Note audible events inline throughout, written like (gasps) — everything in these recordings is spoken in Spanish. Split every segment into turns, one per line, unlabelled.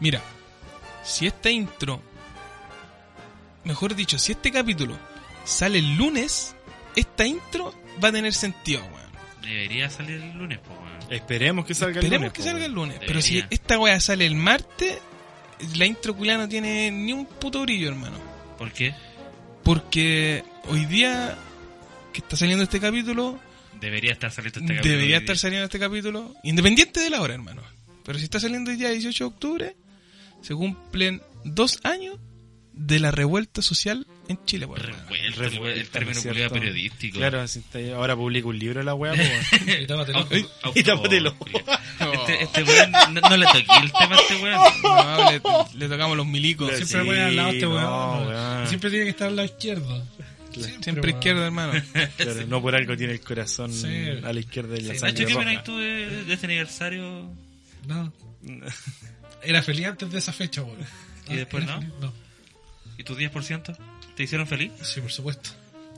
Mira, si esta intro, mejor dicho, si este capítulo sale el lunes, esta intro va a tener sentido, weón.
Debería salir el lunes, po, weón.
Esperemos que salga el
Esperemos
lunes.
que
po,
salga el
weón.
lunes.
Debería.
Pero si esta weá sale el martes, la intro culiá no tiene ni un puto brillo, hermano.
Eh.
¿Por qué?
Porque hoy día que está saliendo este capítulo,
Debería estar saliendo este capítulo.
debería
hoy día.
estar saliendo este capítulo, independiente de la hora, hermano. Pero si está saliendo hoy día 18 de octubre, se cumplen dos años de la revuelta social en Chile, po, hermano.
(laughs)
Revuelto, el-
Revuelta,
el término
¿no es cierto?
culiao periodístico.
Claro, si está- ahora publico un libro la weá, po, weón.
Y tómatelo.
Au-
Ey,
au-
Y tápatelo.
(laughs) au- Este, este weón, no, no le toqué el tema a este
(laughs)
weón.
No, le, le tocamos los milicos. Siempre,
Le- Sí,
Siempre voy al lado este
no,
weón.
weón.
Siempre tiene que estar al lado izquierdo.
siempre izquierda, hermano.
Claro, no por algo tiene el corazón
Sí.
a la izquierda y la
Sí,
sangre
Nacho, ¿qué
roja.
opinas tú de, de este aniversario?
No. Era feliz antes de esa fecha, weón. Ah,
¿Y después
Era
no?
feliz, No.
¿Y tus 10%? ¿Te hicieron feliz?
Sí, por supuesto.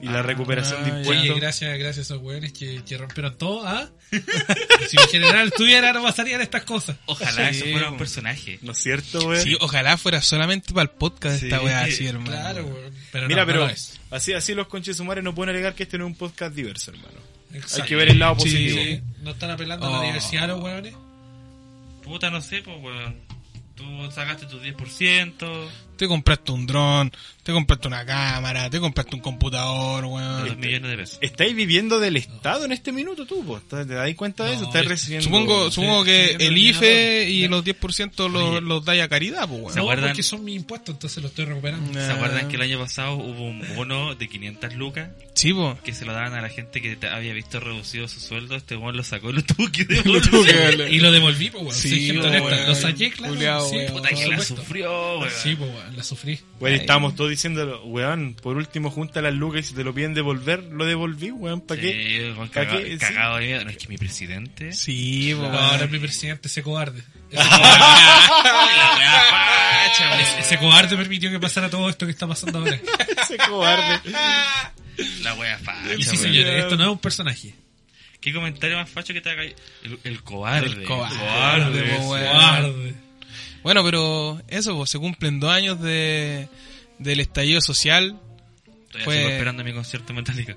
Y la recuperación de
Ah,
Oye,
impuestos.
gracias, gracias a esos weones que, que rompieron todo, ¿ah? (laughs) si en general estuviera, no pasarían estas cosas.
Ojalá
Sí,
eso fuera
weón.
un personaje.
¿No es cierto, weón?
Sí, ojalá fuera solamente para el podcast
Sí,
esta weá así, hermano.
Claro, weón. Pero
Mira,
no,
pero
no lo es.
así, así los conches sumares no pueden alegar que este no es un podcast diverso, hermano.
Exacto.
Hay que ver el lado
Sí,
positivo.
Sí, no están apelando a
Oh.
la diversidad los weones.
Puta, no sé, pues weón. Tú sacaste tus 10%,
Te compraste un dron, te compraste una cámara, te compraste un computador,
Ah,
weón.
dos millones de pesos.
¿Estáis viviendo del Estado en este minuto tú, po? ¿Te te dais cuenta de eso?
No,
¿Estáis
es-
recibiendo...
Supongo, supongo que
estoy
el
viendo el
IFE y los 10% los, los dais a caridad, pues,
¿Se
weón. Ah.
No,
acuerdan?
porque son mis impuestos, entonces los estoy recuperando.
¿Se acuerdan que el año pasado hubo un bono de 500 lucas
Sí, po.
que se lo daban a la gente que te- había visto reducido su sueldo? Este weón lo sacó y (laughs) lo tuvo que devolver.
Y lo devolví, pues, weón.
Sí,
Soy gente honesta.
weón.
Lo saqué, claro.
Culeado,
sí,
weón.
Puta, que
por
la
supuesto.
sufrió, weón.
Sí, pues, weón, la sufrí.
Bueno, estábamos todos diciéndolo, weón, por último junta las lucas y si te lo piden devolver, lo devolví, weón, ¿para qué?
Sí, weón,
¿Pa'
caga-
qué? Sí.
cagado de miedo. No es que mi presidente. (laughs)
Sí, po,
No,
weón.
ahora mi presidente, ese cobarde. Ese,
La wea facha,
Ah.
weón.
ese cobarde permitió que pasara todo esto que está
(laughs)
pasando ahora.
Ese cobarde. (laughs)
La wea facha.
Y sí,
weón.
señores, esto no es un personaje.
¿Qué comentario más facho que te haga? El, el cobarde.
El cobarde,
cobarde,
po,
weón.
weón.
Cobarde.
Bueno, pero eso, pues, se cumplen dos años de, del estallido social. (laughs)
Todavía
Fue-
sigo esperando mi concierto Metallica.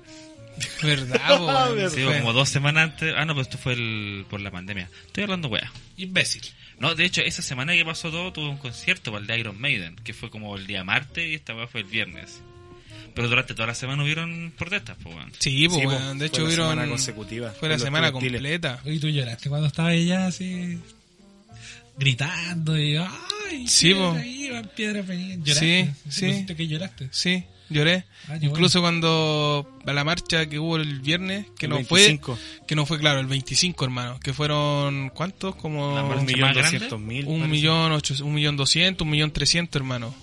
¿Verdad,
(laughs)
po, weón?
Sí,
Fue-
como dos semanas antes. Ah, no, pues esto fue el, por la pandemia. Estoy hablando, wea.
Imbécil.
No, de hecho, esa semana que pasó todo, tuve un concierto para el de Iron Maiden, que fue como el día martes y esta wea fue el viernes. Pero durante toda la semana hubieron protestas, pues, weón.
Sí, po,
Sí, po,
weón. De
fue
hecho,
la
hubieron.
semana consecutiva.
Fue la
Los
semana
proyectiles.
completa.
Oye, tú lloraste cuando estaba ella así. gritando y. ¡Ay!
Sí,
piedra
po.
viva, piedra feliz. Lloraste.
Sí, sí.
¿No sentiste que lloraste.
Sí, lloré.
Ah, qué
Incluso cuando a la marcha que hubo el viernes, que
El
no
25.
fue, que no fue claro, el 25 hermano, que fueron ¿cuántos? Como
La
Un
marcha
millón
más grande?
doscientos mil.
un
parece.
millón ocho, un millón doscientos, un millón trescientos hermano.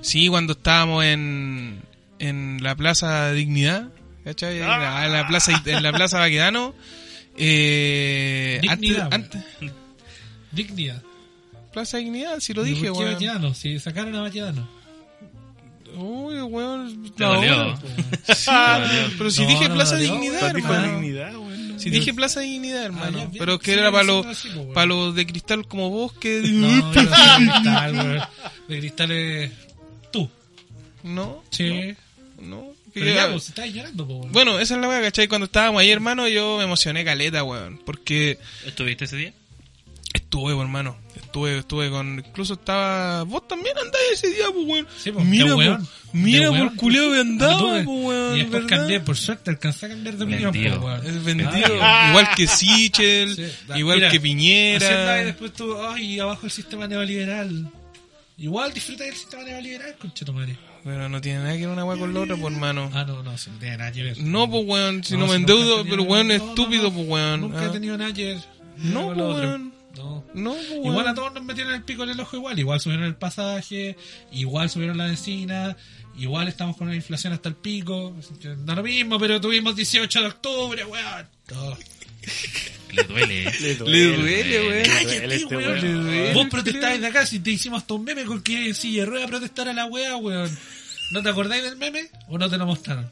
Sí, cuando estábamos en, en la Plaza Dignidad, ¿cachai? Ahí en la- en la Plaza en la Plaza Baquedano, eh,
Dignidad,
antes, antes-
bueno. Dignidad.
Plaza Dignidad, si lo dije,
¿Por qué
weón.
Baquedano? Si sacaron a Baquedano.
Uy, weón,
Te
la
dolió. (laughs)
hora.
Te dolió.
Pero si
No,
dije
no,
Plaza
no,
Dignidad,
Pero dijo
hermano.
dignidad, weón.
Si dije Plaza Dignidad, hermano.
Ah, ya, bien.
pero que
Sí,
era para
sí,
los,
no, sí, po, weón.
para los de cristal como vos que...
No, yo soy de cristal, weón. De cristal es. Tú.
No,
Sí.
no. que
Pero
ya-
ya, pues, estabas llorando, po, weón.
bueno, esa es la weá, ¿cachai? Cuando estábamos ahí, hermano, yo me emocioné caleta, weón. Porque
¿Estuviste ese día?
estuve, po, hermano. Estuve, estuve con... Incluso estaba... Vos también andáis ese día, pues, weón.
Sí, po.
mira,
De
po,
weón.
mira, pues,
De
por
weón.
el culeo que andaba, po,
Anduve.
pues, weón.
Y después
¿verdad?
cambié, pues. por suerte alcancé a cambiar de opinión,
Vendido.
po, weón.
Es vendido.
Ah.
Igual que Sichel,
Sí, da-
eh, igual
mira,
que
Así andaba y
Piñera.
después tú, ay, abajo el sistema neoliberal. Igual disfruta del sistema neoliberal, conchetumare.
Pero no tiene nada que ver una weá con la otra, pues, hermano.
Ah, no, no, eso no tiene nada que ver.
No, pues, weón, si no,
No,
me
si nunca he
endeudo,
tenido
pero
nada-
weón,
no, no,
estúpido,
no.
pues, weón.
Nunca
Ah.
he tenido nada que ver.
No,
con lo
pues,
otro.
weón.
No.
No, pues, weón.
Igual a todos nos metieron el pico en el ojo igual, igual subieron el pasaje, igual subieron la vecina, igual estamos con una inflación hasta el pico, así que da lo mismo, pero tuvimos 18 de octubre, weón. No.
Le duele. eh.
Le
Le duele,
duele.
weón.
Duele este
weón.
weón.
Le duele.
Vos protestáis de acá si te hicimos hasta un meme con que en silla de rueda protestar a la weá, weón. ¿No te acordáis del meme? ¿O no te lo mostraron?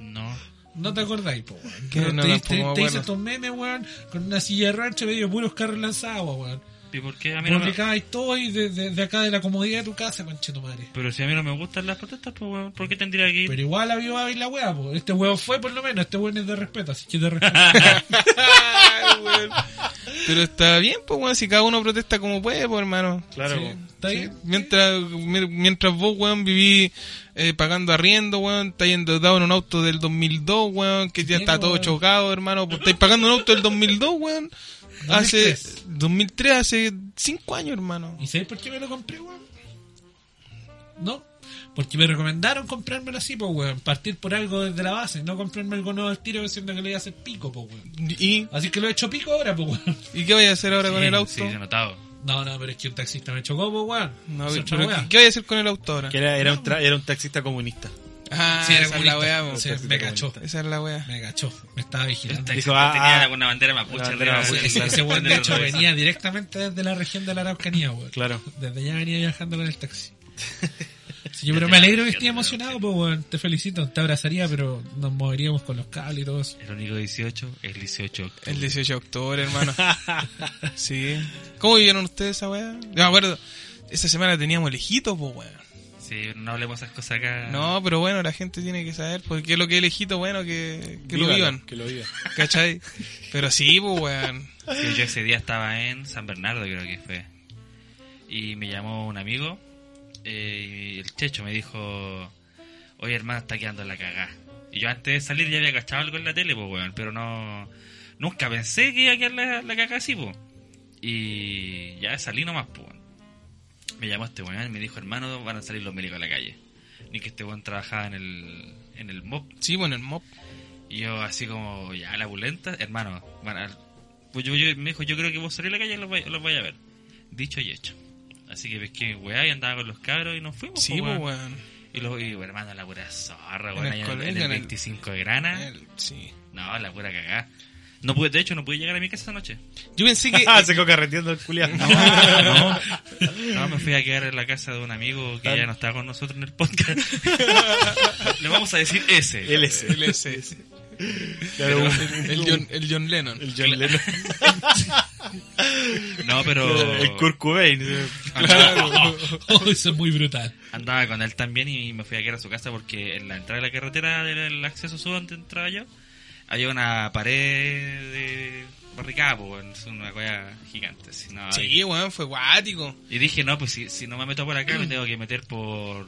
No.
No te acordáis, po, weón.
Que
Pero
no
te,
nos
te-
pongamos
te hice
buenos.
estos memes, weón, con una silla de rancho medio de puros carros lanzados, weón.
¿Y por qué a mí no me...
Publicabais todo y desde acá de la comodidad de tu casa, concheto madre.
Pero si a mí no me gustan las protestas, pues, weón, ¿por qué tendría que ir?
Pero igual había ahí la weá, po. Este weón fue por lo menos, este weón es de respeto, así que te respeto.
Ay, weón. Pero está bien, pues, weón, si cada uno protesta como puede, pues, hermano.
Claro,
Sí,
po.
¿Está
Sí,
bien?
Mientras, mi- mientras vos, weón, vivís eh, pagando arriendo, weón, estáis endeudados en un auto del 2002, weón, que ya
Sí,
está todo
weón.
chocado, hermano, pues estáis pagando un auto del 2002, weón. Hace
2003.
2003, hace 5 años, hermano.
¿Y sabéis por qué me lo compré, weón? No. Porque me recomendaron comprármelo así, po, weón. Partir por algo desde la base, no comprarme algo nuevo al tiro siendo que le iba a hacer pico, po, weón.
¿Y,
Así que lo he hecho pico ahora, po, weón. (laughs)
y qué vais a hacer ahora con el auto?
Sí, se ha notado.
No, no, pero es que un taxista me chocó, po, weón.
No,
Es
pero-
otra
pero
weá.
¿qué, qué vais a hacer con el auto ahora?
Que era, era, un tra- era un taxista comunista.
Ah,
Sí, era
esa es la
comunista.
weá, weón.
Sí, me cachó.
Esa es la weá.
Me agachó, me estaba vigilando.
Dijo,
ah,
tenía
ah,
alguna bandera mapuche
la bandera
arriba.
mapuche,
del-
Ese,
(laughs)
ese weón, de
del
hecho,
revés.
venía directamente desde la región de la Araucanía, weón.
Claro.
Desde allá venía viajando con el taxi. Sí, yo, pero me alegro que estés
Desde la
emocionado, pues, weón. Te felicito, te abrazaría, pero nos moveríamos con los cables y
(laughs)
todo eso.
El único 18 es 18 de octubre.
El 18 de octubre, hermano. sí. ¿Cómo vivieron ustedes esa weá? Yo me acuerdo, esa semana teníamos lejito, pues weón.
Sí, no hablemos esas cosas acá.
No, pero bueno, la gente tiene que saber, porque es lo que es lejito, bueno, que, que lo
Vívalo,
vivan,
Que lo vivan.
¿cachai? Pero sí, pues weón.
Sí, yo ese día estaba en San Bernardo, creo que fue. Y me llamó un amigo. eh, y el checho me dijo: Oye, hermano, está quedando la cagá. Y yo antes de salir ya había cachado algo en la tele, pues, weón. Pero no. Nunca pensé que iba a quedar la, la cagá así, pues. Y ya salí nomás, pues, weón. Me llamó este weón y me dijo: Hermano, van a salir los médicos a la calle. Ni que este weón trabajaba en el, en el MOP.
Sí, bueno, el mob.
Y yo así como, ya, la bulenta, hermano, bueno, al- pues yo, yo- me dijo, yo creo que vos salís a la calle y los, vais- los vais a ver. Dicho y hecho. Así que pesqué weá y andaba con los cabros y nos fuimos.
Sí,
po,
pues
weón.
weón.
Y los y, hermano, la pura zorra,
En
weón,
el
allá en,
colegio, en
en el
el-
25 de grana.
El- Sí.
No, la pura cagá. No pude, de hecho, no pude llegar a mi casa esa noche.
Yo pensé que...
(laughs) Ah, se quedó carreteando el culiado. (laughs)
Ah,
No, no, me fui a quedar en la casa de un amigo
Ah.
que ya no estaba con nosotros en el podcast. (laughs) Le vamos a decir ese.
Él es.
el ese.
Claro, un-
El John, el John
(laughs)
Lennon.
el John Lennon.
No, pero...
(laughs)
El Kurt Cobain. eh,
Claro.
Oh, eso es muy brutal.
Andaba con él también y me fui a quedar a su casa porque en la entrada de la carretera del acceso sur donde entraba yo había una pared de barricada, po, weón, es una cosa gigante. así,
(laughs)
no,
Sí, weón, fue guático.
y, y dije, no, pues si, si no me meto por acá me tengo que meter por,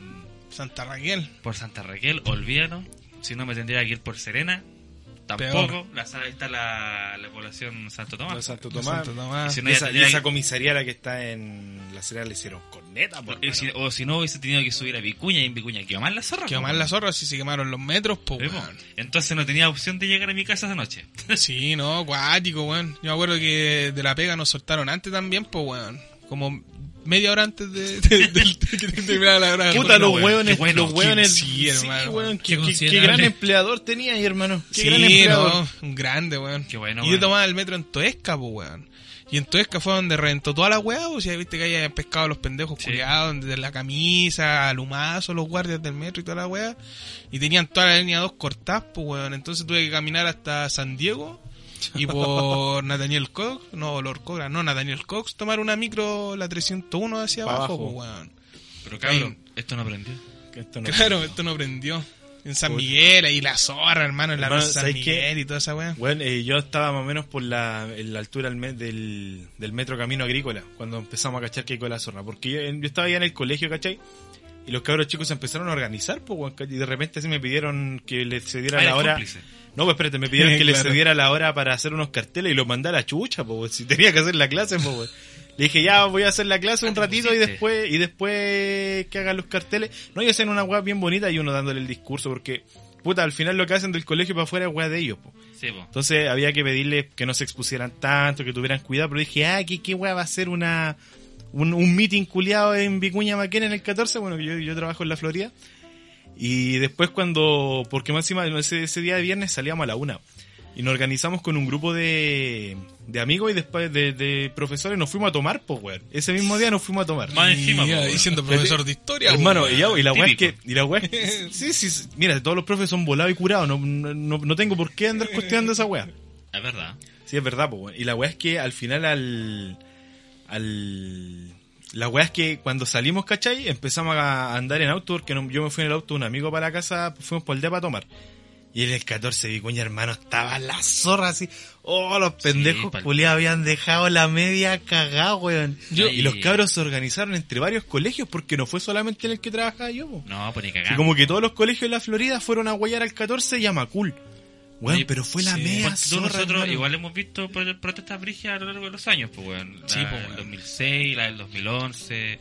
Santa Raquel.
por Santa Raquel, olvídalo. Si no me tendría que ir por Serena, tampoco. La sala ahí está la, la población Santo
de
Tomás.
Santo Tomás.
Santo Tomás.
Si no,
Y
ya
esa, y
tendría
esa
que-
comisaría la que está en la acera le hicieron corneta, por
Y si- o si no hubiese tenido que subir a Vicuña y en Vicuña quedó más la zorra.
Que
po,
más
weón.
las zorras si se quemaron los metros, pues
Sí, po.
weón.
Entonces no tenía opción de llegar a mi casa esa noche.
(laughs) Sí, no, cuático, weón. Yo me acuerdo que de la pega nos soltaron antes también, pues, weón. Como media hora antes de, (laughs) de- del- que terminara la hora. de
Puta,
jornada,
los
weón.
hueones,
Qué bueno,
los hueones.
sí, hermano.
weón, qué,
Qué
qué- qué
considerable.
gran empleador tenía ahí, hermano. Qué
Sí,
gran empleador.
no, un grande, weón.
Qué bueno,
y yo
weón.
tomaba el metro en Toesca, pues, weón. Y en Toesca fue donde reventó toda la weá, o sea, viste que ahí habían pescado a los pendejos
Sí.
culiados, desde la camisa, al humazo, los guardias del metro y toda la weá. Y tenían toda la línea 2 cortadas, pues, weón. Entonces tuve que caminar hasta San Diego
(laughs)
y por Nathaniel Cox, no, Lord Cobra, no, Nathaniel Cox, tomar una micro, la 301 hacia
Pa'
abajo,
abajo.
pues, weón.
Pero cabrón, esto no aprendió.
Que esto no-
Claro, esto no prendió. En San
Puta.
Miguel, ahí la zorra, hermano, en la
Hermano,
plaza San
¿sabes qué?
Miguel y toda esa weá.
Bueno, eh, yo estaba más o menos por la, en la altura del, me- del, del metro Camino Agrícola, cuando empezamos a cachar que hay la zorra. Porque yo, yo estaba ya en el colegio, ¿cachai? Y los cabros chicos se empezaron a organizar, pues, weón, ¿cachai? y de repente así me pidieron que les cediera
Ah,
la
eres
hora.
cómplice.
No, pues espérate, me
(laughs)
pidieron que les
Claro.
cediera la hora para hacer unos carteles y los mandara a la chucha, pues, weón, si tenía que hacer la clase, pues, weón. Le dije, ya voy a hacer la clase
Ah,
un
te
ratito y
pusiste.
después y después que hagan los carteles. No, y hacen una weá bien bonita y uno dándole el discurso, porque, puta, al final lo que hacen del colegio para afuera es weá de ellos, pues.
Sí, po.
Entonces había que pedirles que no se expusieran tanto, que tuvieran cuidado, pero dije, ah, ¿qué, qué weá va a ser una, un, un meeting culiado en Vicuña Maquena en el 14? Bueno, yo, yo trabajo en la Florida. Y después cuando, porque más encima ese, ese día de viernes salíamos a la una. Y nos organizamos con un grupo de, de amigos y después de, de profesores nos fuimos a tomar, pues, weón. Ese mismo día nos fuimos a tomar.
Más encima,
Y,
po,
ah,
weón.
y siendo profesor de historia,
Hermano,
weón.
y, ya, y la weá es que.
Típico.
Y la weá es que- sí, sí, sí. Mira, todos los profes son volados y curados. No, no, no tengo por qué andar cuestionando esa weá.
Es verdad.
Sí, es verdad, pues, Y la weá es que al final al. al la weá es que cuando salimos, ¿cachai? Empezamos a andar en auto, porque no- yo me fui en el auto de un amigo para la casa, fuimos por el día para tomar. Y en el 14 Vicuña, hermano, estaba la zorra así. Oh, los pendejos
pal-
culiados habían dejado la media cagada, weón.
Yo-
y los cabros se organizaron entre varios colegios porque no fue solamente en el que trabajaba yo, po.
No, pues ni
Y
cagando.
como que todos los colegios de la Florida fueron a guayar al 14 y a Macul. Weón,
Oye,
pero fue la
sí.
media
Porque Pues tú,
zorra,
nosotros
hermano.
igual hemos visto pro- protestas brigias a lo largo de los años, pues, weón. La
Sí, po, weón.
del 2006, la del 2011,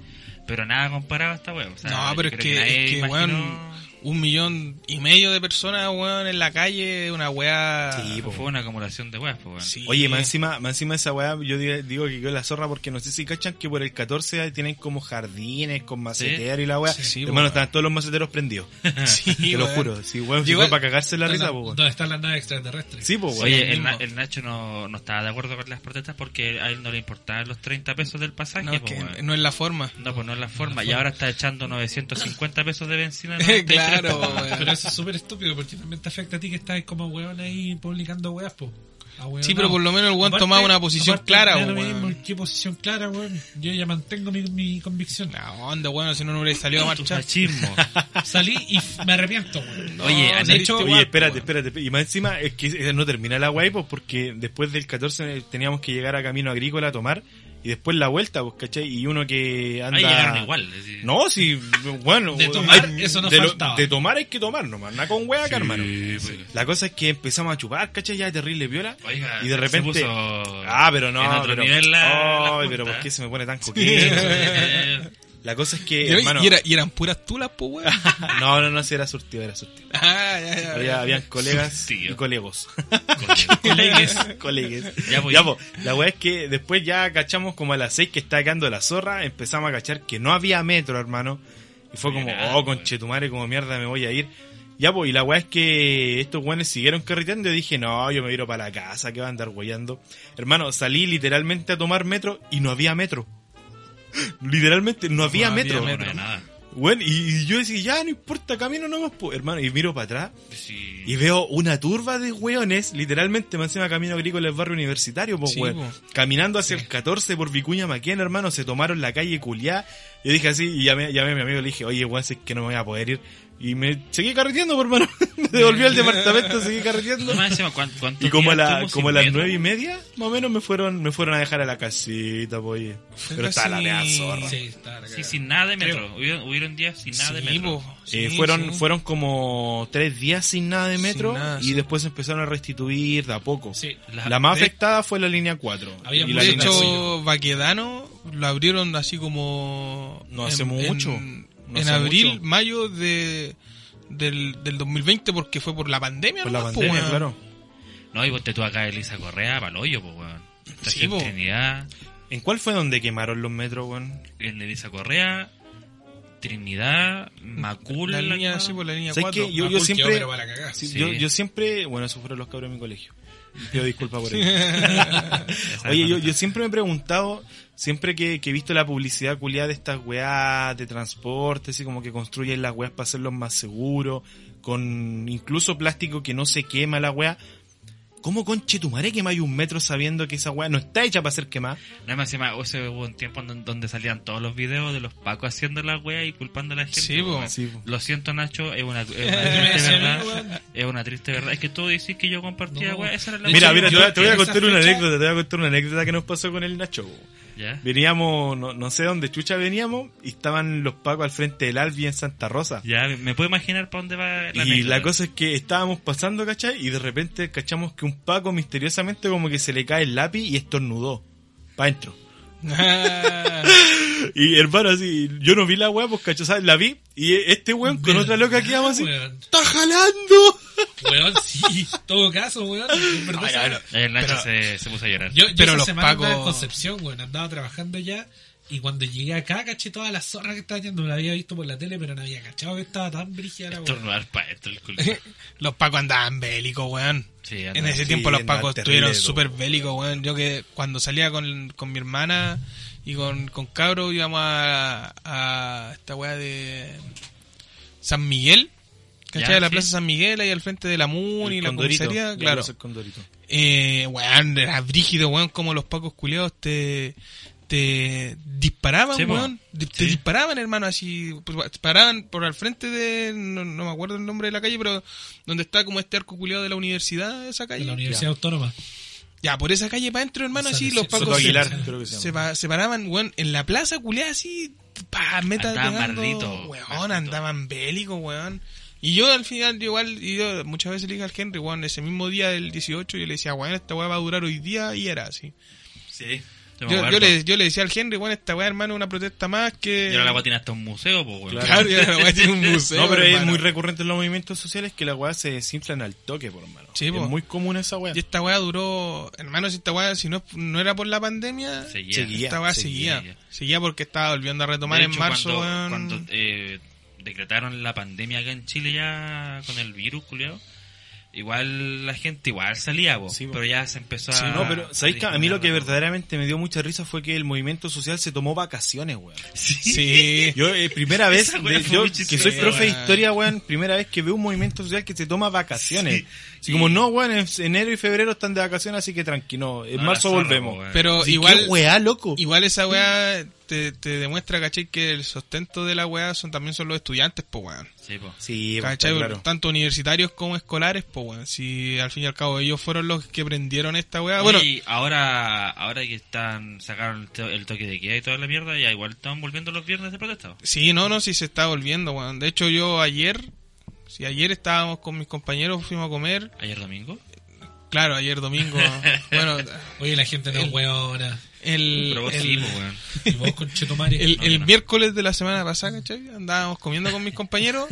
pero nada comparado a esta weón. O sea,
no,
yo
pero es
creo
que,
nadie
es que,
imaginó-
weón, un millón y medio de personas, weón, en la calle, una weá. (laughs)
Sí, po.
Fue una acumulación de weas, pues, weón.
Sí.
Oye, más encima, más encima de esa weá, yo di- digo que quedó la zorra porque no sé si cachan que por el 14 ahí tienen como jardines con macetero y la weá.
Sí, sí,
Hermano,
po,
estaban todos los maceteros prendidos.
Sí,
Te lo
weón.
juro. Sí, weón, si
Llegó
fue
el-
para cagarse la risa, po, weón.
¿Dónde pues, están las naves extraterrestres?
Sí, po, weón.
Oye, el,
mismo.
Na- el Nacho no, no estaba de acuerdo con las protestas porque a él no le importaban los 30 pesos del pasaje.
No,
No,
es que no es la forma.
no pues no es la forma. Y ahora está echando 950 pesos de
(laughs)
benzina. en 93,
claro,
po, weón.
pues, weón.
Pero eso es súper estúpido porque también te afecta a ti que estás como weón ahí publicando weas, po. Ah, weón,
Sí,
no.
pero por lo menos el weón
Aparte-
tomaba una posición
aparte,
clara,
me da lo mismo
weón.
¿Qué posición clara, weón? Yo ya mantengo mi, mi convicción.
No, onda, weón, si no, no hubiera salido a
Tu
marchar.
(laughs) machismo.
Salí y f- me arrepiento, weón.
No,
Oye, han
saliste
hecho-
igual,
Oye, espérate,
weón.
espérate. Y más encima, es que eh, no termina la guay, pues, porque después del 14 teníamos que llegar a Camino Agrícola a tomar y después la vuelta, pues, ¿cachai? Y uno que anda...
Ahí llegaron igual. es decir,
No, sí, bueno.
De tomar,
hay-
eso no
de, lo-
faltaba.
de tomar hay que tomar nomás, nada con hueá,
Sí,
hermano.
pues.
La cosa es que empezamos a chupar, ¿cachai? Ya terrible viola.
Oiga,
y de
se
repente.
puso
Ah, pero no.
en otro
pero,
nivel la- la
Ay,
junta.
pero ¿por qué se me pone tan (laughs) coqueto?
(laughs) Eh,
la cosa es
Y,
que,
oye,
hermano.
y era- y eran puras tulas, pues, weón.
(laughs)
No, no, no, si era surtido, era surtido.
Ah, ya, ya,
Había,
ya.
habían colegas
Surtido.
y colegos.
colegues.
(laughs) colegues.
Ya, pues.
Ya, pues, la weá es que después ya cachamos como a las 6 que estaba quedando la zorra, empezamos a cachar que no había metro, hermano. Y fue como,
Mira,
oh,
weón.
conchetumare, como mierda me voy a ir. Ya, pues, y la weá es que estos weones siguieron carreteando y dije, no, yo me viro para la casa, que va a andar weyando. Hermano, salí literalmente a tomar metro y no había metro. (gasps) Literalmente, no había
No había
metro.
No,
metro.
no, nada.
Weón, y, y yo decía, ya, no importa, camino nomás, pues, hermano. Y miro para atrás
Sí.
y veo una turba de hueones, literalmente, más encima camino agrícola del barrio universitario, pues,
Sí,
hueón.
po.
Caminando hacia el 14 por Vicuña Maquena, hermano, se tomaron la calle Culiá. Yo dije así, y llamé, llamé a mi amigo, le dije, oye, weón, si es que no me voy a poder ir. Y me seguí carreteando, por hermano. (laughs) me devolví al departamento, seguí carreteando.
No, más encima, ¿cuán- cuántos
Y como a,
días
la-
estuvo sin
como a las
metro?
nueve y media, más o menos, me fueron, me fueron a dejar a la casita, pues, oye. Pero
casi-
estaba la mea zorra.
Sí, está la
Sí,
cagada.
sin nada de metro. Hubieron, hubieron días sin nada de
Sí,
metro.
po,
Eh,
sí,
fueron,
sí.
fueron como tres días sin nada de
Sin
metro
nada,
y
sí.
después empezaron a restituir de a poco.
Sí.
La, más
de-
afectada fue la línea 4.
Había
y la
de
mucho-
línea cinco.
hecho, Baquedano lo abrieron así como.
No hace mucho. No
en
hace
abril,
mucho.
mayo de, del, del 2020, porque fue por la pandemia,
Por la
nomás, po,
pandemia,
weón.
claro.
No, y ponte tú acá Elisa Correa, Paloyo, pues, weón. Esta
Sí,
gente
po.
en Trinidad,
¿En cuál fue donde quemaron los metros, weón?
en Elisa Correa, Trinidad, Macul.
La línea,
acá.
sí, por la línea
¿Sabes
4.
qué? Yo-
Macul
yo
quedó,
siempre-
pero para la cagada.
Sí,
Sí.
Yo, yo siempre, bueno, esos fueron los cabros de mi colegio. Pido disculpas por ello.
Ya sabes
Oye, yo,
dónde
yo
está.
siempre me he preguntado, siempre que, que he visto la publicidad culiada de estas weas de transporte, así como que construyen las weas para hacerlos más seguros, con incluso plástico que no se quema la wea. ¿Cómo conche tu madre quemáis un metro sabiendo que esa wea no está hecha para ser quemada?
No, más encima, o sea, hubo un tiempo en donde salían todos los videos de los pacos haciendo la wea y culpando a la gente. pues,
Sí, po.
weón.
Sí, po.
Lo siento, Nacho, es una, es
(laughs)
una
Sí,
triste
sí,
verdad.
weón.
Es una triste verdad. Es que tú decís que yo compartía,
No.
wea, esa era la
Mira,
wea.
mira, te voy, a- te voy a
esa
contar una
fecha-
anécdota, te voy a contar una anécdota que nos pasó con el Nacho.
¿Ya?
Veníamos, no, no sé dónde chucha veníamos, y estaban los pacos al frente del Albi en Santa Rosa.
Ya, me puedo imaginar para dónde va la
Y la
anécdota.
cosa es que estábamos pasando, ¿cachai? Y de repente cachamos que un Paco misteriosamente como que se le cae el lápiz y estornudó. Pa' dentro.
Ah,
Y hermano, así, yo no vi la weá, pues cachai, ¿sabes? la vi. Y este weón (laughs) con otra loca que íbamos así,
Weón.
¡está jalando!
Weón, sí, todo caso, weón. En verdad, esa-
El Nacho se, se puso a llorar.
Yo, yo
Pero
esa
los
semana andaba en
pagos-
Concepción, weón. Andaba trabajando ya Y cuando llegué acá, caché toda la zorra que estaba yendo. La había visto por la tele, pero no había cachado que estaba tan brígida la weá.
Estornudar para esto el
(laughs)
culo.
Los pacos andaban bélicos, weón.
Sí,
En
anda.
ese
sí,
tiempo los
andaban
pacos
terrible,
estuvieron
po.
súper bélicos, weón. Yo que cuando salía con, con mi hermana y con, con Cabro íbamos a, a esta weá de San Miguel. ¿Cachai?
Ya,
De la
sí.
Plaza San Miguel, ahí al frente de la MUN y la comisaría, claro.
El condorito.
Eh, weón, era brígido, weón, como los pacos culiados te, te disparaban,
Sí, po.
weón. Di- Te
Sí.
disparaban, hermano, así. pues, Paraban por al frente de. No, no me acuerdo el nombre de la calle, pero donde está como este arco culiado de la universidad, esa
En
calle.
la Universidad Autónoma.
Ya, por esa calle para adentro, hermano,
San
así los
Vicente.
pacos
Soto
se,
Aguilar,
creo que se llama.
se pa- se paraban, weón, en la plaza culiada así. Pa, meta
Andaban
pegando,
mardito,
weón,
mardito.
andaban bélicos, weón. Y yo al final, yo igual, y yo muchas veces le dije al Henry, weón, ese mismo día del 18, yo le decía, weón, esta weá va a durar hoy día, y era así.
Sí. Yo, me
Yo,
acuerdo.
yo, le, yo le decía al Henry, bueno, esta weá, hermano, es una protesta más
Y
que.
ahora la guatina hasta un museo, pues, weón.
(laughs) Claro, y ahora la weá
(laughs)
tiene un museo.
No, pero es
hermano.
muy recurrente en los movimientos sociales que la weá se desinflan al toque, por hermano.
Sí,
es
po.
muy común esa weá.
Y esta weá duró. Hermano, si esta weá, si no, no era por la pandemia,
Seguía.
Seguía.
esta weá seguía.
seguía.
Seguía. porque estaba volviendo a retomar
De
en
hecho,
marzo,
cuando,
weón. (laughs)
cuando, eh, decretaron la pandemia acá en Chile ya con el virus, culiado. Igual la gente igual salía, po,
Sí, po.
pero ya se empezó a...
Sí,
Ah,
no, pero ¿sabéis que a mí lo que
disminuir,
verdaderamente me dio mucha risa fue que el movimiento social se tomó vacaciones, (laughs) weón.
Sí.
(laughs) Yo, eh, primera vez,
Esa weá
de-
fue
yo
muy
que soy
chistosa,
profe de
weón.
historia, weón, primera vez que veo un movimiento social que se toma vacaciones.
Sí.
Así como, no, weón, en enero y febrero están de vacaciones, así que tranquilo,
No,
en
la
marzo
zorra,
volvemos.
po, weón.
Pero
Así,
igual.
¿Qué weá, loco?
Igual esa weá te, te demuestra, ¿cachai? Que el sustento de la weá son, también son los estudiantes, po weón.
Sí, po.
Sí, pues,
¿Cachai?
claro.
Tanto universitarios como escolares, po weón. Si al fin y al cabo ellos fueron los que prendieron esta weá. Bueno,
y ahora, ahora que están sacaron el, to- el toque de queda y toda la mierda, ya igual están volviendo los viernes de protesta. po.
Sí, no, no, sí se está volviendo, weón. De hecho, yo ayer, si ayer estábamos con mis compañeros, fuimos a comer.
Ayer domingo.
Claro, ayer
(laughs)
domingo. bueno,
Oye, la gente no es weona.
el,
Pero vos
el,
sí, po, weón.
Y vos con
(laughs)
Chetumare.
el-
No,
el
yo no.
miércoles de la semana pasada, ¿cachai? Andábamos comiendo con mis compañeros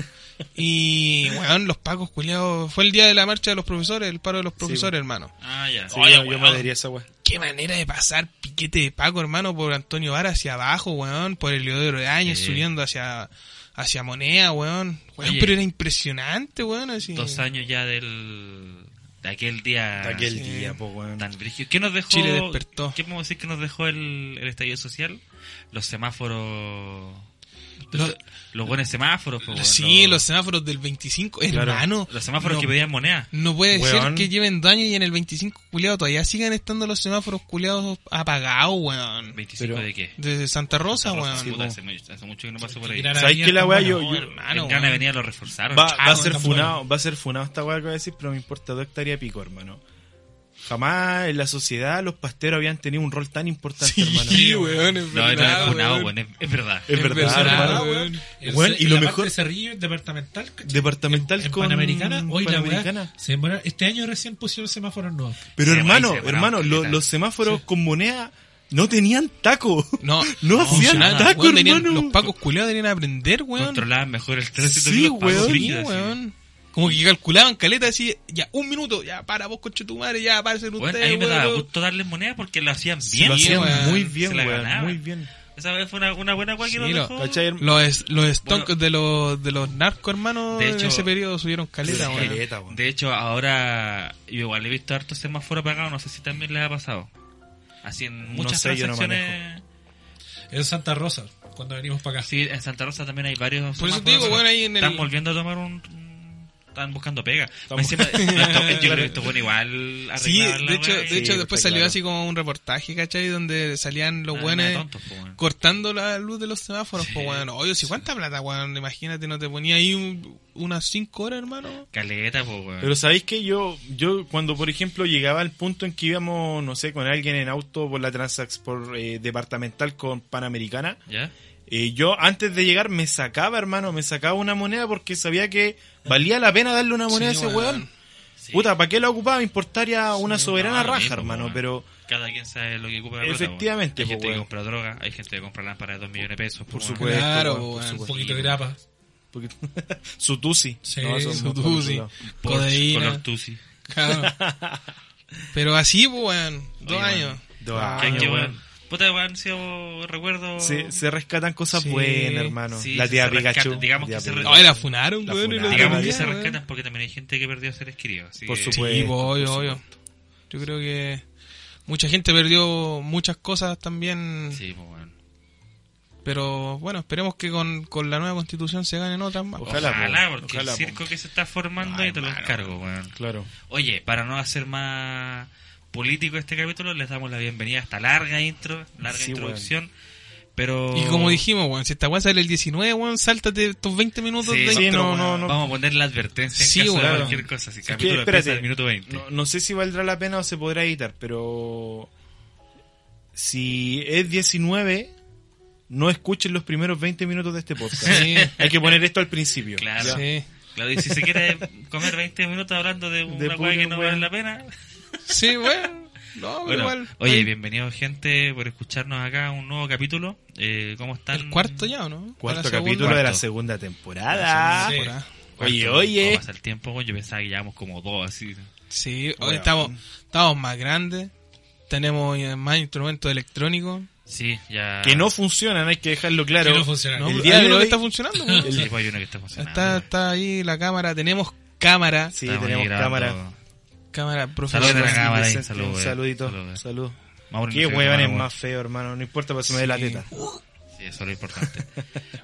y, weón, los pacos culiados. Fue el día de la marcha de los profesores, el paro de los profesores, hermano.
Ah, ya.
Sí,
Oye,
yo, yo
weón.
me adhería a esa weá.
Qué manera de pasar piquete de Paco, hermano, por Antonio Vara hacia abajo, weón, por Eliodoro de Áñez
Sí.
subiendo hacia hacia Moneda, weón. Weón,
Oye.
pero era impresionante, weón, así.
Dos años ya del... De aquel día...
De aquel
Ah, sí.
día, po, weón.
Tan brígido. ¿Qué nos dejó?
Chile despertó.
¿Qué podemos decir que nos dejó el, el estallido social? Los semáforos.
Los-
Los buenos semáforos, po,
sí, los semáforos del 25,
Claro,
hermano.
pues, los semáforos
no,
que pedían moneda.
No puede ser
Weón.
que lleven daño y en el 25 culiado todavía sigan estando los semáforos culiados apagados, weón.
25
Pero-
de qué?
Desde Santa Rosa,
Rosa,
weón.
puta, hace, mucho- hace mucho que no paso por ahí.
Tirar a
¿Sabéis
la
que la
mierda,
weá,
hermano?
yo,
No,
yo-
hermano,
en Gran
weón.
Avenida lo reforzaron. Ah,
Va, va a
Chavo,
ser
tan
funado, va a ser funado esta weá que voy a decir, pero me importa dos hectáreas de pico, hermano. Jamás en la sociedad los pasteros habían tenido un rol tan importante, hermano.
Sí, weón, es
no, no,
verdad,
no, es funado,
weón.
weón, es, es verdad.
Es verdad, hermano.
weón.
El
Weón,
ce-
y lo
la
mejor-
parte de Cerrillo es departamental. ¿cachai?
Departamental
En
con
Panamericana, hoy la weá,
Panamericana.
se demoraron- este año recién pusieron semáforos nuevos.
Pero
Se
hermano,
va y se va,
hermano, lo-
caleta.
los semáforos con moneda no tenían taco.
No,
No hacían
funcionaba,
taco,
weón, tenían-
hermano.
Los pacos culiados tenían que aprender, weón.
Controlaban mejor el tránsito
Sí,
que los pagos
weón,
Sí,
rígidos, así.
weón. Como que calculaban caleta así, ya, un minuto, ya, para vos, coche tu madre, ya, para ser
Weón,
usted,
a mí me daba
weón.
gusto darles moneda porque lo hacían bien.
(laughs) Lo hacían
weón.
muy
Se
bien,
la
weón,
ganaban.
muy bien.
Esa vez fue una, una buena weá que
Sí,
nos
lo-
dejó.
¿Cachai, hermano?
Los, es- los stocks
Bueno.
de los, de los narcos, hermano,
De
en
hecho-
ese periodo subieron caleta,
Sí,
weón.
caleta, weón.
De hecho, ahora yo igual he visto hartos semáforos apagados, no sé si también les ha pasado. Así en muchas
sé, yo no
transacciones.
En Santa Rosa, cuando venimos para acá.
sí, en Santa Rosa también hay varios.
Por eso te
semáforos.
digo, bueno, ahí en
Están
el-
volviendo a tomar un. un- Están buscando pega. Más encima, esto- yo
(laughs)
creo que esto bueno igual
Sí,
arreglaron la
de hecho,
weá y-
de hecho
Sí, pues,
después
está
salió
claro.
así como un reportaje, ¿cachai? Donde salían los
Ah,
buenos
nada de tontos, po, weón.
cortando la luz de los semáforos,
Sí.
pues, weón. Oye, si cuánta plata, weón, imagínate, no te ponía ahí un- unas 5 horas, hermano.
Caleta, po, weón.
Pero sabéis que yo, yo cuando por ejemplo llegaba al punto en que íbamos, no sé, con alguien en auto por la Transax, por eh, departamental con Panamericana,
¿Ya?
eh, yo antes de llegar me sacaba, hermano, me sacaba una moneda porque sabía que valía la pena darle una moneda
Sí,
a ese
weón.
weón.
Sí.
Puta, ¿para qué la ocupaba? Me importaría una
Sí,
soberana
no, lo
raja,
mismo,
hermano,
weón.
pero
Cada quien sabe lo que ocupa la plata,
Efectivamente,
weón. Hay
po,
gente que
weón.
compra droga, hay gente que compra lámparas de 2 millones de pesos. po,
por
weón.
supuesto,
Claro,
weón, por
weón.
Un
supuesto.
poquito de grapa.
Porque- (laughs) su tusi.
Sí,
eso
su
no, por
tusi.
otro lado.
Por
Codeína.
color tusi.
(laughs)
Claro. Pero así, pues, weón. Dos
Oye,
años.
Dos
Ah,
Qué-
años,
qué
weón.
weón. Puta, weón, han sido recuerdos.
Se, se rescatan cosas
Sí,
buenas, hermano.
Oh. sí,
la
se-
tía
se rescata,
Pikachu.
digamos
tía
que se
Pikachu.
No, y la funaron,
La
weón. y
funaron.
Digamos
otro
que
día,
se
weón.
rescatan porque también hay gente que perdió seres queridos. así
Por
que-
supuesto.
Sí, pues, obvio, obvio. Yo creo que mucha gente perdió muchas cosas también.
Sí, pues, weón.
Pero bueno, esperemos que con, con la nueva constitución se ganen otras más.
Ojalá.
Ojalá,
po,
porque
ojalá, pues.
el
po.
circo que se está formando
Ay,
ahí te lo
mano.
encargo, weón.
Claro.
Oye, para no hacer más político este capítulo, les damos la bienvenida a esta larga intro, larga
Sí,
introducción. Pero.
Y como dijimos, weón, si esta weá sale el 19, weón, sáltate estos 20 minutos
Sí,
de
sí,
intro,
no,
weón.
no, no.
Vamos a poner la advertencia en
Sí,
caso
weón.
de cualquier cosa. Así,
Es que,
capítulo
espérate.
empieza al minuto 20.
No, no sé si valdrá la pena o se podrá editar, pero si es 19, no escuchen los primeros 20 minutos de este podcast.
Sí.
Hay que poner esto al principio.
Claro.
Ya.
Sí.
Claro, y si se quiere comer 20 minutos hablando de una
pura
weá que no
weá.
vale la pena.
Sí, weón. No, pero
Bueno,
igual.
Oye, bienvenido, gente, por escucharnos acá un nuevo capítulo. Eh, ¿Cómo están?
el cuarto ya, ¿o no? Para la
Cuarto capítulo
segunda
de la
Cuarto.
segunda temporada.
Sí.
temporada.
Cuarto,
Oye,
weón.
oye.
¿Cómo pasa el tiempo, weón? Yo pensaba que llevamos como dos así.
Sí, hoy
Weón.
estamos, estamos más grandes. Tenemos eh, más instrumentos electrónicos.
Sí, ya.
Que no funcionan, hay que dejarlo claro.
Que no funcionan.
No,
El
hay
día de
uno que
hoy-
está funcionando. weón.
Sí, pues hay uno que está funcionando.
Está, está ahí la cámara. Tenemos cámara.
Sí,
Estamos
tenemos
ahí grabando.
cámara.
Cámara
Saludos de la
profesional.
cámara. ahí,
Vicente,
salud,
un
eh.
saludito.
Salud, eh.
Salud.
Mauro,
Qué
no sé
huevan es
cómo,
más feo, hermano. No importa, para se me dé la
Sí.
teta.
Sí, eso es lo importante.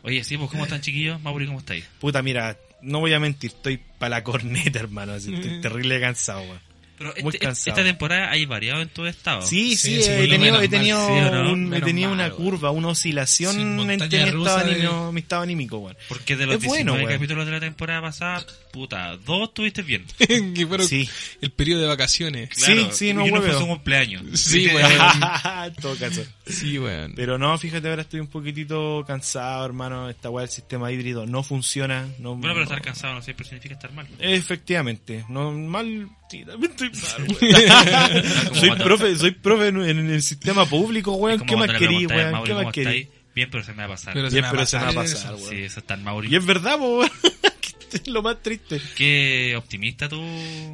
Oye, sí, pues ¿cómo están, chiquillos? Mauri, ¿cómo estáis?
Puta, mira, no voy a mentir, estoy para la corneta, hermano. así, estoy terrible cansado, weón.
Pero
Muy
este-
cansado.
esta temporada hay variado en tu estado.
Sí, sí,
Sí, sí,
he
por lo
tenido,
menos
he
mal,
tenido,
sí, ¿o no?
un- he
Menos
tenido
mal,
una
weón.
curva, una oscilación
Sí, montaña
entre mi estado,
rusa de-
anímico, mi estado anímico, weón.
Porque de los
Es bueno,
19
weón.
capítulos de la temporada pasada, puta, dos tuviste bien.
(laughs) que fueron
Sí.
el periodo de vacaciones.
Claro,
sí, no
y uno fue
hueveo.
su cumpleaños.
Sí,
Así que-
weón.
En (laughs) todo caso.
Sí, weón.
Pero no, fíjate, ahora estoy un poquitito cansado, hermano. Esta weá del sistema híbrido no funciona. No,
Bueno, pero
no-
estar cansado no siempre significa estar mal.
Efectivamente, no mal, sí, también estoy mal,
(laughs)
weón. (laughs) soy
cuando-
profe, soy profe en, en el sistema público,
Es
weón.
como
¿Qué más
cuando le
querí,
preguntáis,
weón?
Mauri,
¿Qué
¿cómo
más querí?
estáis? Bien, pero se me va a pasar.
Pero
Y es- pero se me va a
eso.
pasar,
sí,
weón.
eso está en Mauri.
Y es verdad, po, weón. (laughs) que este es lo más triste.
Qué optimista tú.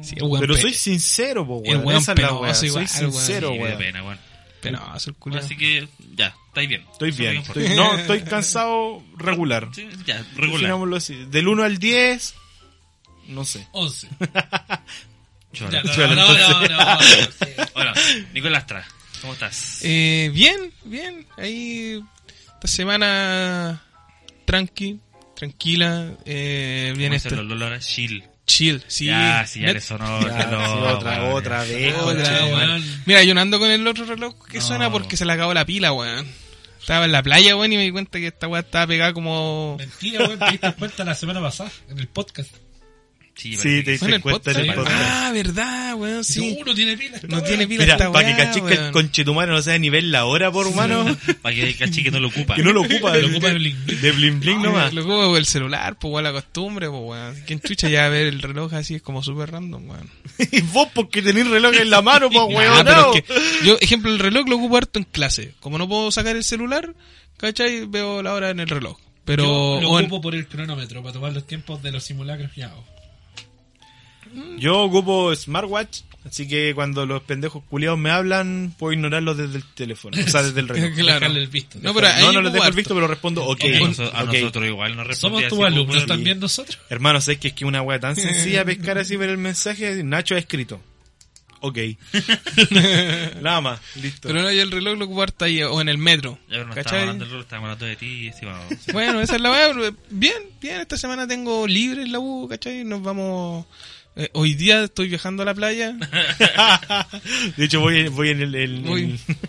Sí, el weón
Pero
pe-
soy sincero, po,
el
weón.
weón
Esa es la
penoso
weá. Soy
igual, weón.
sincero,
Sí, qué
weón.
pena, weón.
penoso el
Bueno,
culiao.
Así que ya, estáis bien.
Estoy
Eso
bien.
es lo
estoy- no, estoy cansado regular.
importante. Sí, ya, regular.
Definámoslo así. Del 1 al 10, no sé.
11.
Chola.
no, no, no, no, no, no, sí.
(laughs) Hola, Nicolás Tra, ¿cómo estás?
Eh, bien, bien. Ahí esta semana tranqui, tranquila, eh, bien
¿Cómo es
este-
el olor a chill?
chill. Sí,
ya, sí, ya
Net-
le sonó
Ya,
el reloj,
sí, otra,
weón.
otra vez,
Otra,
conche,
weón.
weón.
Mira, yo no ando con el otro reloj que
No.
suena porque se le acabó la pila, weón. Estaba en la playa, weón, y me di cuenta que esta weá estaba pegada como...
Mentira, weón, te diste cuenta la semana pasada en el podcast.
Sí,
Sí, te
parece que
Fue en
diste
el
cuenta en el
podcast.
podcast.
Ah, verdad, weón,
Sí.
sí.
Uno tiene pila. esta
No
weá.
tiene pila
Mira,
esta
para
weá,
que cachis que el
weón.
conchetumare no sea de nivel la hora, por mano.
sí. Para que el caché que no lo ocupa.
Que no lo ocupa.
Lo ocupa
de-
el bling bling.
De bling bling nomás.
Lo ocupo por el celular, pues, weón, la costumbre, pues, weón. ¿Quién chucha ya ver el reloj así? Es como súper random, weón.
Y (laughs) vos porque tenés reloj en la mano,
(laughs)
pues,
Ah,
weón.
pero es que yo, ejemplo, el reloj lo ocupo harto en clase. Como no puedo sacar el celular, ¿cachai? Veo la hora en el reloj. Pero...
Yo lo
o en-
ocupo por el cronómetro para tomar los tiempos de los simulacros que hago.
Yo ocupo smartwatch, así que cuando los pendejos culiados me hablan, puedo ignorarlos desde el teléfono, o sea, desde el
(laughs)
reloj.
Claro.
Dejarle el visto.
No, pero ahí
no, no les
ocupo
dejo el
harto.
visto, pero respondo, ok.
a, noso- a
ok.
nosotros igual nos respondía
Somos
así
tus
como,
alumnos
weón,
también nosotros.
Hermano, ¿sabes que es que una wea
(laughs)
tan sencilla pescar así ver el mensaje? Nacho ha escrito.
(laughs)
Ok. Nada más, listo.
Pero no, yo el reloj lo ocupo harta ahí, o en el metro.
Ya, pero no estábamos
¿cachai?
hablando del rol, estábamos hablando de ti. Sí, vamos.
Bueno, esa es la weá. pero Bien, bien, esta semana tengo libre en la U, ¿cachai? Nos vamos. eh, hoy día estoy viajando a la
(laughs)
playa.
De hecho, voy, voy en el. el-
Voy,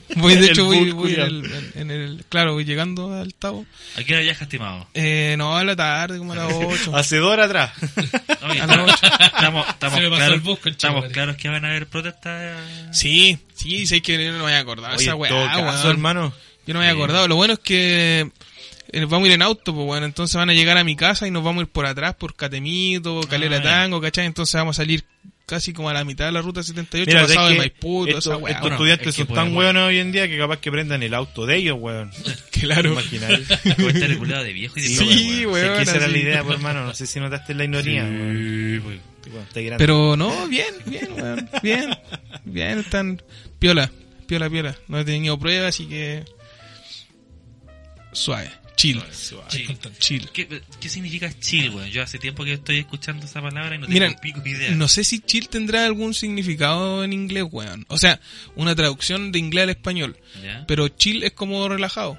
el-
(laughs) voy de
el
hecho, voy,
bus,
voy en,
culiao.
el, en- en el- Claro, voy llegando al Tavo.
¿A qué hora viajas, estimado?
Eh, no, a la tarde, como a
(laughs)
las 8.
Hace dos horas atrás.
Oye,
A las
estamos, estamos, estamos
Se me pasó
claros,
el bus, conchetumare.
estamos claros que van a haber protestas. eh,
Sí, sí, sé que no me había acordado. (laughs)
Oye,
esa
en
weá,
todo caso,
weón.
hermano.
Yo no me había acordado. Lo bueno es que eh, vamos a ir en auto, pues bueno, entonces van a llegar a mi casa y nos vamos a ir por atrás, por Catemito, Calera
Ah,
ya.
Tango, ¿cachai? Entonces vamos a salir casi como a la mitad de la ruta 78,
Mira,
pasado
¿sabes
de
qué?
Maipú, toda
Estos-
esa weá.
estos
Bueno,
estudiantes
es que
son tan
podemos-
hueones hoy en día que capaz que prendan el auto de ellos, weón.
(laughs) claro. (laughs)
Imagináis.
Está reculado este de viejo y de
Sí,
programa,
weón.
Si es que esa era
así.
la idea, pues, hermano. No sé si notaste la ignoría. weón.
Sí, weón.
Bueno, está grande.
Pero no, bien, bien, weón, bien, bien, están piola, piola, piola. No he tenido pruebas, así que. Suave. Chill.
Chill.
Chill.
¿Qué, qué significa chill, weón? Yo hace tiempo que estoy escuchando esa palabra y no tengo
Mira,
pico idea.
no sé si chill tendrá algún significado en inglés, weón. O sea, una traducción de inglés al español.
¿Ya?
Pero chill es como relajado.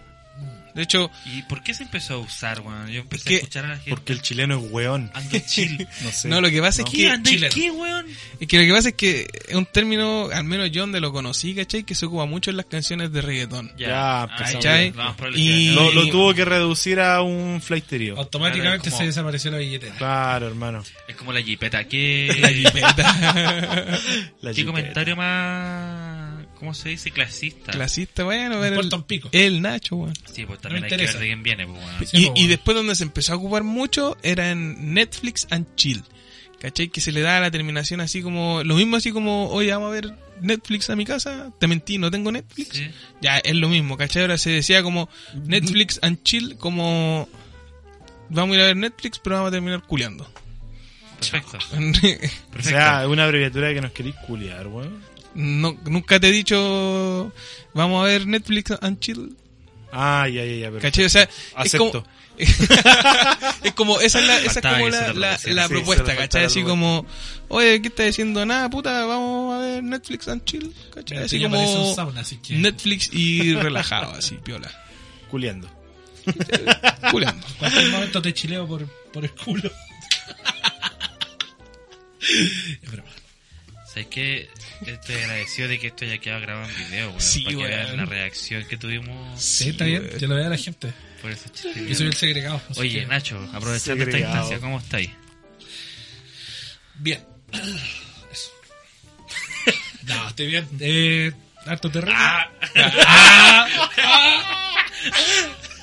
De hecho,
¿Y por qué se empezó a usar, weón? Yo empecé
que-
a escuchar a la gente.
Porque el chileno es weón.
Ando chill.
No sé.
no, lo que pasa
No.
es
¿Qué?
que.
¿Ando
chileno.
qué, weón?
Es que lo que pasa es que es un término, al menos yo donde lo conocí, ¿cachai? Que se ocupa mucho en las canciones de
(laughs)
reggaetón.
Ya, empezamos.
¿Cachai?
Ah, Vamos por el
Y-
que-
Lo, lo tuvo que reducir a un flighterío.
Automáticamente
Claro,
se
como-
desapareció la billetera.
Claro, hermano.
Es como la jipeta. ¿Qué,
La jipeta.
La
qué
chipeta.
comentario más. ¿Cómo se dice?
(laughs)
Clasista.
Clasista, bueno,
Me
pero
importa
el,
un pico.
el Nacho, weón.
sí, pues también
No me
hay que
interesa.
ver de quién viene, pues, weón.
Sí,
Y,
po,
y
weón.
después donde se empezó a ocupar mucho era en Netflix and Chill. ¿Cachai? Que se le da la terminación así como... Lo mismo así como, oye, vamos a ver Netflix a mi casa. Te mentí, no tengo Netflix.
Sí.
Ya, es lo mismo, ¿cachai? Ahora se decía como Netflix and Chill, como... Vamos a ir a ver Netflix, pero vamos a terminar culeando.
Perfecto.
O
Perfecto.
sea, una abreviatura que nos queréis culiar, weón.
(laughs) no, nunca te he dicho, vamos a ver Netflix and Chill.
Ah, ya, ya, ya. pero-
¿Cachai? O sea,
Acepto.
es como. (laughs) es como, esa es la, esa es
Faltaba
como
que se
la,
lo
la-
conociera.
la
Sí, se
propuesta,
le
¿cachai?
faltaba
Así
algo.
como, oye, ¿qué estás diciendo? Nada, puta, vamos a ver Netflix and chill, ¿cachai?
Mira,
Así
tú ya pareces un
como.
sauna, así que-
Netflix y relajado, así, piola.
Culeando.
Culeando.
En cualquier momento te chileo por, por el culo. es broma.
¿Sabes qué? Estoy agradecido de que esto haya quedado grabado en video, weón.
Sí,
para que
weón.
vean la reacción que tuvimos
Sí, está bien.
güey.
Yo lo veo a la gente.
por esos chistes.
Yo soy el segregado. así
Oye,
que-
Nacho, aprovechando esta
Segregado.
instancia, ¿cómo estáis?
Bien. (clears throat) Eso. (laughs) No, estoy bien. Eh, harto Ah, terreno.
Ah.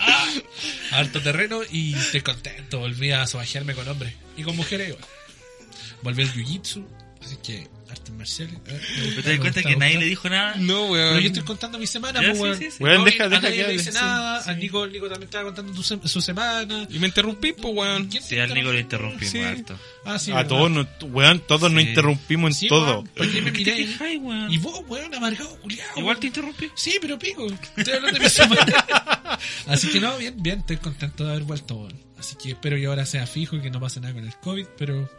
ah, Harto terreno y estoy contento. Volví a sobajearme con hombres y con mujeres igual. Volví al jiu-jitsu, así que artes marciales. eh, me gusta,
¿Te das
me
cuenta
gusta,
que
me
nadie
gusta.
le dijo nada?
No,
Pero
weón.
yo estoy contando mi semana,
Ya,
pues,
sí,
weón.
sí, sí.
Weón,
No,
deja-
a
deja
nadie
que
le
hable,
dice
sí,
nada. A Nico, Nico también estaba contando tu sem- su semana.
Y me interrumpí, pues, weón.
¿Quién
Sí, al Nico lo interrumpimos
Sí.
harto.
Ah, sí,
A
verdad.
todos, nos, weón, todos nos
Sí.
interrumpimos en
Sí,
todo.
weón, ¿Por qué me
¿Qué te
miráis?
quejáis, weón?
Y vos, weón, amargado, culiado.
Igual te interrumpí.
Sí, pero pico. Estoy hablando de mi semana. (laughs) Así que no, bien, bien. Estoy contento de haber vuelto, weón. Así que espero que ahora sea fijo y que no pase nada con el COVID, pero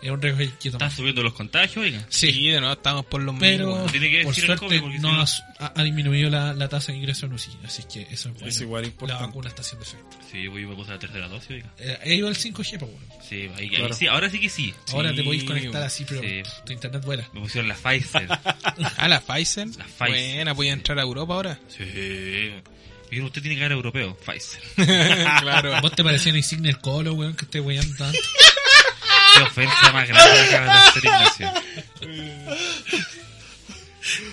es un riesgo que hay que
Están
tomar.
subiendo los contagios, oiga.
Sí,
de nuevo estamos por los
pero
mismos,
Tiene que
por
decir el COVID,
suerte
porque
no
si no-
ha, su- ha- ha disminuido la, la tasa de ingreso en UCI, así que eso es bueno.
Es igual importante.
La vacuna está haciendo efecto.
Sí, yo me puse la tercera dosis, oiga.
Eh, he ido al 5G, pues, weón.
Sí, ahí- ahí
Claro.
sí, ahora sí que sí.
Ahora
Sí,
te podéis conectar así, pero
sí.
tu internet vuela.
Me pusieron la
(laughs)
Pfizer.
weón. Ah, la Pfizer.
La Pfizer.
Buena, voy a entrar a Europa ahora.
sí. Mira, usted tiene que ser europeo, Pfizer.
claro.
¿Vos te parecía la insignia del colo, weón, que esté
(laughs)
weyando tanto?
Qué ofensa más grande acaba de hacer Ignacio.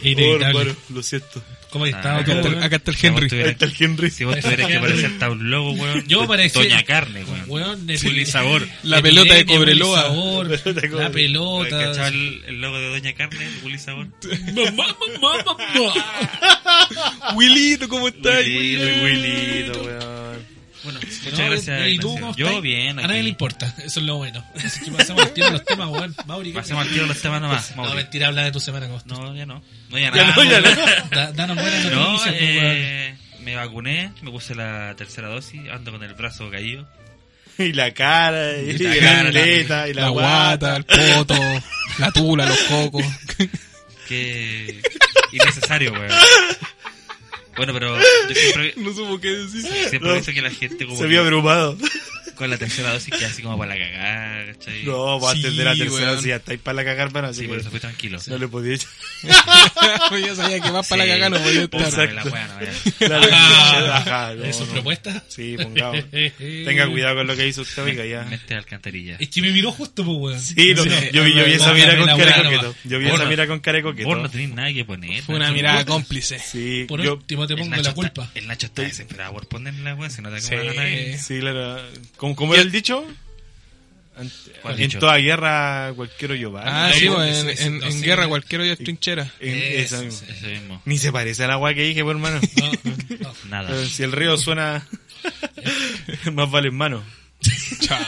Inevitable.
Bárbaro, lo siento.
¿Cómo
Ah,
estaba
Acá
todo,
está,
weón?
el- acá está el
Si a vos
Henry.
tuvieras-
Ahí está el Henry.
Si vos tuvieras que parecerte a un lobo, weón.
Yo parecía-
Doña Carne, weón.
Weón,
Willy Sabor.
La pelota de
Epidemia, Willy
Cobreloa.
Sabor,
La pelota de
La
Cobreloa.
pelota.
¿Cachaba el, el logo de Doña Carne, Willy Sabor?
(laughs) Mamá, mamá, mamá.
Willito, ¿cómo estás?
Willy,
Willito?
Wilito, weón.
Bueno, muchas
No,
gracias.
¿y tú
Ignacio.
cómo
Yo
estás?
bien,
A nadie le
aquí.
importa, eso es lo bueno. Así que pasamos al tiro de los temas, weón. Mauri, ¿qué-
Pasemos al tiro de los temas nomás.
No,
Mauri.
mentira, habla de tu semana, ¿cómo
No, ya no. No, ya,
Ya
nada.
no, ya no.
Da- Danos buenas
No,
noticias, pues, weón.
eh, me vacuné, me puse la tercera dosis, ando con el brazo caído.
Y la cara, y,
Y la
la,
cara,
aleta, y la,
La guata, el (laughs) poto, la tula, los cocos.
Que innecesario, weón. Bueno, pero yo siempre,
No supo qué decir. (laughs)
siempre
No.
pienso que la gente como
Se vio
que
abrumado.
con la tercera dosis queda así como para la cagada, ¿cachai?
(laughs) No, pues antes
Sí,
de la tercera,
weón.
si ya estáis para la cagar, mano, así
Sí,
que
por eso fui tranquilo.
no le podía echar.
Yo sabía que más para la cagada no podía estar.
Póngame la weá, no, ya.
La
Ah,
Ajá, no,
¿Es su
no.
propuesta?
Sí,
(laughs)
pongamos. Tenga cuidado con lo que hizo usted, oiga, ya.
Mente de alcantarilla.
Es que me miró justo, pues, weón.
Sí, no,
Sí,
yo vi, yo vi esa
póngame
mira con
la
cara de
weá
coqueto.
nomás.
Yo vi
Vos
esa
no-
mira con cara de
Vos no
coqueto.
tenés nada que poner.
Fue una
Nacho.
mirada Ah, cómplice.
Sí,
Por
yo,
último te
El
pongo
Nacho
la
está-
culpa.
el Nacho está desesperado por ponerla, weón. Se nota como
Sí.
la nave.
sí, claro. ¿Cómo, cómo era el dicho? Ante-
¿Cuál
en
dicho?
toda guerra, cualquier hoyo vale.
Ah, sí, pues, en, en-
No,
en
sí.
guerra cualquier hoyo es trinchera.
(laughs) En-
Eso,
esa misma.
sí.
Eso mismo.
Ni se parece al agua que dije,
(laughs)
pues, hermano.
No, no.
Nada.
Eh, Si el
(laughs)
río suena, más vale en mano.
Chao.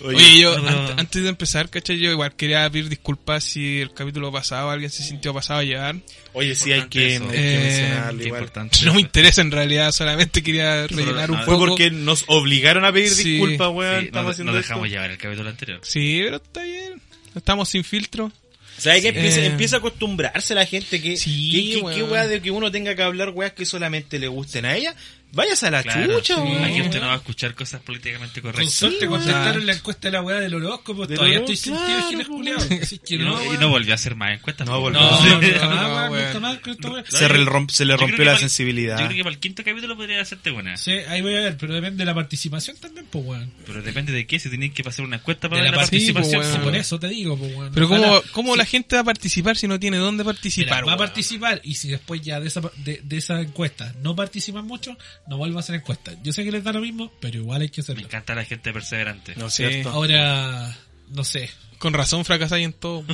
Oye,
Oye, yo
no, pero-
ant- antes de empezar, ¿cachai? Yo igual quería pedir disculpas si el capítulo pasado alguien se sintió pasado a llevar.
Oye, sí, hay que, hay
Importante Eh,
que
eso.
mencionarlo
Qué
igual.
importante.
No me interesa en realidad, solamente quería rellenar un
no,
poco.
Fue porque nos obligaron a pedir
Sí,
disculpas,
Sí,
weón.
no,
estamos haciendo
no dejamos
esto.
llevar el capítulo anterior.
Sí, pero está bien. Estamos sin filtro.
¿Sabes que empieza,
Eh.
empieza a acostumbrarse la gente que,
Sí,
que- que, que,
weón.
weá de que uno tenga que hablar weas que solamente le gusten a ella? Váyase a la
Claro,
chucha,
sí.
weón.
Aquí usted no va a escuchar cosas políticamente
Con
correctas.
suerte contestaron la encuesta de la weá del horóscopo.
Del
Todavía
horó-
estoy
claro,
sentido Giles
po,
culiao.
weón.
Así que
Y
no,
no, y
weón.
no volvió a hacer más encuestas.
No
po.
volvió.
(laughs)
No,
Sí.
nunca más,
No,
weón,
weón.
nunca más con esta weá.
No,
Se,
yo-
re- romp- se le
yo creo
rompió
que para
la
el- Yo
sensibilidad.
creo que para el quinto capítulo podría hacerte buena.
Sí, ahí voy a ver, pero depende de la participación también, pues weón.
Pero depende de qué, si tenés que pasar una encuesta para
De la
ver la
participación,
participación.
pues,
Sí,
weón.
por eso te digo, pues weón.
Pero ¿cómo,
Ojalá-
cómo la gente va a participar si no tiene dónde
Mira,
participar?
va a
weón?
participar y si después ya de esa, de, de esa encuesta no participan mucho, no vuelva a hacer encuesta. Yo sé que les da lo mismo, pero igual hay
Me
que hacerlo.
encanta la gente perseverante.
No es
Sí.
cierto.
Ahora, no sé,
Con razón fracasáis en todo.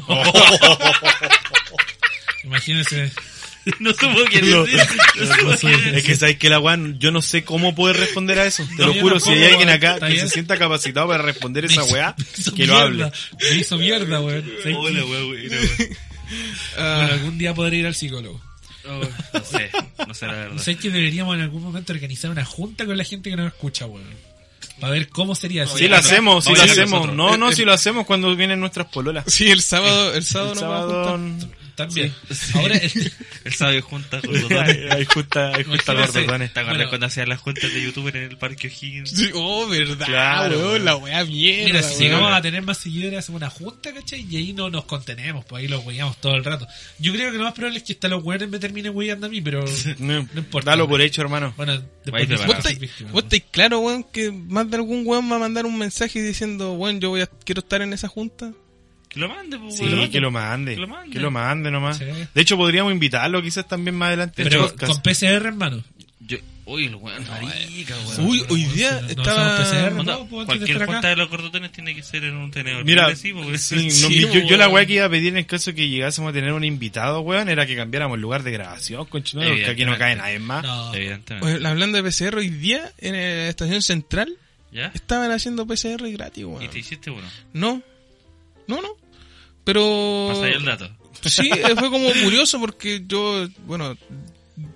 imagínense.
(laughs) no supo qué
No.
decir. No supo qué decir.
Es que sabes que la weón, yo no sé cómo poder responder a eso. Te
No,
lo
yo
juro,
tampoco,
si hay alguien
weón,
acá
está
que
bien.
se sienta capacitado para responder
Me
esa
hizo- (laughs)
weá,
me hizo
que lo
mierda,
hable.
Me hizo mierda, weón. ¿Sabes qué?
Hola, weón, weón, weón.
Ah,
Bueno, algún día podré ir al psicólogo.
Oh, No sé, no sé la verdad.
¿Sabes que deberíamos en algún momento organizar una junta con la gente que nos escucha, weón? Para ver cómo sería eso.
Sí lo hacemos, sí
Vamos
lo
a hacer
hacemos.
nosotros.
No, no, si lo hacemos cuando vienen nuestras pololas.
sí, el sábado, el sábado
El
nos vamos a juntar.
sábado...
También. Ahora, el-
Él sabe juntas con los dos.
Ahí ahí justa, ahí justa
Imagínate.
gordotones.
¿Te acuerdas
Bueno.
¿eh? cuando hacían las juntas de youtuber en el parque O'Higgins?
Sí, Oh, verdad,
Claro,
weón,
weón.
la weá mierda.
Mira, si
weón.
llegamos a tener más seguidores, hacemos una junta, ¿cachai? Y ahí no nos contenemos, pues ahí los hueamos todo el rato. Yo creo que lo más probable es que hasta los hueones me terminen hueando a mí, pero
No,
no importa.
Dalo por hecho, hermano.
Bueno,
Guay,
¿Vos
después me-
preparado.
soy
estáis
víctima,
vos estáis claro, weón, que más de algún weón va a mandar un mensaje diciendo, bueno, yo voy a, quiero estar en esa junta?
Que lo mande, pues,
Sí,
weón.
que lo mande.
Que lo mande.
Que lo mande nomás.
Sí.
De hecho, podríamos invitarlo quizás también más adelante. en el
Pero
podcast.
con PCR, hermano.
Yo, uy, el weón, marica, weón.
Uy, hoy día
no,
estaba...
hacemos PCR,
Onda,
no, pues, antes de
cualquier
estar acá.
junta de los cordotones tiene que ser en un tenedor.
Mira,
Sí, pues,
(laughs) sí,
sí.
no,
Sí,
yo, yo
weón.
la weá que iba a pedir en el caso que llegásemos a tener un invitado, weón, era que cambiáramos el lugar de grabación, conchetumare, porque aquí no cae
Evidentemente.
nadie más.
No,
Evidentemente.
Oye, hablando de PCR, hoy día en la estación central
¿Ya?
estaban haciendo PCR gratis, weón.
Y te hiciste uno.
No, no, no. Pero...
Pasa ahí el dato.
Sí, eh, fue como curioso porque yo, bueno,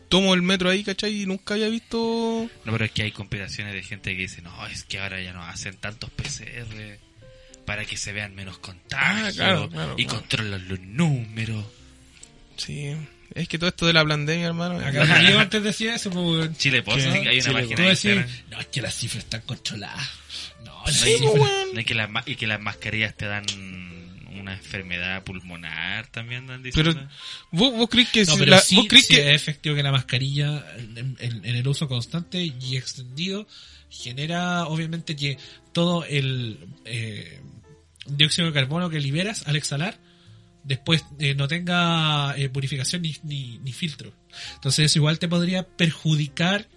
tomo el metro ahí, ¿cachai? Y nunca había visto...
No, pero es que hay conspiraciones de gente que dice, no, es que ahora ya no hacen tantos PCR para que se vean menos contagios
Ah, claro, claro,
y
claro.
controlan los números.
Sí, es que todo esto de la pandemia, hermano...
acá lo que yo antes decía eso, pues, weón.
Chile Posting, hay una
Tú
página de
decís,
Instagram.
no, es que las cifras están controladas. No, no
Sí,
hay cifras.
weón.
No, y, que las ma- y que las mascarillas te dan una enfermedad pulmonar también, dan diciendo.
Pero vos, vos crees que...
No,
si
pero
la-
sí,
vos crees
sí eh,
que...
es efectivo que la mascarilla en, en- en el uso constante y extendido genera obviamente que todo el eh, dióxido de carbono que liberas al exhalar después eh, no tenga eh, purificación ni, ni, ni filtro. Entonces eso igual te podría perjudicar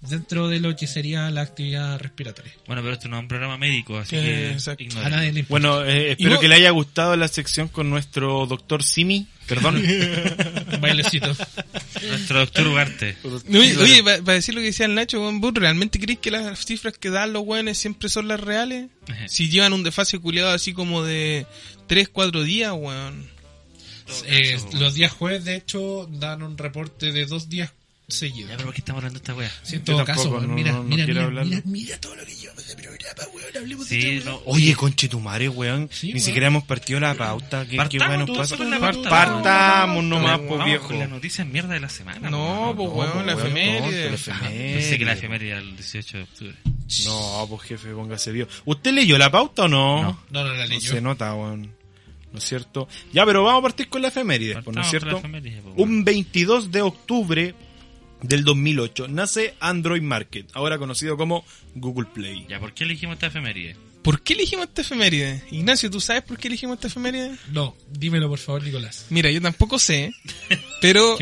dentro de lo que sería la actividad respiratoria.
Bueno, pero esto no es un programa médico, así
Eh,
que
exacto.
A
ignora.
nadie le importa.
Bueno,
¿Y
eh, espero
vos-
que le haya gustado la sección con nuestro doctor Simi. (laughs) Perdón.
Un bailecito.
Nuestro doctor Ugarte.
(laughs) Oye, oye, para decir lo que decía el Nacho, weón, ¿vos realmente crees que las cifras que dan los weones siempre son las reales?
Ajá.
Eh.
Si llevan un desfase culiado así como de 3, 4 días, weón.
Eh, los días jueves de hecho dan un reporte de dos días seguidos.
Ya, pero ¿por qué estamos hablando de esta wea?
Sí,
Yo
en todo
tampoco,
caso, weón,
no-
mira,
no- no
mira,
quiero
mira,
hablarlo.
mira, mira todo lo que llevamos de programa, weón, hablemos de
Sí,
esta
no.
weá.
Oye, conchetumare, weón.
Sí,
Ni
weón.
siquiera hemos partido la pauta. Qué, qué
Partamos
bueno
tú,
pasa.
solo la pauta.
Partamos nomás,
Vamos
po,
Vamos
viejo.
con la noticia mierda de la semana.
No, pues weón, la
po, weón,
efeméride.
no,
Ajá.
Ah, Pensé que la efeméride era el 18 de octubre.
No, pues jefe, póngase Dios. ¿Usted leyó la pauta o no?
No.
No, no la
No
leí yo.
se nota, weón. ¿No es cierto? Ya, pero vamos a partir con la efeméride, po, ¿no es
Partamos
cierto?
con la efeméride, po, weón.
Un 22 de octubre del 2008 nace Android Market, ahora conocido como Google Play.
Ya, ¿por qué elegimos esta efeméride?
¿Por qué elegimos esta efeméride? Ignacio, ¿tú sabes por qué elegimos esta efeméride?
No, dímelo por favor,
(laughs)
Nicolás.
Mira, yo tampoco sé,
(laughs)
pero...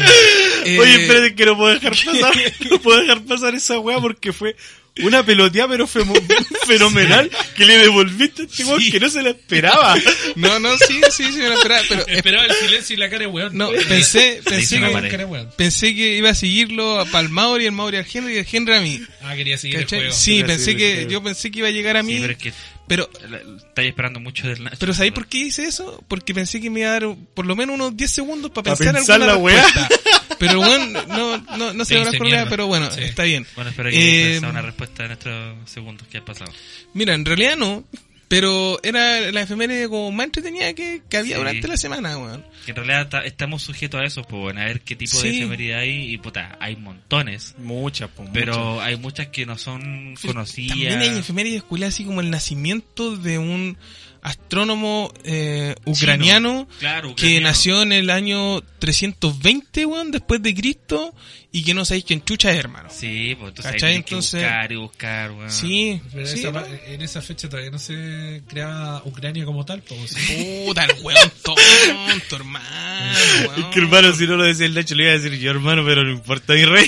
eh,
Oye, espérate que no puedo dejar pasar, no puedo dejar pasar esa weá porque fue una peloteada pero femo- (laughs) fenomenal que le devolviste a este weón que no se la esperaba.
No, no, sí, sí, sí, me lo esperaba, pero... eh,
Esperaba el silencio y la cara de weón.
no, pensé, pensé,
hice una
que,
pared.
cara de weón.
pensé que iba a seguirlo para el Mauri, el Mauri al Henry y el Henry a mí.
Ah, quería seguir el
¿Cachai?
juego.
Sí,
Iba a
pensé
seguir el
que
juego.
yo pensé que iba a llegar a mí,
Sí, pero
pero,
es que
Pero,
La- Estáis esperando mucho del Nacho.
pero ¿sabéis por qué hice eso? Porque pensé que me iba a dar por lo menos unos 10 segundos para
Pa'
pensar,
pensar
alguna
la weá.
respuesta. Pero bueno, no, no, no se
Te
me va a dar
hice
problema,
mierda.
pero bueno,
Sí.
está bien.
Bueno, espero que
Eh,
haya una respuesta en estos segundos que ha pasado.
Mira, en realidad no. Pero era la efeméride como más entretenida que, que había
Sí.
durante la semana, weón.
Que en realidad ta- estamos sujetos a eso, pues bueno, a ver qué tipo de
Sí.
efemeridad hay. Y puta, hay montones.
Muchas, pues.
Pero
muchas.
hay muchas que no son
Pero También hay
conocidas.
efemérides culiadas, así como el nacimiento de un astrónomo eh, ucraniano
Claro,
que
ucraniano.
nació en el año 320, weón, después de Cristo, y que no sabéis quién chucha es, hermano.
Sí, pues entonces hay
¿Cachai?
que
Entonces-
buscar y buscar, weón.
Sí,
Pero
sí,
esa
¿no?
pa- en esa fecha todavía no se creaba Ucrania como tal. pues, sí.
Puta, el weón tonto, hermano.
Es
weón.
que hermano, si no lo decía el Nacho, le iba a decir yo, hermano, pero no importa, mi rey.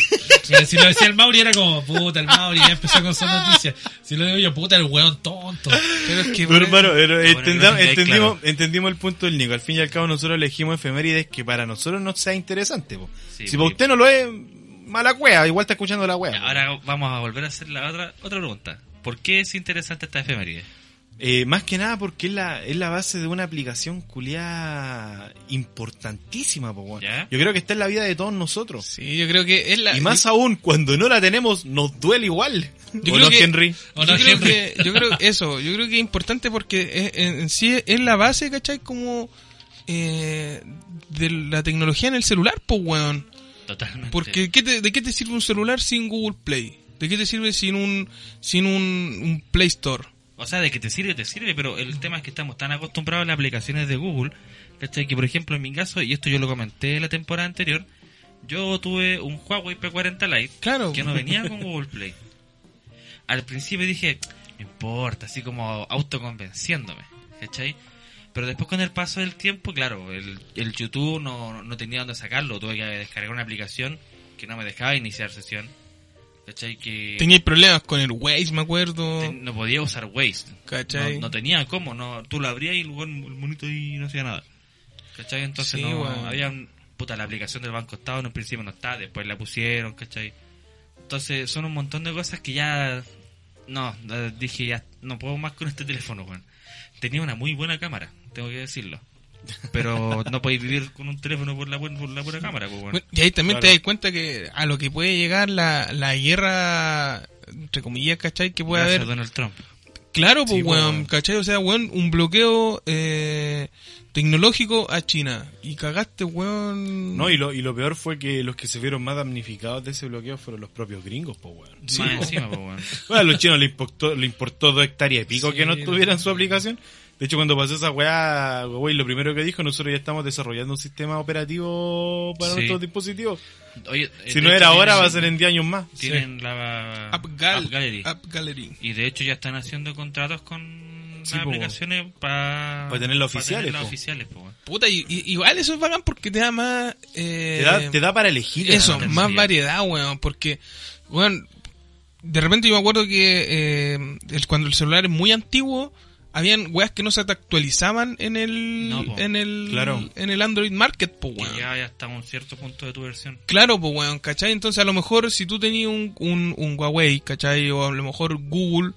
Mira, si lo decía el Mauri era como, puta, el Mauri ya empezó con su noticia. Si lo digo yo, puta, el weón tonto.
Pero es que,
Pero, hermano, pero entenda-
no tengáis
entendimos,
claro.
entendimos el punto del Nico. Al fin y al cabo, nosotros elegimos efemérides que para nosotros no sea interesante. po.
Sí,
si
po.
para usted no lo es, mala cueva, igual está escuchando la cueva.
Ahora vamos a volver a hacer la otra, otra pregunta. ¿Por qué es interesante esta efeméride?
Eh, más que nada porque es la, es la base de una aplicación culiada importantísima. po, weón.
¿Ya?
Yo creo que está en la vida de todos nosotros.
Sí, yo creo que es la.
Y más aún, cuando no la tenemos, nos duele igual.
Yo
¿O
creo
no,
que- Oh.
Henry?
O
yo,
no,
creo
Henry.
que, yo creo eso, yo creo que es importante porque es- en, en sí es la base, ¿cachai? Como eh, de la tecnología en el celular, pues, weón.
Totalmente.
Porque ¿qué te- ¿de qué te sirve un celular sin Google Play? ¿De qué te sirve sin un, sin un, un Play Store?
O sea, de que te sirve, te sirve, pero el tema es que estamos tan acostumbrados a las aplicaciones de Google, ¿cachai? Que por ejemplo en mi caso, y esto yo lo comenté la temporada anterior, yo tuve un Huawei P40 Lite
Claro.
que no venía con Google Play. Al principio dije, no importa, así como autoconvenciéndome, ¿cachai? Pero después con el paso del tiempo, claro, el, el YouTube no, no tenía dónde sacarlo, tuve que descargar una aplicación que no me dejaba iniciar sesión, ¿cachai? Que
Teníais problemas con el Waze, me acuerdo.
ten- no podía usar Waze,
¿Cachai?
no, no tenía cómo, no, tú lo abrías y el weón- el monito ahí no hacía nada. ¿Cachai? Entonces
Sí,
no
weón.
había un- puta la aplicación del Banco Estado en un principio no estaba, después la pusieron, ¿cachai? Entonces son un montón de cosas que ya no, eh, dije ya no puedo más con este teléfono, weón. Tenía una muy buena cámara, tengo que decirlo. Pero no podéis vivir con un teléfono por la, buen- por la buena cámara, pues, weón.
Bueno, y ahí también te
Claro.
das cuenta que a lo que puede llegar la, la guerra, entre comillas, ¿cachai? Que puede
Gracias,
haber
Donald Trump.
Claro, pues,
Sí, pues,
weón,
weón.
¿cachai? O sea, weón, un bloqueo eh, tecnológico a China. Y cagaste, weón.
No, y lo, y lo peor fue que los que se vieron más damnificados de ese bloqueo fueron los propios gringos, pues, weón.
Sí,
más
po.
encima, pues, weón.
Bueno, a los chinos le importó, le importó dos hectáreas y pico
Sí,
que no
no.
tuvieran su aplicación. De hecho, cuando pasó esa weá, Huawei lo primero que dijo, nosotros ya estamos desarrollando un sistema operativo para
Sí.
nuestros dispositivos.
Oye, eh,
Si
de
no
hecho,
era ahora,
tienen-
va a ser en 10 años más.
Tienen la
App, Gal-
App Gallery.
App Gallery.
Y de hecho ya están haciendo contratos con
Sí,
las
po,
aplicaciones para
Pa' tenerlas oficiales, po.
oficiales po.
Puta, y, y- igual eso es bacán porque te da más... eh,
Te da, te da para elegir.
Eso,
la
más
intensidad.
variedad, weón. Porque, weón, de repente yo me acuerdo que eh, el- cuando el celular es muy antiguo, habían weas que no se te actualizaban en el,
No, po.
en el,
Claro.
en el Android Market, pues, weón.
Que ya, ya está a un cierto punto de tu versión.
Claro, pues weón, ¿cachai? Entonces a lo mejor si tú tenías un, un, un Huawei, ¿cachai? O a lo mejor Google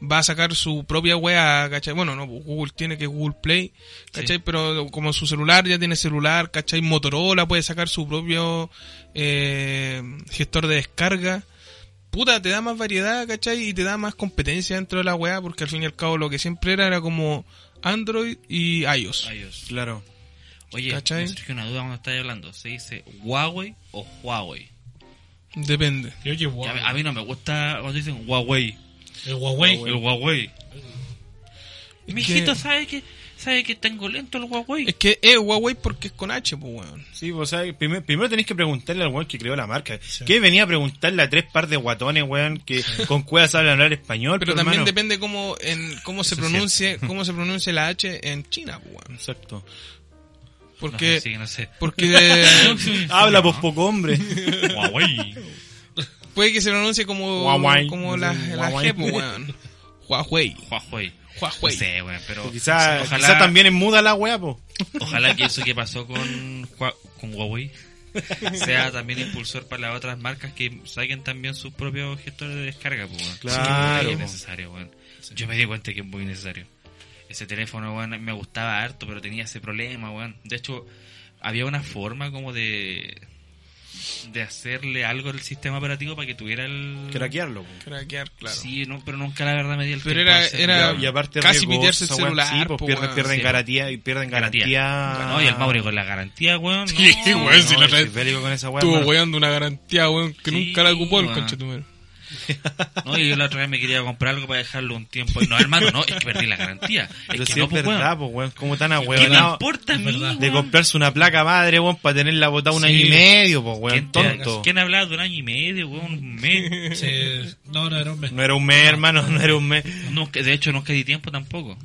va a sacar su propia weá, ¿cachai? Bueno, no, pues, Google tiene que Google Play, ¿cachai? Pero como su celular ya tiene celular, ¿cachai? Motorola puede sacar su propio eh, gestor de descarga. Puta, te da más variedad, ¿cachai? Y te da más competencia dentro de la weá, porque al fin y al cabo lo que siempre era era como Android y iOS.
iOS.
Claro.
Oye,
¿Cachai?
me surgió una duda cuando estáis hablando. ¿Se dice Huawei o Huawei?
Depende.
Creo que
Que
Huawei.
A, a mí no me gusta cuando dicen Huawei.
El Huawei.
El Huawei.
Es
Mi
que-
hijito sabe que sabe que tengo lento el Huawei.
Es que es Huawei porque es con H, pues weón.
Sí, o sea, primero, primero tenés que preguntarle al weón que creó la marca. ¿Qué venía a preguntarle a tres par de guatones, weón, que con cuevas saben hablar español?
Pero
pues,
también
hermano?
depende cómo, en, cómo se
Eso es
pronuncie, cómo se pronuncia la H en China, pues, weón.
Exacto.
Porque,
No sé, sí, no sé.
porque
(laughs)
eh,
(laughs) Habla, pues,
¿no?
poco hombre.
Huawei.
puede que se pronuncie como,
Huawei.
como la, la
Huawei.
G, pues, weón.
(laughs)
Huawei.
Huawei. No
Huawei.
sé, weón, pero
Quizás
ojalá,
quizá también es muda la weá, po.
ojalá que eso que pasó con, Hua- con Huawei sea también impulsor para las otras marcas que saquen también sus propios gestores de descarga, pues, weón.
Claro,
Sí, es
po.
necesario, weón. Yo me di cuenta que es muy necesario. Ese teléfono, weón, me gustaba harto, pero tenía ese problema, weón. De hecho, había una forma como de de hacerle algo al sistema operativo para que tuviera el...
Craquearlo. po.
Craquear, claro.
Sí, no, pero nunca la verdad me di el
Pero
tiempo
era-
de hacerlo.
era-
Y aparte
Casi
riesgoso,
pitearse el
esa weá,
celular,
sí, pues,
po,
pierden,
weón.
pierden
Sí,
garantía, pierden garantía.
No, y el Mauri con la garantía, weón.
Sí,
(laughs)
no,
weón,
no,
si la
es-
red-
Es bélico con esa weá,
Estuvo
hermano.
weando una garantía, weón, que
Sí,
nunca la ocupó el
weón.
conchetumero.
No, y yo la otra vez me quería comprar algo para dejarlo un tiempo. Y no, hermano, no, es que perdí la garantía. Es
Pero
que
sí
no,
es
pues,
verdad,
weón.
pues, weón. ¿Cómo tan
¿Qué me
ahueonado
importa a mí,
Es verdad.
de
weón?
comprarse una placa madre, weón, para tenerla botada un
Sí.
año y medio, pues,
¿Quién,
weón?
te-
Tonto.
¿Quién ha hablado de un año y medio, weón? Un mes.
(laughs) Se- no, no, era un mes.
No era un mes, hermano, no era un mes.
Nunca- de hecho, nunca di tiempo tampoco.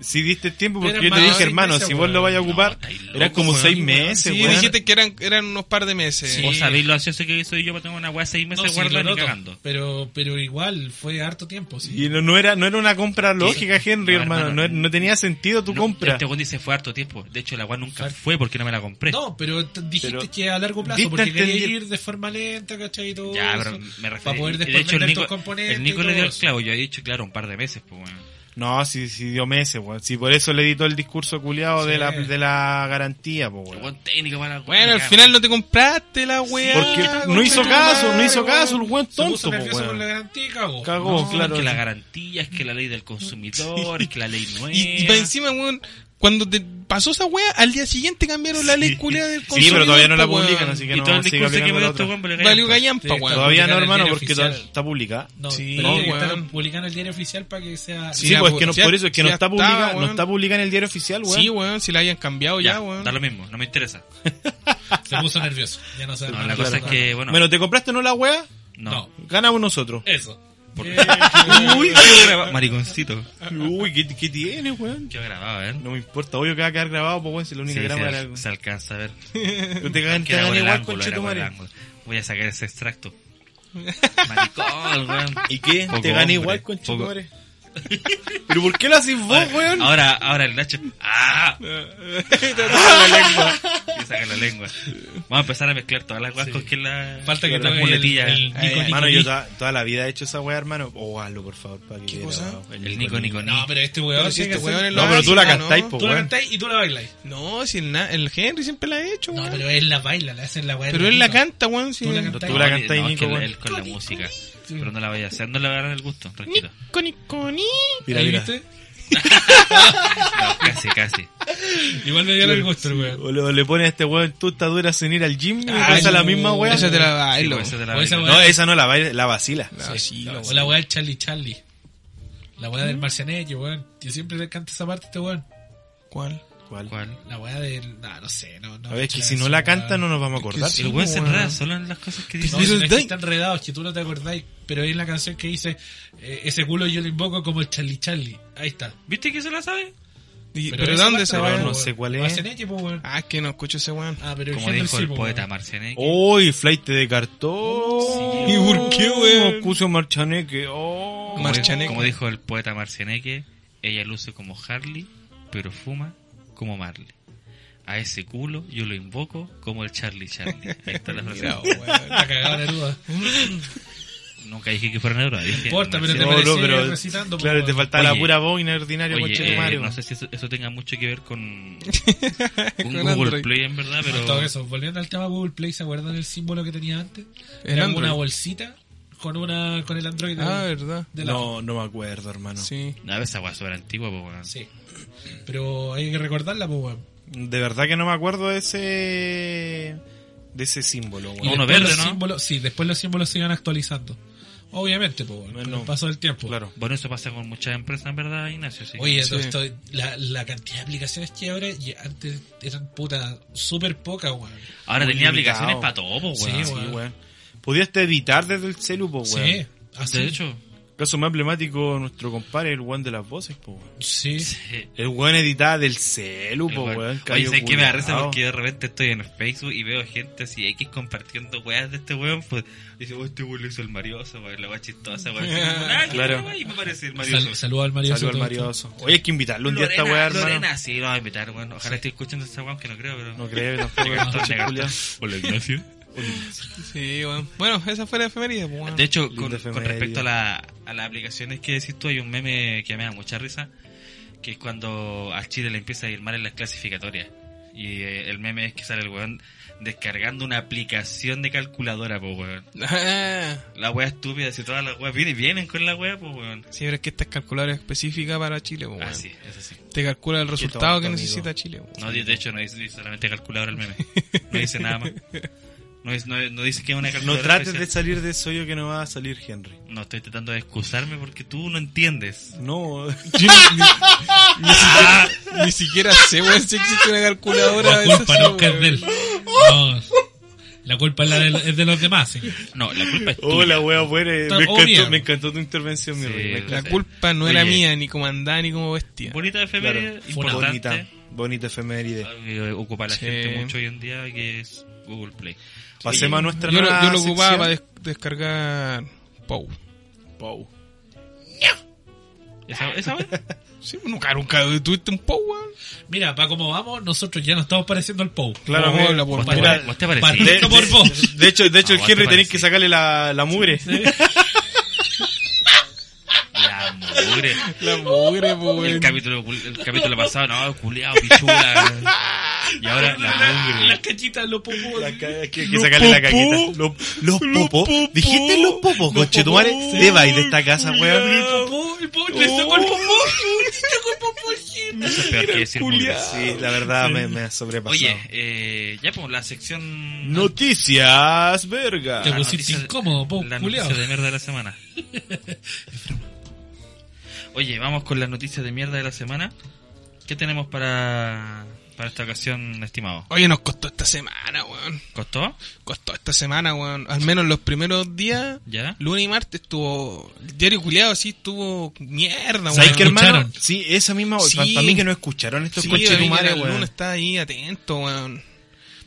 Si diste tiempo, porque
Era
yo te
más
dije,
de
hermano,
meses,
si vos lo vais a
weón. No,
ocupar,
estáis
eran
loco,
como
weón,
seis
weón.
meses,
Sí,
weón.
dijiste que eran, eran unos par de meses.
Sí.
Vos sabéis lo ansioso que soy yo para tener una weá seis meses
No, sí,
guardada
lo
ni
noto,
cagando.
pero, pero igual, fue harto tiempo. Sí.
Y no, no era, no era una compra lógica, Henry,
No,
hermano.
hermano.
No, no tenía sentido tu
No,
compra.
Este weón dice fue harto tiempo. De hecho, la weá nunca
Exacto.
fue porque no me la compré.
No, pero t- dijiste
Pero
que a largo plazo,
diste a
porque querías
entender-
ir de forma lenta, ¿cachai? Y todo
Ya,
eso,
pero me refiero.
Para poder
y
después
el
vender
Nico,
tus componentes.
el
y
Nico le
todo
dio el
eso.
clavo. Yo he dicho, claro, un par de meses, pues, weón.
No, si, si dio meses, weón. Si por eso le editó el discurso culiado
Sí.
de, la, de la garantía, po,
El
weón.
weón técnico para la weá,
Bueno,
me
al
cago.
final no te compraste la weá.
Porque no hizo
conchetumare,
caso, no hizo
weón.
caso, el weón
Se puso
tonto, po,
pues,
nervioso con la
weón.
garantía y cagó.
Cagó,
No,
claro.
es que la garantía, es que la ley del consumidor, es que la ley nueva.
Y, y para encima, weón, cuando te pasó esa weá, al día siguiente cambiaron la ley culea del
Sí, pero todavía no la
pues, weón.
publican, así que
Y
no
todo el
sigue
discurso que
aplicando
me
la
dio este
otra.
weón, vale,
Valió
callampa.
gallampa,
Sí,
weón.
Todavía
publicar
no,
el
hermano,
diario
porque
oficial.
to- está publicada.
No,
Sí,
pero
weón.
están publicando el diario oficial para que sea.
Sí,
Sí,
la
pues es que no,
publicidad-
por eso es que no
sí,
está
estaba,
publicada, no
weón.
está publicada en el diario oficial, weón.
Sí, weón, si la hayan cambiado ya,
Ya,
weón.
da lo mismo, no me interesa.
(laughs) Se puso nervioso. Ya no sabe.
No,
más
la
nada.
cosa es que, bueno,
Bueno, ¿te compraste o no la weá?
no. (laughs)
Ganamos nosotros.
Eso.
Por-
Eh,
(laughs) Uy, qué grabado.
Mariconcito.
Uy, ¿qué, qué tiene, weón?
Yo grababa, ¿eh?
No me importa, obvio que va a quedar grabado, pues, weón, si la
Sí,
única
se,
grama
al-
era...
se alcanza a ver.
Pero te cagan,
Que
te
era
cagan
por el
igual,
ángulo,
conche
era
tu
por el
madre.
ángulo. Voy a sacar ese extracto. Maricón, weón.
¿Y qué?
Poco
te gané
hombre,
igual, conche tu
poco-
madre. ¿Pero por qué lo haces vos, weón?
Ahora, ahora el Nacho. ¡Ah!
Eh,
Y saca la lengua. Vamos a empezar a mezclar todas las guascos que la.
Falta que
la
toque el-
muletilla.
el Nico, Nico,
Hermano, yo
Nico.
toda, toda la vida he hecho esa weá, hermano. Oh, hazlo, por favor, para que
¿Qué
quede
cosa?
grabado.
El Nico Nico
No,
Nico.
pero este
Pero
weón.
si
tiene
este
que hacer-
weón
No,
lo
pero
hace,
tú la
ya,
cantáis,
¿no?
po,
Tú la
weón.
cantáis y tú la bailáis.
No, si el, na- el Henry siempre la ha hecho,
No,
weón.
pero
pero,
él la baila, le hacen la weá.
él la canta, weón. Si
Tú la
No,
cantas.
Tú la
no,
cantas,
no, es que
Nico,
él-
weón.
él con la música. Pero no la vaya a hacer, no le va a dar el gusto, tranquilo.
Nico, Nico, Nico.
Mira, mira. Ah,
¿Viste?
No, (laughs) casi, casi.
Igual me dio el gusto, el weón.
O le, o le pone a este weón tusta dura sin ir al gym y
Ah,
pasa
no.
la misma weá.
Esa te la
Sí,
bailo.
pues, esa te la
O esa
bailo.
weá-
No, esa no la baila, la vacila.
Ah, sí, la
O la weá del Charlie Charlie. La weá del marcianello, weón. Yo siempre le canto esa parte a este weón.
¿Cuál?
¿Cuál?
¿Cuál?
La weá del. No, no sé, no. no
A ver, es que
Claro,
si no
sí,
la
weón.
canta no nos vamos a acordar.
Sí,
el weón se
weón.
enreda solo en las cosas que dice.
No, si no es que
Day.
está enredado, es que tú no te acordáis. Pero es la canción que dice: eh, Ese culo yo lo invoco como el Charlie Charlie. Ahí está.
¿Viste que se la sabe?
Y- ¿Pero,
esa
dónde
parte
se
la
va?
bailo,
no
weón.
sé cuál es.
Marcianello, po, weón.
Ah, es que no escucho ese
(laughs)
weón.
Ah, pero
Como
Henry
dijo
sí,
el
po,
poeta
weón.
Marcianeque.
uy flight de cartón.
Sí. ¿Y por qué, weón?
Puso marchaneque. Oh.
Como,
Marcianeque.
como dijo el poeta Marcianeque, ella luce como Harley, pero fuma como Marley. A ese culo yo lo invoco como el Charlie Charlie. Ahí está la frase.
Mira, weón.
Está cagado de duda.
Nunca dije que fuera neuroa.
No importa, pero te
Marcianeque.
No,
parecí
no, pero-
recitando. po,
Claro,
weón.
te faltaba la
Oye.
pura boina ordinaria,
Oye,
conche
eh,
tu madre,
no
weón.
sé si eso, eso tenga mucho que ver
(laughs)
con, con
Con
Google
Android.
Play en verdad,
No,
pero...
en todo caso, volviendo al tema Google Play, ¿se acuerdan el símbolo que tenía antes?
El
Era como
Android.
una bolsita con una con el Android.
Ah,
del-
verdad.
de la-
No, no me acuerdo, hermano.
Sí.
A esa weá súper antigua, po, weón.
Sí. Pero hay que recordarla, pues, weón.
De verdad que no me acuerdo de ese. de ese símbolo,
Y
weón.
Uno
después
verde,
los
¿no?
símbolos- sí, después los símbolos se iban actualizando. Obviamente, pues, weón, con
Bueno,
el paso del tiempo.
Claro.
Bueno, eso pasa con muchas empresas, en verdad, Ignacio, sí.
Oye, todo
Sí.
esto, la, la cantidad de aplicaciones que hay ahora, y antes eran puta, súper pocas, weón.
Ahora
muy
tenía
limitado.
aplicaciones para todo, po, weón.
Sí,
Sí,
weón.
Oh, weón. Podías editar desde el celu, po, weón.
Sí, así.
De hecho,
Caso más emblemático, nuestro compadre, el weón de las voces, po, weón.
Sí.
Sí.
El weón editada del celu, po,
Bueno,
weón.
eh, Oye,
cayó
sé que me da
culiao.
risa porque de repente estoy en Facebook y veo gente así X compartiendo weas de este weón, pues dice, oh, este weón lo hizo el marioso, weón, la wea chistosa, weón.
(laughs)
Ah,
Claro.
claro. Y me parece el marioso.
Sal- saluda al Mario.
Saludos al marioso. Oye, hay que invitarlo un día a esta weá,
Lorena,
hermano.
Lorena, sí, lo voy a invitar, weón. Ojalá esté escuchando esta weón que no creo, pero.
No creo, tampoco.
(laughs) Llegando,
Entonces,
llegando.
culiao.
Hola, Ignacio.
Sí, bueno. Bueno, esa fue la efeméride. pues,
(laughs)
bueno.
De hecho,
Linda
con, con
efeméride.
respecto a, la- a las aplicaciones que decís tú, hay un meme que me da mucha risa, que es cuando a Chile le empieza a ir mal en las clasificatorias. Y eh, el meme es que sale el weón descargando una aplicación de calculadora, po weón.
Ah,
La wea estúpida, si todas las weas vienen, vienen con la wea, po weón.
sí, pero es que esta es calculadora específica para Chile. pues,
Ah,
bueno.
sí, eso sí.
Te calcula el resultado
tonto,
que
amigo.
necesita Chile. pues.
No, de de hecho, no dice, dice solamente calculadora el meme. No dice nada más. No, dice- no- no dice que es una
No
calculadora.
trates de
especial.
salir de eso yo que no va a salir Henry.
No estoy tratando de excusarme porque tú no entiendes.
No,
Yo ni, ni- ni siquiera, ni siquiera sé, weón, si existe una calculadora.
La
de
culpa
esas,
nunca es
weón. (laughs)
de él. No. La culpa es, la de, es de los demás, señor.
No, la culpa es tuya.
(laughs) (laughs) Hola, wea, buena. Me
Está obvia.
encantó, me encantó tu intervención, mi
Sí,
rey. Me encantó.
La culpa no era
Oye.
mía, ni como andaba, ni como vestía.
Bonita
Claro,
efeméride,
fue una bonita,
importante.
bonita efeméride.
Eh, Ocupa la
Sí.
gente mucho hoy en día que es Google Play.
Pasemos a nuestra
Yo lo,
nueva
yo lo ocupaba
sección.
para des- descargar POW.
Pau.
¿Esa, esa wea?
Sí, pues, nunca, nunca tuviste un POW, weón.
Mira, para como vamos, nosotros ya nos estamos pareciendo al Pou.
Claro,
Vamos a
mira,
hablar por
¿Vos,
favor.
te pare- vos te parecís?
Parte-
de,
Esto por
de-
vos.
de hecho, de hecho
Ah,
el
vos te
Henry tenés
parecí.
que sacarle la, la mugre.
La mugre.
La mugre, po,
El
weón.
capítulo, el capítulo pasado, no, culiao, pichula. Y ahora la mugre.
Las cachitas, los popos.
La ca- Hay que, hay que sacarle la caquita. Los, los popos. Dijiste los popos, conchetumare. Te vais de esta casa, weón.
El popó le sacó el popó. Le sacó el popó
(laughs)
al Henry.
Eso es peor que decir mugre.
Sí, la verdad me, me ha sobrepasado.
Oye, eh, ya pues la sección.
Noticias, verga.
Te
la
pusiste
noticia-
incómodo, po,
La
culiao.
noticia de mierda de la
(laughs)
semana. Oye, vamos con las noticias de mierda de la semana. ¿Qué tenemos para, para esta ocasión, estimado?
Oye, nos costó esta semana, weón.
¿Costó?
Costó esta semana, weón. Al menos los primeros días,
¿Ya?
lunes y martes, estuvo. El diario culiado, sí, estuvo mierda, weón.
¿Sabes
¿Sabes qué, hermano?
escucharon.
Sí, esa misma.
Sí.
Para mí que no escucharon estos
Sí,
conchetumares,
el
weón.
uno está ahí atento, weón.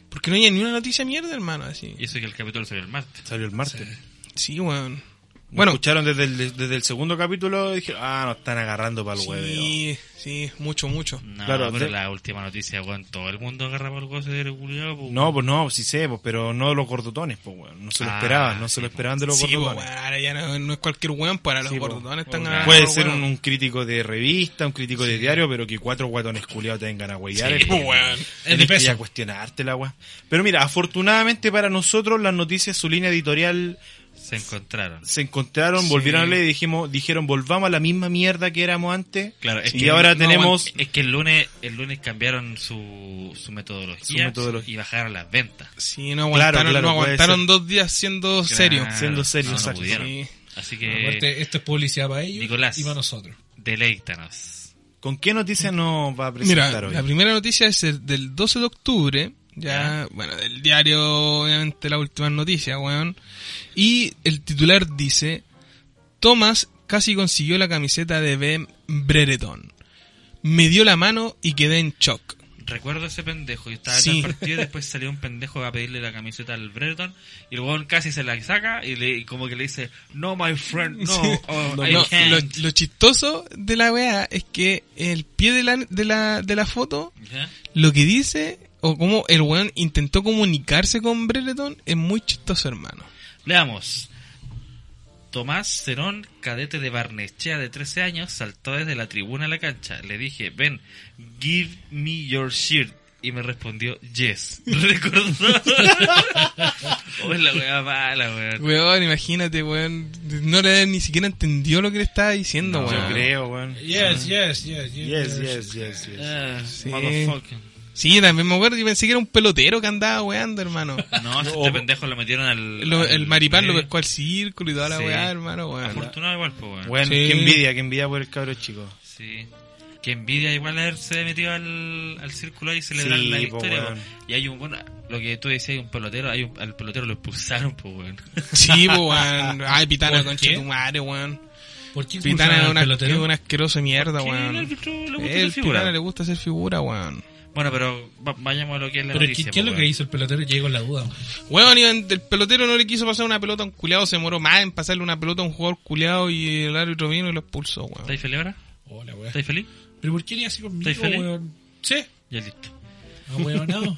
Porque no hay ni una noticia mierda, hermano, así.
Y eso que el capítulo salió el martes.
Salió el martes.
Sí, weón.
No
Bueno,
escucharon desde el, desde el segundo capítulo y dijeron, ah, nos están agarrando para el hueveo.
sí, sí, mucho, mucho.
No,
Claro,
pero
de-
la última noticia, weón, todo el mundo agarra por el goce de culiao, po.
No, pues no, sí sé, pues, pero no los gordotones, pues, weón. No se lo
Ah,
esperaban, no
sí,
se lo esperaban de los
Sí, pues,
gordotones.
weón, ahora ya no, no es cualquier weón, para los
Sí, pues.
gordones están
Puede
ganando.
Puede
los
ser un,
weones.
un crítico de revista, un crítico de diario, pero que cuatro guatones culiados te vengan a huellar.
Sí,
es como-
pues,
weón.
Es
Tienes
de
que ya
peso.
cuestionarte la weá. Pero mira, afortunadamente para nosotros, las noticias, su línea editorial
Se encontraron.
se encontraron, volvieron a leer y dijimos, dijeron, volvamos a la misma mierda que éramos antes.
Claro, es
y
que
ahora
no
tenemos
Es que el lunes, el lunes cambiaron su, su, metodología
Su metodología.
y bajaron las ventas.
Sí, no aguantaron,
Claro, claro,
no
puede
aguantaron
ser.
dos días siendo serios.
Claro,
Siendo serio,
no, no
exacto.
pudieron.
Sí.
Así que
Aparte, esto es publicidad para ellos
Eh, Nicolás.
y para nosotros.
deleítanos.
¿Con qué noticia nos va a presentar
Mira,
hoy?
la primera noticia es el del 12 de octubre. Ya, bueno, del diario, obviamente, las últimas noticias, weón. Y el titular dice: Thomas casi consiguió la camiseta de Ben Brereton. Me dio la mano y quedé en shock.
Recuerdo ese pendejo, yo estaba
Sí.
en el partido y después salió un pendejo a pedirle la camiseta al Brereton y el weón casi se la saca y, le, y como que le dice, no my friend, no, oh, I
No, lo,
can't.
lo chistoso de la weá es que el pie de la, de la, de la foto,
¿Ya?
lo que dice, o como el weón intentó comunicarse con Brereton, es muy chistoso, hermano.
Leamos. Tomás Cerón, cadete de Barnechea de 13 años, saltó desde la tribuna a la cancha. Le dije, ven, give me your shirt. Y me respondió, yes. (laughs) Recordó. oh, es la weá mala, weón.
Weón, imagínate, weón. No le ni siquiera entendió lo que le estaba diciendo,
No,
Yo
weón.
creo, weón.
Yes, yes, yes, yes.
Yes, yes, yes, yes.
Ah,
Sí.
motherfucker.
Sí, también me acuerdo, yo pensé que era un pelotero que andaba weando, hermano.
No, si
No,
este
o-
pendejo lo metieron al.
Lo-
al-
el maripán lo
eh,
pescó al círculo y toda la
Sí.
weá, hermano, weón.
Afortunado igual, pues, weón.
Bueno,
Sí.
qué envidia, qué envidia por el cabro chico.
Sí. Que envidia igual haberse metido al, al círculo y celebrar
Sí,
la
po,
victoria.
weón.
po. Y hay un bueno, lo que tú decías, hay un pelotero, hay un- al pelotero lo expulsaron, pues, weón.
Sí, po, weón. Ay, pitana,
¿Por
concha
qué?
tu madre, weón.
¿Por qué
Pitana
expulsaron
es
al
una,
pelotero?
es una asquerosa mierda,
¿Qué al
weón.
árbitro le gusta
El
hacer figura?
Pitana le gusta hacer figura, weón.
Bueno, pero va- vayamos a lo que es la
Pero es que,
noticia.
¿qué es lo
po,
que
weón.
hizo el pelotero? Llego con la duda. weón.
Weón, y en- el pelotero no le quiso pasar una pelota a un culiado, se demoró más en pasarle una pelota a un jugador culiado y el árbitro vino y lo expulsó, weón.
¿Estáis feliz ahora?
Hola, weón.
¿Estáis feliz?
¿Pero por qué ni así conmigo,
¿Estáis feliz?
weón? Sí.
Ya listo.
Ah, weón, no.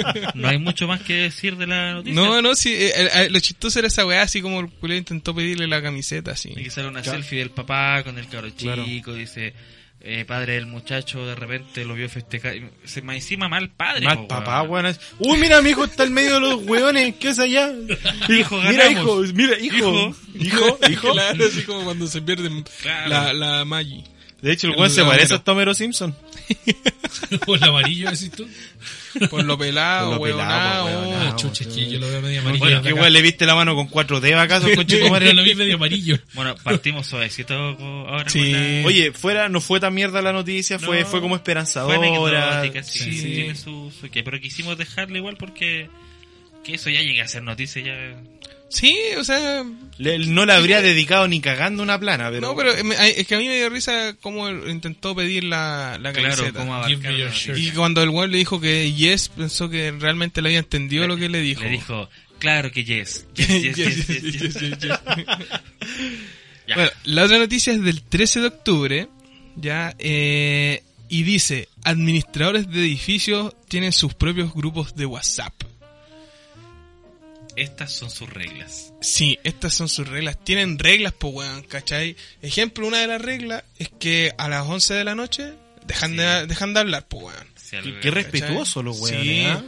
Bueno, no hay mucho más que decir de la noticia.
No, no, sí, eh, eh, eh, lo chistoso era esa weá, así como el culiado intentó pedirle la camiseta, así.
Y que sale una selfie del papá con el cabro chico, dice, eh, padre del muchacho, de repente lo vio festejar. Se me encima mal padre.
Mal
po,
papá,
weón.
weón. Uy, mira, mi hijo está en medio de los hueones. ¿Qué es allá?
Hijo,
Mira, hijo.
ganamos.
Mira, hijo. Hijo, (laughs) hijo.
Claro, así como cuando se pierde
Claro.
la, la Maggi.
De hecho, el
El
weón se
Homero.
parece a Homero Simpson.
Por el amarillo, decís tú.
Por lo pelado,
(laughs) Por lo pelado,
weonao.
weonao.
Ah, chucha, es que yo lo veo
Ah,
medio amarillo.
Bueno,
desde
¿qué
acá.
weón le viste la mano con cuatro dedos acaso, coche tu madre?
Yo (laughs)
(laughs)
lo vi medio amarillo.
Bueno, partimos suavecito co- ahora.
Sí.
con la-
Oye, fuera, no fue tan mierda la noticia, fue,
No.
fue como
Fue
esperanzadora.
anecdótica, sí,
sí.
tiene su, su qué, pero quisimos dejarle igual porque que eso ya llegue a ser noticia ya.
Sí, o sea,
Le- no le habría dedicado ni cagando una plana, pero.
no, pero eh, me- es que a mí me dio risa cómo él intentó pedir la, la
Claro,
camiseta.
como
Give me
abarcar.
your
la
shirt.
Y cuando el weón le dijo que yes, pensó que realmente le había entendido lo que le dijo.
Le dijo, claro que yes. Yes, yes, yes, yes, yes, yes. (laughs) Ya.
Bueno, la otra noticia es del 13 de octubre, ya, eh, y dice, administradores de edificios tienen sus propios grupos de WhatsApp.
Estas son sus reglas.
Sí, estas son sus reglas. Tienen reglas, pues, weón, ¿cachai? Ejemplo, una de las reglas es que a las 11 de la noche dejan,
Sí.
de, dejan de hablar, pues, weón.
Si
Qué,
algo-
qué respetuoso los weones,
Sí.
¿ah?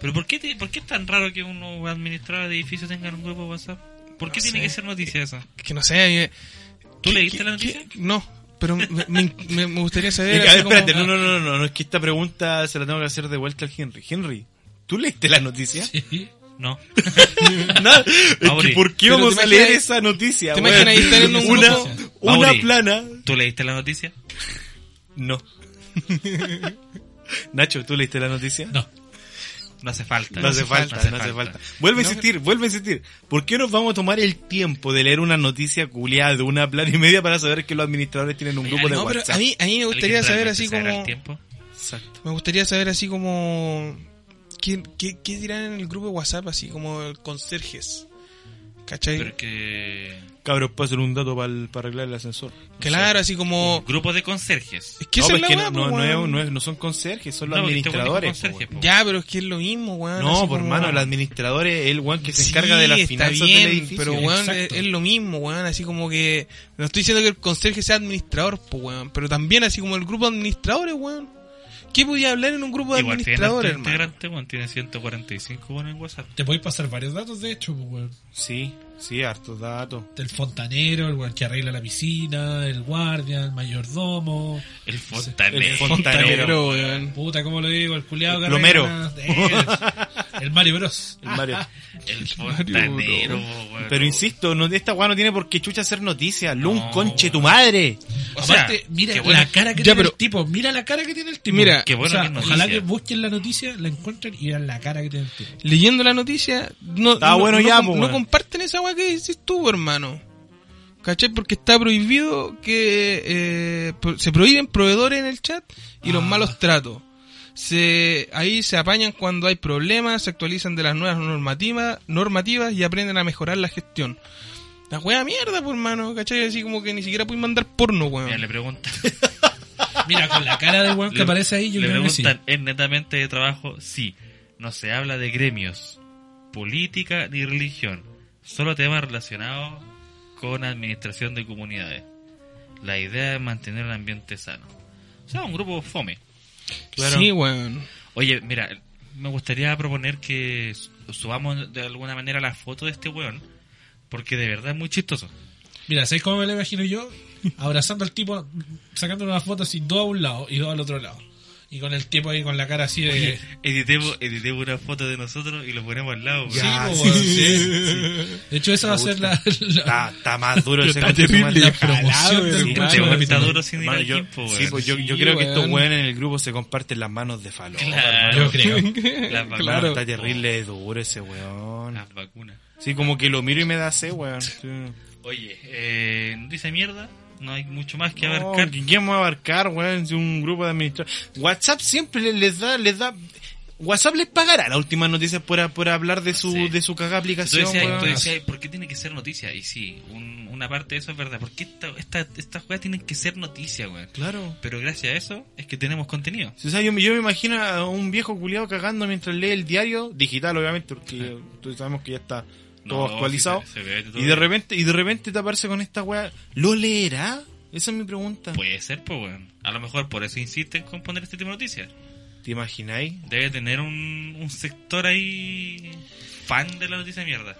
Pero ¿por qué, te- por qué es tan raro que uno administrador de edificio tenga un grupo de WhatsApp? ¿Por qué
No
tiene
sé.
que ser noticia eso?
Es que no sé. eh,
¿Tú
¿qué-
leíste
qué-
la noticia?
qué- No, pero me, me- me- me gustaría
Es
saber...
que, a ver,
así como-
espérate, no, no, no, no, no, es que esta pregunta se la tengo que hacer de vuelta al Henry. Henry, ¿tú leíste la noticia? (laughs)
Sí.
No.
No, es que
Mauri.
¿por qué
Pero
vamos
te
a leer
imaginas-
esa noticia?
¿Te
weón?
imaginas ahí estar en un
una,
grupo?
una
Mauri.
plana.
¿Tú leíste la noticia?
(laughs)
No. Nacho, ¿tú leíste la noticia?
No.
No hace falta.
No hace falta, no hace, falta. Vuelve a insistir, vuelve a insistir. ¿Por qué nos vamos a tomar el tiempo de leer una noticia culiada de una plana y media para saber que los administradores tienen un
Oye,
grupo de
No, pero
WhatsApp?
a mí, a mí me gustaría
¿Alguien
saber
realmente
así
se hará el
como...
tiempo?
Exacto.
Me gustaría saber así como... ¿Qué, qué, qué dirán en el grupo de WhatsApp? Así como el conserjes. ¿Cachai?
Pero que...
Cabros, puedo hacer un dato pa'l- para arreglar el ascensor.
claro, así como...
Grupo de conserjes.
Es que
no,
esa es
pues
la
que
weá,
no, no,
po,
no es-
weón.
no es- no son conserjes, son los
No, porque este weón dijo
administradores.
conserje,
po, weón.
po.
Ya, pero es que es lo mismo, Ah, pues, weón. así
No, por
como-
hermano, el administrador es el weón que se
Sí,
encarga de las
está
finanzas
bien,
del edificio.
Pero, weón, es,
exacto.
es lo mismo, weón. Así como que. No estoy diciendo que el conserje sea administrador, pues, weón. Pero también, así como el grupo de administradores, weón. ¿Qué podía hablar en un grupo de
Igual tiene harto
administradores, hermano?
integrante, bueno, tiene 145 bueno, en WhatsApp.
Te podéis pasar varios datos, de hecho, pues, weón.
Sí, sí, hartos datos.
El fontanero, el weón que arregla la piscina, el guardia, el mayordomo.
El fontanero.
El fontanero.
Pero, weón.
Puta, ¿cómo lo digo? El culiado que
El plomero.
arregla- Eh, El Mario Bros.
El Mario.
El fontanero, bueno.
Pero insisto, no, esta weá no tiene por qué chucha hacer noticia. Lun,
No,
conche
weón.
tu madre.
O sea,
Aparte, mira
qué buena-
la cara que
Ya,
tiene
pero-
el tipo. Mira la cara que tiene el tipo.
Mira,
Qué bueno
O sea,
que es noticia.
ojalá que busquen la noticia, la encuentren y vean la cara que tiene el tipo.
leyendo la noticia, no,
Está
no-
bueno
no
ya,
com-
po,
no
weón.
comparten esa weá que dices tú, hermano. ¿Cachai? Porque está prohibido que eh, pro- se prohíben proveedores en el chat y los
Ah.
malos tratos. Se, ahí se apañan cuando hay problemas, se actualizan de las nuevas normativas, normativas y aprenden a mejorar la gestión. La wea mierda, por hermano, ¿cachai? Así como que ni siquiera puedes mandar porno,
Mira,
weón.
le preguntan.
Mira, con la cara del weón que
Le-
aparece ahí, yo
le
creo que sí.
preguntan, ¿es netamente de trabajo? Sí. No se habla de gremios, política ni religión. Solo temas relacionados con administración de comunidades. La idea es mantener el ambiente sano. O sea, un grupo fome.
Claro.
Sí, weón.
Oye, mira, me gustaría proponer que su- subamos de alguna manera la foto de este weón. Porque de verdad es muy chistoso.
Mira, ¿sabes cómo me lo imagino yo? (laughs) Abrazando al tipo, sacándole una foto así, dos a un lado y dos al otro lado. Y con el tipo ahí con la cara así de.
Editemos, editemos una foto de nosotros y lo ponemos al lado. weón.
Ya,
po,
sí,
weón,
sí, Ah,
De hecho, esa va a ser la. la- (laughs)
Está, está más duro ese
Está
conche tu
terrible
madre.
la
Ojalá,
promoción
weón.
del
Sí,
conche
Este
tu
weón
madre.
está duro sin ir
Hermano,
al
yo,
gimpo,
sí,
weón.
pues yo, yo
Sí,
creo que estos
weón.
weones en el grupo se comparten las manos de
(laughs)
falopa.
Claro.
Yo
(laughs)
creo.
Las vacunas.
Claro,
Claro.
está terrible duro ese weón.
Las vacunas.
Sí, como que lo miro y me da sed, weón. Sí.
Oye, eh, noticia mierda, no hay mucho más que
No,
abarcar.
¿Qué vamos a abarcar, weón? Si un grupo de administradores. WhatsApp siempre le- les da, les da. WhatsApp les pagará las últimas noticias por, por hablar de su,
Sí.
de su cagada
Tú
aplicación,
decías,
weón.
tú decías, ¿por qué tiene que ser noticia? Y sí, un- una parte de eso es verdad. ¿Por qué esta- esta- estas weas tienen que ser noticia, weón?
Claro.
Pero gracias a eso es que tenemos contenido.
O sea, yo, me- yo me imagino a un viejo culiado cagando mientras lee el diario, digital obviamente, porque todos sabemos que ya está todo
No,
actualizado.
sí, se- se ve todo.
y de repente, y de repente taparse con esta weá, ¿lo leerá? Esa es mi pregunta.
Puede ser, pues, weón. A lo mejor por eso insisten con poner este tipo de noticias.
¿Te imagináis? (laughs)
Debe tener un, un sector ahí fan de la noticia mierda.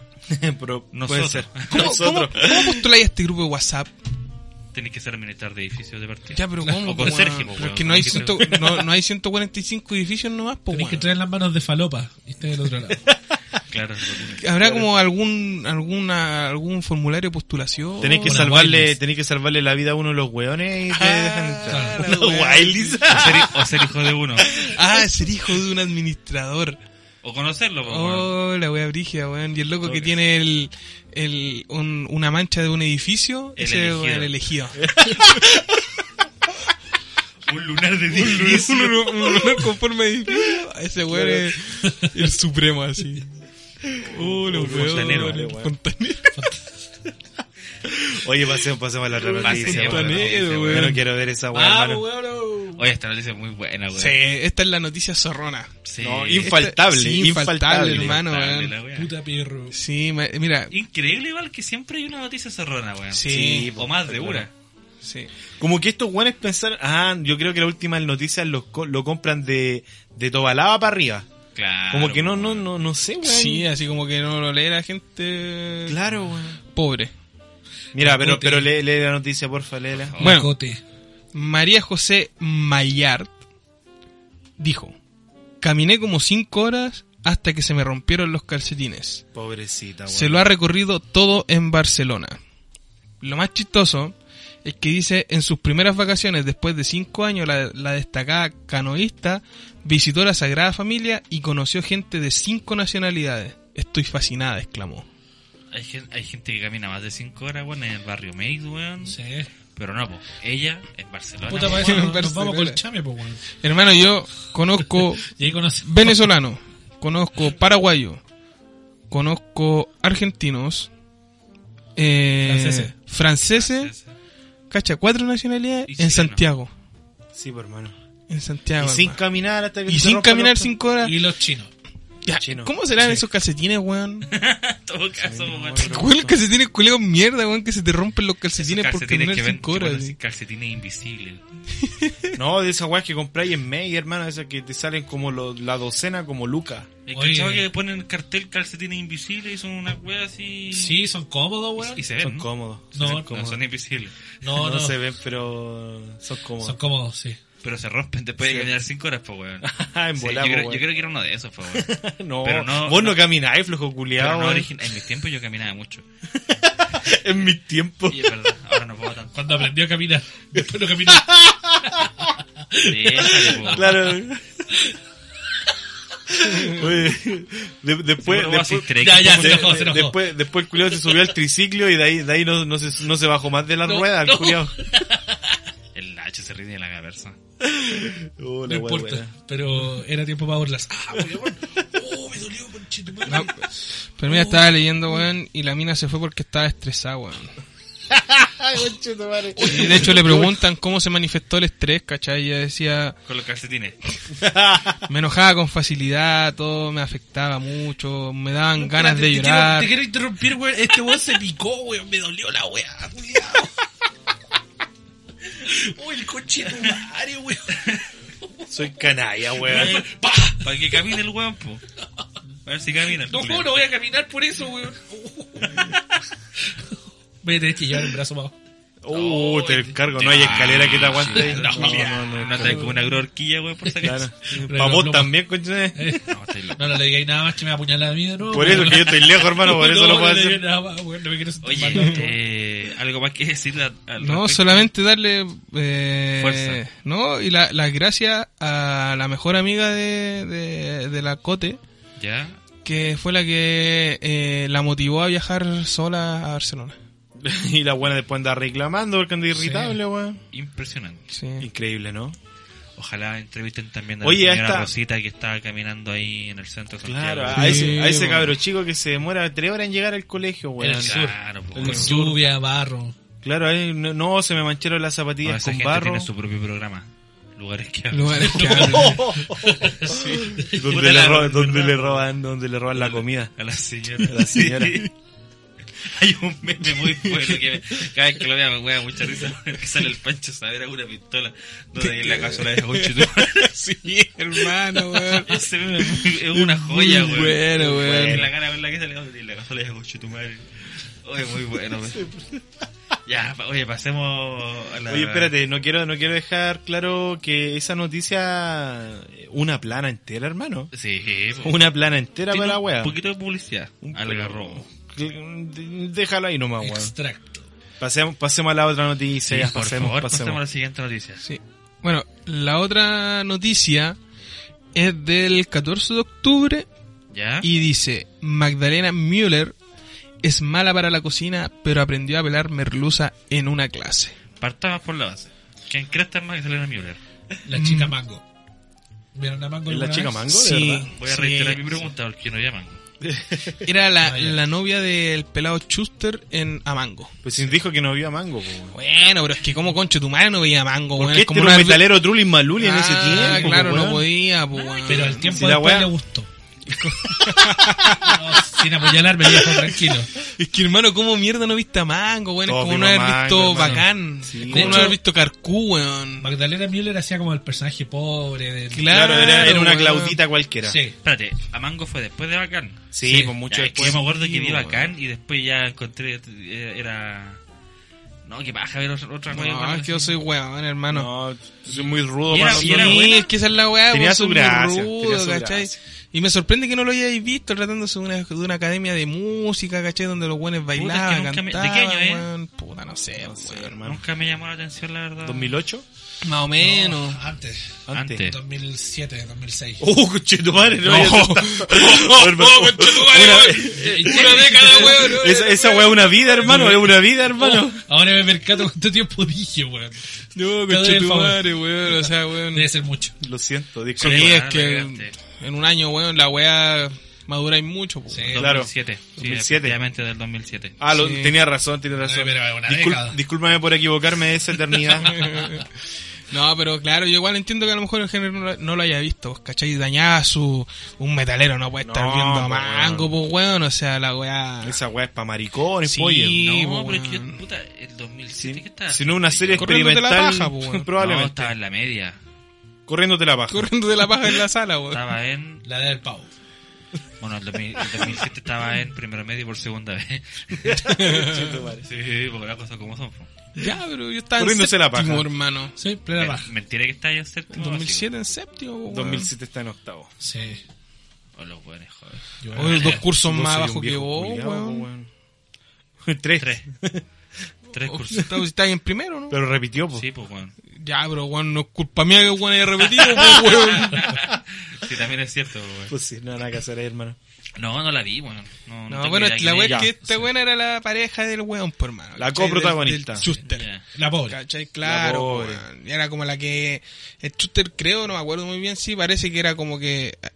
Pero puede
(laughs) Nosotros.
ser.
¿Cómo, cómo,
Nosotros.
cómo postuláis a este grupo de WhatsApp?
Tiene que ser administrador de edificios de partida.
Ya, pero ¿cómo?
O con
weón?
Sergio, pues,
Pero
weón.
es que no hay,
Tiene
ciento- no, no hay 145 edificios nomás, pues,
Tenéis que
weón.
traer las manos de falopa y está del otro lado.
Claro, se lo tiene.
¿Habrá como algún alguna algún formulario de postulación?
Tenéis que
Una
salvarle,
wireless.
tenéis que salvarle la vida a uno de los weones y te dejan entrar.
Ah, la
Los (laughs)
wea.
Wileys.
o, ser, o ser hijo de uno.
Ah, ser hijo de un administrador.
O conocerlo, pues, weón.
Oh, la wea brigia, weón. Y el loco que tiene el, el, un- una mancha de un edificio,
El
ese
elegido.
es el elegido.
(laughs) Un lunar de
un,
edificio.
lunar- un lunar con forma de edificio, ese weón es el supremo
(laughs)
así. Oh, los
Un fontanero,
weones,
weón.
fontanero.
Oye, pasemos, pasemos a la otra noticia.
Pasemos a la
weón. Ah,
noticia,
Yo
weón.
no quiero ver esa weá, hermano.
Oye, esta noticia es muy buena, weón.
Sí, esta es la noticia zorrona.
Sí.
No,
Esta-
Infaltable,
sí, infaltable,
infaltable.
hermano,
Dale,
weón.
la wea.
Puta perro.
Sí, ma- mira,
Increíble igual que siempre hay una noticia cerrona, weón.
Sí,
o más de
claro.
una.
sí.
Como que estos weones pensaron, ah, yo creo que la última noticia los co- lo compran de, de Tobalaba para arriba.
Claro.
Como que no,
weón.
no, no, no sé, weón. eh,
Sí, así como que no lo lee la gente
Claro, weón.
pobre.
Mira, pero,
Puti.
pero lee, lee la noticia, porfa, léela.
Oh,
Bueno.
Cote.
María José Maillard dijo, caminé como cinco horas hasta que se me rompieron los calcetines.
Pobrecita, weón.
Se lo ha recorrido todo en Barcelona. Lo más chistoso es que dice, en sus primeras vacaciones después de cinco años, la, la destacada canoísta visitó la Sagrada Familia y conoció gente de cinco nacionalidades. Estoy fascinada, exclamó.
Hay, gen- hay gente que camina más de 5 horas, weón, en el barrio Meis, weón.
Sí.
Pero no, pues. Ella en Barcelona.
Puta,
weón.
parece que nos- nos
Barcelona.
vamos con el chame, po, weón.
Hermano, yo conozco
Y ahí conoce-
venezolano, conozco paraguayo, conozco argentinos, eh,
Franceses.
franceses, cacha, cuatro nacionalidades
Y
en
chileno.
Santiago.
Sí, por hermano.
En
Y
Santiago.
sin
hermano.
caminar hasta que
Y
se
sin
rompa
caminar
los-
cinco horas.
Y los chinos.
Ya,
chino.
¿Cómo serán
Sí.
esos calcetines,
(laughs)
weón?
En todo caso, weón.
¿Cuál es calcetines culeos mierda, weón? Que se te rompen los calcetines, por
Calcetines
caminar
que ven-
cinco
que
horas.
ponen
eh.
sí.
calcetines invisibles.
No, de esas weas que compráis en May, hermano, esas que te salen como lo- la docena como Luca.
El
Oye.
cachado que ponen cartel calcetines invisibles y son una wea así.
Sí, son cómodos, weón.
Y se
Son
ven. ¿no?
cómodos.
No,
son
no
No
cómodos.
son invisibles.
¿Eh? No,
No
no.
se ven, pero son cómodos.
Son cómodos, sí.
Pero se rompen después
Sí.
de caminar 5 horas, pues, weón.
Ah, (laughs) en
Sí,
volá,
yo, creo,
po,
yo creo que era uno de esos,
(laughs)
pues, weón.
weón. no,
pero no-
vos no,
no-
camináis, flojo
Pero
culiado.
no
weón.
origi- en mis tiempos yo caminaba mucho.
(laughs) en mis tiempos.
Y es verdad, ahora no puedo tanto.
Cuando aprendió a caminar. (laughs) Después no caminó.
Sí, échale, po.
(laughs)
Claro. Oye, de- después,
Seguro vos
después,
haces trek.
Ya, ya,
de-
se enojó, se
de-
enojó.
después, después el culiado se subió al triciclo y de ahí, de ahí no, no se, no se bajó más de la
No,
rueda, el
no.
culiado.
El Nacho se ríe de la cabeza.
Oh,
No
la wea
importa.
buena. (laughs)
Pero era tiempo para burlas. Ah, weón. (laughs) Oh, me dolió, conchetumadre.
No, pero mira,
Uh.
estaba leyendo, weón, y la mina se fue porque estaba estresada,
(laughs)
weón. Y de hecho le preguntan cómo se manifestó el estrés, ¿cachai? Y ella decía,
Con los calcetines.
me enojaba con facilidad, todo me afectaba mucho, me daban ganas
Espérate,
de
te quiero-
llorar.
Te quiero interrumpir, weón. Este weón se picó, weón. Me dolió la weá,
(laughs)
cuidado. Uy, el
(laughs)
coche de tu madre, weón.
Soy canalla, weón.
Pa.
(laughs) Para que camine el weón, po. A ver si camina. el
No,
culiao.
no voy a caminar por
(laughs)
eso, weón. Voy a tener que llevar el brazo más.
Uh, te descargo, no hay escalera que te aguante. ahí.
Ah, No, no, no, no, traes como una gran horquilla, weón, por sacar.
Claro.
Pero
Pa'
no,
vos
no,
también, coche.
Eh,
No, estáis loco.
No, no le digáis nada más que me va a apuñalar a mí de nuevo.
Por eso
weón.
que
(laughs)
yo estoy lejos, hermano, por eso
no,
lo puedo
no le digáis
hacer.
nada más, weón. No me quiero
(laughs)
sentir
Oye,
mal, weón.
eh, algo más que decir al al
No,
respecto?
solamente darle... eh,
Fuerza.
No, y la- las gracias a la mejor amiga de, de, de la Cote,
Ya.
que fue la que eh, la motivó a viajar sola a Barcelona.
(laughs) y la buena después anda reclamando porque anda irritable, weón.
Impresionante.
Sí.
Increíble, ¿no?
Ojalá entrevisten también a
Oye,
la
a
señora
esta-
Rosita que estaba caminando ahí en el centro de
Claro,
Santiago.
a ese, a ese
weón.
cabro chico que se demora tres horas en llegar al colegio, weón.
El sur.
Claro, po,
El
weón.
sur.
Lluvia, barro.
Claro, ahí no, no, se me mancharon las
No,
zapatillas
esa
con
gente
barro. (laughs)
tiene su propio programa. Lugares
(laughs)
que (laughs)
Lugares que hablan.
Donde, le roban, donde le roban, donde le roban la comida.
A la señora.
(laughs) A la señora.
(laughs) Hay un meme muy bueno que me- cada vez que lo veo me hueá mucha risa. (laughs) Que sale el Pancho Saavedra con una pistola. Donde ahí en la casa la deja un
(laughs)
chutú.
Sí, hermano, weón.
(laughs) Ese meme es muy- es una joya,
Muy
weón.
bueno, weón.
En la cara, en la que sale. "Oye, la casa la deja un chutú, madre. Oye, muy bueno, weón. Ya, pa- oye, pasemos a la.
Oye, espérate, no quiero, no quiero dejar claro que esa noticia, una plana entera, hermano.
Sí, po.
Una plana entera
Tiene
para la
un
wea.
poquito de publicidad.
Un
Algarrobo.
Déjalo ahí nomás, Ah, weón.
Extracto.
Pasemos, pasemos a la otra noticia, ya,
por
pasemos,
favor, pasemos a
pasemos.
la siguiente noticia.
Sí. Bueno, la otra noticia es del 14 de octubre
¿Ya?
y dice, Magdalena Müller es mala para la cocina, pero aprendió a pelar merluza en una clase.
Partamos por la base. ¿Quién crees que es más que Selena Müller?
La chica mango. ¿Vieron la mango?
¿Es Mm. la
alguna
chica
vez?
mango, de
Sí,
verdad?
Voy a
sí.
reiterar mi pregunta porque no llaman.
Era la,
Ah, ya.
la novia del pelado Schuster en Amango.
Pues si dijo que no había mango, po, weón.
Bueno, pero es que como concho tu madre no veía Mango,
Porque
weón.
este
Es como
era un
una-
metalero Trulli Maluli en ese
Ah,
tiempo.
claro,
weón.
no podía, pues, weón.
Pero al tiempo
Si la
después
wea-
le gustó. (laughs) No, sin apoyarme, viejo, tranquilo.
Es que hermano, ¿cómo mierda no viste a Mango, weón? Es
Todos
como no
vimos
haber
Mango,
visto
hermano.
Bacán.
Sí.
Es
De
como no
hecho-
haber visto Carcú, weón.
Magdalena Müller hacía como el personaje pobre del...
Claro, era, era una
weón.
Claudita cualquiera.
Sí.
Espérate, Amango fue después de Bacán.
Sí,
Sí.
con mucho
Ya, es que yo me acuerdo que vi
Sí,
Bacán y después ya encontré. eh, Era. No, que baja ver otra otra wea,
No,
bueno,
es que yo
sí.
soy weón, hermano.
No, soy muy rudo
Mira,
para
y
Sí,
era
nosotros.
buena.
es que esa es la weá,
Tenía
vos
su
sos muy
gracia,
rudo,
tenía su
¿cachai?
gracia.
Y me sorprende que no lo hayáis visto tratándose de una, de una academia de música, ¿cachai? Donde los weones
es que
bailaban,
nunca me- ¿de qué
cantaban,
año es?
weón. Puta, no sé,
No sé,
weón.
hermano.
Nunca me llamó la atención, la verdad.
¿2008?
Más o menos.
No, antes.
Antes. (laughs)
Antes.
2007, 2006.
¡Oh, conchetumare! No, vaya a ser (laughs) tanto.
Oh, Una década, weón. no,
(laughs) Esa, esa weá es una vida, hermano. Es una vida, hermano.
Ahora me percato cuánto tiempo dije, weón.
No,
Te doy el favor.
conchetumare, weón. O sea, weón.
Debe ser mucho.
Lo siento,
Sí,
disculpa.
weón,
es
la
que
cagaste.
en un año, weón, la weá madura y mucho, po.
Sí.
Eh,
claro.
2007. Sí,
2007.
efectivamente del 2007.
Ah, lo,
Sí.
tenía razón, tenía razón.
Eh, pero es una
Discul-
década.
discúlpame por equivocarme de esa eternidad.
(laughs) No, pero claro, yo igual entiendo que a lo mejor el género no, lo- no lo haya visto, vos, ¿cachai? Dañaba a su... un metalero, no puede estar
No,
viendo
po,
a Mango, pues weón, o sea, la weá...
esa weá es para maricones,
Sí,
po, oye.
sí,
no,
po,
pero es que yo,
weón.
puta, el 2007
Si,
que estaba.
si no, una serie
Corriéndote la
experimental.
paja, po, weón.
No,
(laughs) probablemente.
estaba en la media.
Corriéndote la paja.
Corriendo de la paja en la sala, weón.
Estaba en.
La del pavo.
Bueno, el, 2000 el 2007 estaba en primero medio por
(laughs)
segunda vez. sí, porque las cosas como son. po.
Ya, pero yo estaba en
Corriéndose
séptimo,
la paja.
hermano.
Sí, plena
Men-
baja.
Mentira que está ahí en séptimo.
En 2007 en séptimo, po, weón.
2007 está en octavo.
Sí.
básico. O Oh, los buenos, joder.
Yo
Oye, dos cursos
Yo
más
soy un
abajo que
viejo
vos,
culiao, po,
weón.
weón. (laughs) Tres.
Tres. Tres
O-
cursos.
Estás estás en primero, ¿no?
Pero repitió,
Oh.
po.
Sí, pues, bueno.
Ya, pero weón, no es culpa mía que weón haya repetido, (laughs) po, weón.
Sí, también es cierto, pues, bueno.
Pues sí, no, nada que hacer ahí, hermano.
No, no la vi, bueno. No,
No,
tengo
bueno,
idea
la
quién
wea
es.
es que esta buena era la pareja del weón, por hermano.
La
¿cachai? Del-
coprotagonista.
del Schuster.
Ya.
La pobre.
¿Cachai? Claro,
pobre.
weón. Y era como la que. El Schuster, creo, no me acuerdo muy bien, sí, parece que era como que. eh,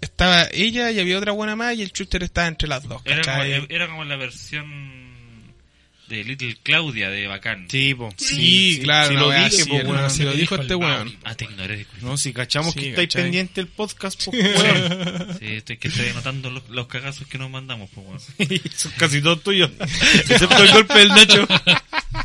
Estaba ella y había otra buena más y el Schuster estaba entre las dos,
Era como,
¿cachai?
era como la versión de Little Claudia de Bacán.
Sí, po.
Sí, claro,
Si
una
lo
wea
dije,
así,
po,
era
weón.
una-
Se
si lo
lo
dijo
dijo
este
el
weón.
Ah, te ignoré, disculpa.
No, si cachamos
Sí,
que estáis
¿cachai?
pendiente el podcast, po, weón.
(laughs)
(laughs)
Sí, estoy, que estoy anotando los, los cagazos que nos mandamos, pues, bueno.
Son casi todos tuyos. Excepto el golpe del Nacho.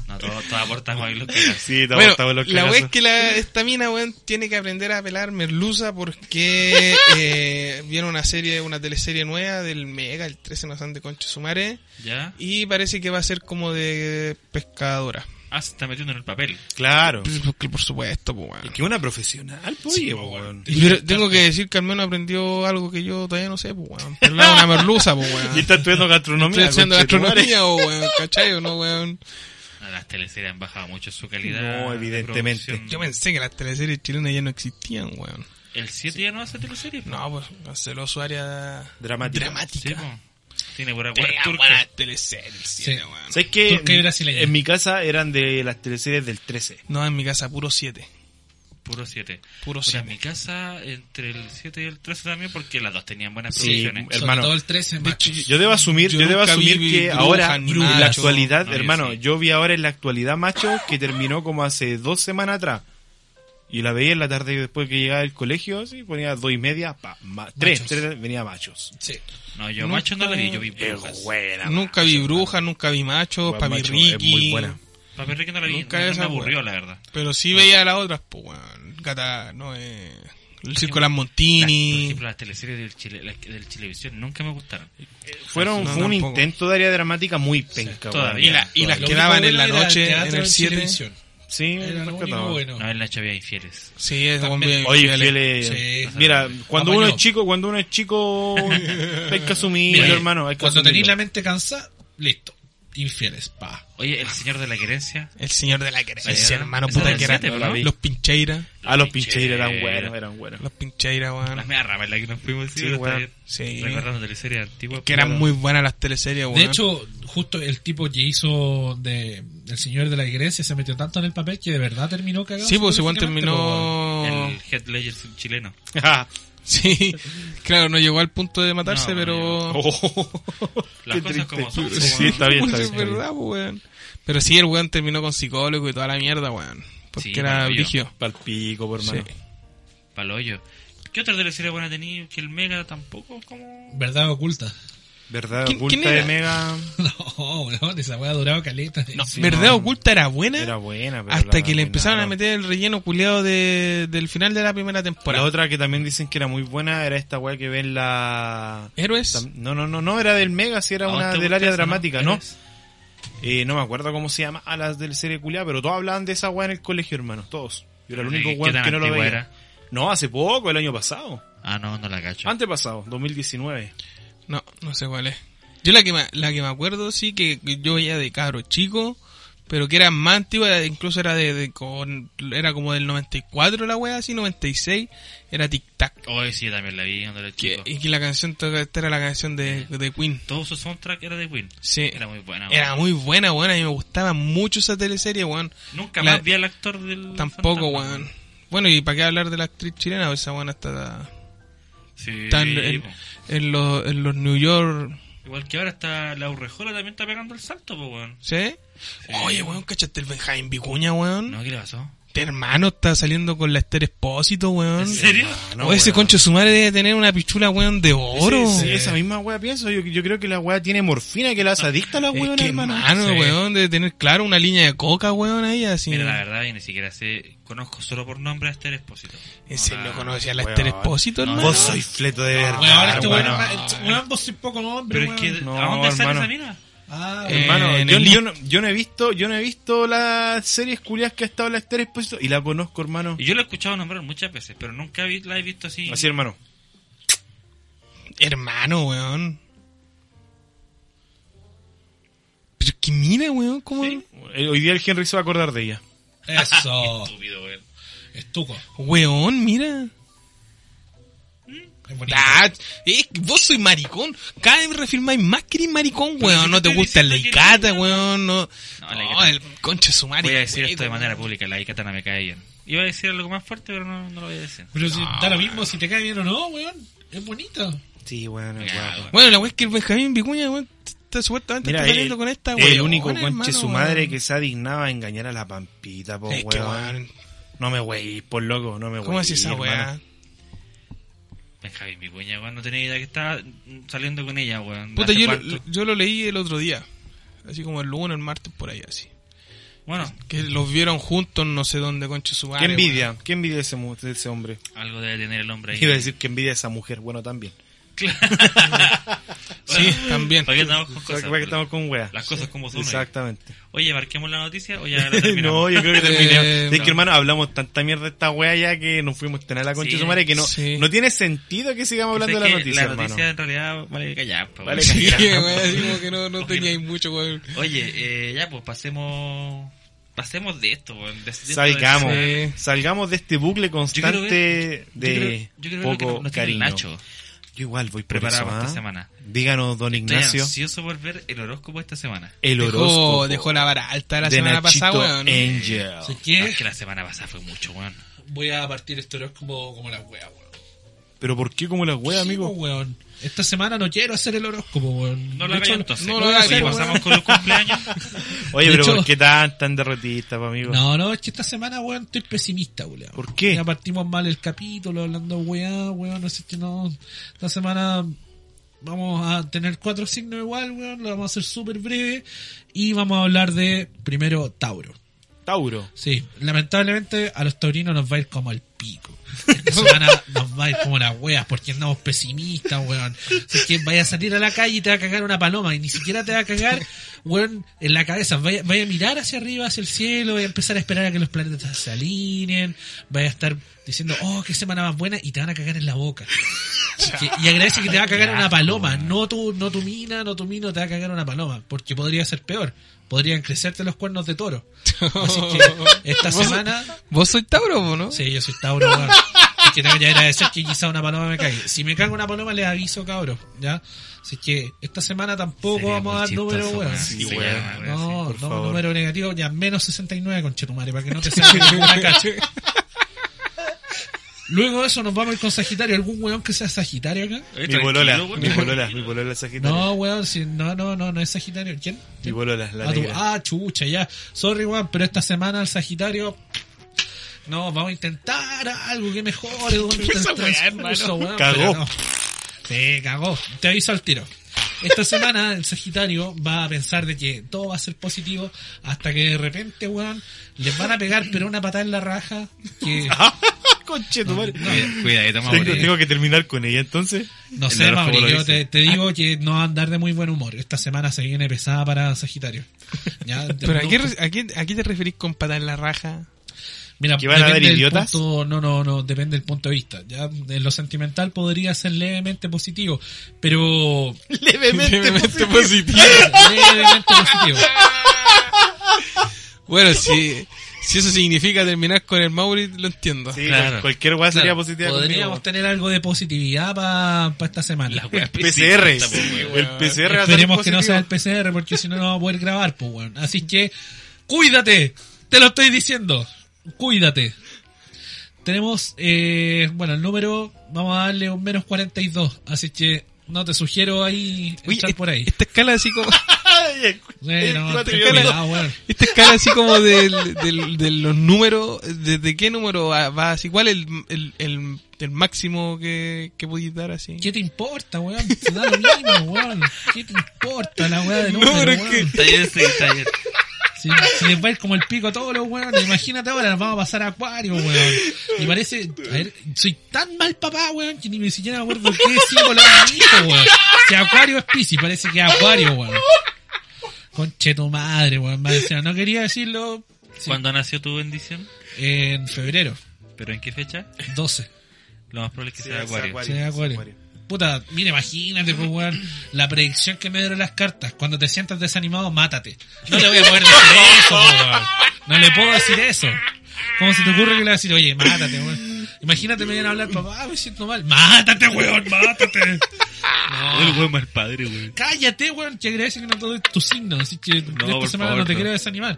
No, todos todo aportamos ahí los cagazos.
Sí, te
Bueno,
aportaba los
la wea es
cagazos.
que la, esta mina, weón, tiene que aprender a pelar merluza porque eh, viene una serie, una teleserie nueva del Mega, el 13 no de concha sumare.
¿Ya?
Y parece que va a ser como de pescadora.
Ah, se está metiendo en el papel.
Claro.
Por, por supuesto, pues, weón.
Es que una profesional, po, oye, po, weón.
Y pero tengo que decir que al menos aprendió algo que yo todavía no sé, pues, weón. Pelar una merluza, pues,
Y
weón.
está estudiando gastronomía.
Estoy haciendo
conchetumare.
gastronomía, po, weón. ¿Cachai o no, weón?
No, Ah, las teleseries han bajado mucho su calidad.
No,
de
evidentemente.
producción.
Yo pensé que las teleseries chilenas ya no existían, weón.
El 7 ya no hace teleseries. po.
No, pues canceló su área
Dramática.
dramática.
Sí, pues. po. Tiene pura weá
Tenía
turca.
buenas teleseries.
Sí.
tiene, weón.
¿Sabes qué?
Turca y
En-
brasileña.
En mi casa eran de las teleseries del 13.
No, en mi casa, puro 7.
Puro 7.
Puro
Puta, en mi
7.
casa entre el 7 y el 13 también porque las dos tenían buenas
Sí,
producciones.
Sobre
hermano.
todo el 13
De
más.
hecho,
Yo debo asumir,
Yo
yo, debo
nunca vi
asumir que
brujas,
ahora,
ni
en
macho.
la actualidad,
No, yo
hermano,
sí.
yo vi ahora en la actualidad, macho, que terminó como hace dos semanas atrás. Y la veía en la tarde después que llegaba del colegio, así, ponía dos y media, pa, ma- tres,
Machos.
tres, venía machos.
Sí.
No, yo
Nunca-
macho no la vi, yo vi brujas.
buena.
Nunca vi brujas, nunca vi machos,
Buen
papi
macho, es
Ricky.
muy buena.
Papi Ricky no la vi,
Nunca
no,
esa
me aburrió
weá.
la verdad.
Pero sí veía las otras, pues, weón. Gata, no, eh, El circo de las Montini.
Las- por ejemplo, las teleseries del, Chile, las- del Chilevisión nunca me gustaron.
Fueron,
No,
fue un
tampoco.
intento de área dramática muy penca,
todavía.
weón.
y, la- y las
Lo
que daban
único
en la
bueno era
noche,
teatro
en el 7.
Chilevisión.
Sí,
Era lo único
rescataba.
bueno.
No, en la había infieles.
Sí, es como
También.
bien-
Oye,
bien-
fieles.
Sí.
Mira, cuando
Apañó.
uno es chico, cuando uno es chico, hay que asumirlo,
Mira,
hermano. Hay que
cuando tenéis la
asumirlo.
mente cansada, listo. Infieles, pa.
Oye, El Señor de la Querencia.
El señor de la querencia,
Sí, era-
hermano,
esa
puta
era
que era.
siete, pero no.
Los pincheiras.
A Ah, los pinches
Pinche-
eran buenos, eran buenos. (laughs)
Los pincheiras,
Las
weón.
mea ramas en las que nos fuimos, sí,
Sí,
pero está
weón.
bien.
Sí.
Recordando teleseries antiguas.
Que eran
pero-
muy buenas las teleseries, weón.
De hecho, justo el tipo que hizo de El Señor de la Iglesia se metió tanto en el papel que de verdad terminó cagado.
sí, pues igual
psicológicamente, po,
terminó.
El Head Ledger es un chileno.
Sí, claro, no llegó al punto de matarse,
No, no
pero.
Las
(laughs) Qué
cosas como son.
triste.
como-
Sí, está bien,
Uy, (laughs) es
está bien. está bien.
verdad, po, weón. Pero sí, el weón terminó con psicólogo y toda la mierda, weón. Porque
Sí,
era
bueno, yo.
vigio.
Pal pico, por hermano.
Sí.
Pa'l hoyo. ¿Qué otra teleserie buena tenía? Que el Mega tampoco, como...
weón. Verdad oculta. (laughs)
¿Verdad?
¿Quién-
oculta
quién era?
de Mega
No, weón, esa weá ha durado caleta.
No,
Sí.
verdad
no.
oculta era buena.
era buena, pero
hasta
la
que le empezaron a
arruinaron.
meter el relleno culeado de, del final de la primera temporada.
La otra que también dicen que era muy buena era esta weá que ven la.
Héroes.
Tam- No, no, no, no, era del Mega, si era
¿A vos
una
te
del
gusta
área
esa,
dramática, ¿no?
¿Eres?
Eh, no me acuerdo cómo se llama a las del serie culia, pero todos hablaban de esa weá en el colegio, hermano, todos. Yo era el único
¿Qué- qué
weón
tan
que no lo
antigua
veía.
era?
No, hace poco, el año pasado.
Ah, no, no la cacho.
Antepasado, 2019.
No, no sé cuál es. Yo la que me, la que me acuerdo, sí, que que yo veía de cabro chico, pero que era más antigua, era- incluso era de, de con, era como del 94 la wea, así, 96, era Tic Tac.
Hoy sí, también la vi cuando era
Que-
chico.
y que la canción, toca- esta era la canción de, de Queen.
Todo su soundtrack era de Queen.
Sí.
Era muy buena.
Era
weón.
muy buena, weón, a mí me gustaba mucho esa teleserie, weón.
Nunca
la-
más vi al actor del...
Tampoco,
fantasma.
weón. Bueno, y para qué hablar de la actriz chilena, esa weón está,
Sí,
está en, en-
po.
en los, en los New York
Igual que ahora está la Urrejola también está pegando el salto, pues, weón.
¿Sí? Oye, weón, ¿cachaste el Benjamín Vicuña, weón?
No, ¿qué le pasó?
Este hermano está saliendo con la Esther Espósito, weón.
¿En serio?
o ese
weón.
concho de su madre debe tener una pichula, weón, de oro.
Sí, sí, esa misma weá pienso. Yo, yo creo que la weá tiene morfina que la hace adicta a la
Es
weá,
que,
hermano.
hermano,
Sí.
weón, debe tener, claro, una línea de coca, weón, ahí, así.
(laughs) Mira, la verdad, yo ni siquiera sé... Conozco solo por nombre a este expósito.
¿En serio
Hola.
conocía a la
Weón.
Esther Espósito,
No,
hermano?
Vos sois fleto de verdad.
Weón, ahora este weón
hermano.
es más- un ambos soy poco hombre,
Pero es que...
weón.
No,
¿A dónde sale
hermano.
esa mina?
Ah,
Eh,
weón.
Hermano,
en
yo,
el
yo no, yo no he visto, yo no he visto las series culias que ha estado la Esther Expósito y la conozco, hermano.
Y yo la he escuchado nombrar muchas veces, pero nunca vi- la he visto así.
Así, hermano.
Hermano, weón. Pero que mira, weón, cómo...
Eh, Hoy día el Henry se va a acordar de ella.
(laughs)
Eso.
Estúpido, weón.
Estuco.
Weón, mira.
Es bonito.
Ah, eh, vos soy maricón. Cada vez me reafirmáis más que eres maricón,
Pero
weón.
si
No
te
te
estoy
gusta la
diciendo que eres
icata, weón. No,
No, la
No,
Icata.
el concha su
Ah,
madre.
Voy a decir esto de
weón.
manera pública, la Icatana me cae bien. Iba a decir algo más fuerte, pero no, no lo voy a decir.
Pero si, da lo mismo si te cae bien o no, weón. Es bonito.
Sí, bueno,
Ah,
Bueno, la weá es que el Benjamín Vicuña, weón, está supuestamente
Mira,
está saliendo
el,
con esta,
el
weón.
único conche
hermano,
su madre
weón.
que se adignaba a engañar a la pampita, po,
Es que,
weón.
weón,
No me wey, por loco, no me wey.
¿Cómo es esa weá?
hermano.
Benjamín, mi cuña, weón, no tenía idea que estaba mm, saliendo con ella, weón.
Puta,
¿Hace
yo,
cuánto?
lo- yo lo leí el otro día. Así como el lunes, el martes, por ahí, así.
Bueno,
Que los vieron juntos, no sé dónde, concha su madre.
Qué envidia, qué envidia ese, mu- ese hombre.
algo debe tener el hombre ahí.
Iba a decir que envidia esa mujer, bueno, también. (laughs)
weón. Sí, también.
¿Para qué andamos con
¿Para
cosas?
que estamos con weá?
Las cosas como son. oye.
Exactamente.
Oye, marquemos la noticia o ya la terminamos.
(laughs) No, yo creo que terminemos.
Eh,
es
no.
que, hermano, hablamos tanta mierda de esta wea ya que nos fuimos a tener la concha
Sí,
de su madre que no,
sí.
no tiene sentido que sigamos
Sé
hablando de
que
la
La
noticia, hermano.
noticia en realidad vale callar, po,
Vale
weón.
(laughs) Sí, weón, así como que no, no teníais mucho, weón.
Oye, eh, ya, pues pasemos. Pasemos de esto, weón. De- de-
Salgamos,
de-
Sí.
salgamos de este bucle
Yo quiero
constante
ver- yo
de
creo- yo creo ver lo que
poco
nos- nos tiene el
cariño.
Nacho.
Yo igual voy por
Preparado
eso,
para
¿ah?
esta semana.
Díganos, don
Estoy
Ignacio,
ansioso por ver el horóscopo esta semana.
el horóscopo
Dejó, dejó la vara alta la
de
semana
Nachito
pasada, weón. (laughs)
Angel.
Así
No,
que
es que la semana pasada fue mucho, weón.
voy a partir esto horóscopo como la wea, weón.
Pero ¿por qué como la wea,
Sí,
amigo?
po, weón. Esta semana no quiero hacer el horóscopo, weón.
No
De
lo hagáis
hecho,
entonces.
no
lo hagáis,
Oye,
weón.
pasamos con los cumpleaños.
Oye,
De
pero
hecho-
¿por qué tan, tan derrotista, pa, amigo?
No, no, es que esta semana, weón, estoy pesimista, weón.
¿Por qué?
Ya partimos mal el capítulo, hablando weá, weón, así que no. Esta semana vamos a tener cuatro signos igual, weón, lo vamos a hacer súper breve. Y vamos a hablar de, primero, Tauro.
Tauro.
Sí, lamentablemente a los taurinos nos va a ir como el pico. Esta (laughs) semana nos va a ir como las weas porque andamos pesimistas, weón. Si es que vaya a salir a la calle y te va a cagar una paloma y ni siquiera te va a cagar, weón, en la cabeza. Vaya, vaya a mirar hacia arriba, hacia el cielo, vaya a empezar a esperar a que los planetas se alineen, vaya a estar diciendo, oh, qué semana más buena y te van a cagar en la boca. Que- y agradece que te va a cagar una paloma, no tu, no tu mina, no tu mino, te va a cagar una paloma, porque podría ser peor. Podrían crecerte los cuernos de toro. Así
(laughs)
que esta semana.
(laughs) Vos sois Tauro, po, ¿no?
Sí, yo soy Tauro, weón. Así que tengo que agradecer que quizá una paloma me caiga. Si me cago una paloma, les aviso, cabros. ¿Ya? Así que esta semana tampoco
Sería
vamos a
muy
dar números,
chistoso,
weón.
weón. Sí,
Sí,
weón,
weón.
weón, sí.
No,
por
no,
favor.
número negativo, ya menos 69 con Chetumare, para que no te
(laughs)
salga ninguna cacha. Luego de eso nos vamos a ir con Sagitario. ¿Algún weón que sea Sagitario acá?
Oye,
Mi bolola,
tranquilo, weón.
mi
(laughs)
bolola, mi bolola Sagitario.
No, weón, si, no, no, no, no es Sagitario. ¿Quién?
Mi bolola, la
Ah, tú-
negra.
ah, chucha, ya. Sorry, weón, pero esta semana el Sagitario. No, vamos a intentar algo que mejore.
(laughs)
weón,
Esa
el
weá,
transcurso,
hermano.
weón,
Cagó.
pero no. Sí, cagó. Te aviso al tiro. Esta semana el Sagitario va a pensar de que todo va a ser positivo hasta que de repente, weón, les van a pegar pero una patada en la raja
(laughs)
que
Ah,
Conche tu (laughs) madre.
Cuida- Cuidadito,
Tengo,
Mauri.
tengo que terminar con ella entonces.
no
El
sé,
horóscopo
Mauri,
lo
yo
dice.
te, te digo que no va a andar de muy buen humor. Esta semana se viene pesada para Sagitario. Ya,
(laughs) Pero ¿a
no-
qué, re- a qué- a qué te referís con patar la raja?
Mira,
¿Que van a haber
depende del
idiotas?
punto- no, no, no, depende del punto de vista. Ya, en lo sentimental podría ser levemente positivo, pero
(laughs) Levemente positivo.
levemente positivo.
Bueno, si, si eso significa terminar con el Mauri, lo entiendo.
Sí,
Claro.
cual- cualquier weá sería
Claro,
positiva
podríamos
conmigo.
tener algo de positividad para esta semana.
La weá
PCR.
pesimista, po, weón.
el PCR va a ser
Esperemos que no sea el
positivo.
PCR porque si no no vamos a poder grabar, pues weón. Así que cuídate, te lo estoy diciendo. Cuídate. Tenemos eh, bueno, el número vamos a darle un menos 42, así que no te sugiero ahí
Oye,
entrar por ahí.
Esta escala así como,
Ay,
Eh, no,
cuatro
ten
y medio.
cuidado, weón.
esta escala Este así como del, del- de los números, ¿desde qué número va va así? ¿Cuál es el, el, el, el máximo que, que podéis dar así?
(laughs) ¿Qué te importa, weón? Se da lo mismo, weón. ¿Qué te importa la weá de número,
pero es
weón?
que-
Está bien, sí, está bien.
Si, si les va a ir como el pico a todos los weones, imagínate ahora, nos vamos a pasar a acuario, weón. Y parece, a ver, soy tan mal papá, weón, que ni me siquiera me acuerdo qué símbolo era mi hijo, weón. Si acuario es piscis, parece que es acuario, weón. Conche tu madre, weón. Me decía, no quería decirlo sí,
¿Cuándo nació tu bendición?
en febrero,
¿Pero en qué fecha?
12.
Lo más probable es que
Sí,
sea
es
Acuario.
acuario.
Sí, acuario.
acuario.
Puta, mira, imagínate, pues, weón, la predicción que me dieron las cartas. Cuando te sientas desanimado, mátate. No le voy a poder decir eso, pues, (laughs) weón. No le puedo decir eso. ¿Cómo se te ocurre que le voy a decir, oye, mátate, weón? Imagínate, me vienen a hablar, papá, me siento mal. Mátate, weón, mátate.
Oh, el weón mal padre, weón.
Cállate, weón, que agradece que no te doy tu signo. Así que esta
por
semana
favor,
no te
no.
quiero desanimar.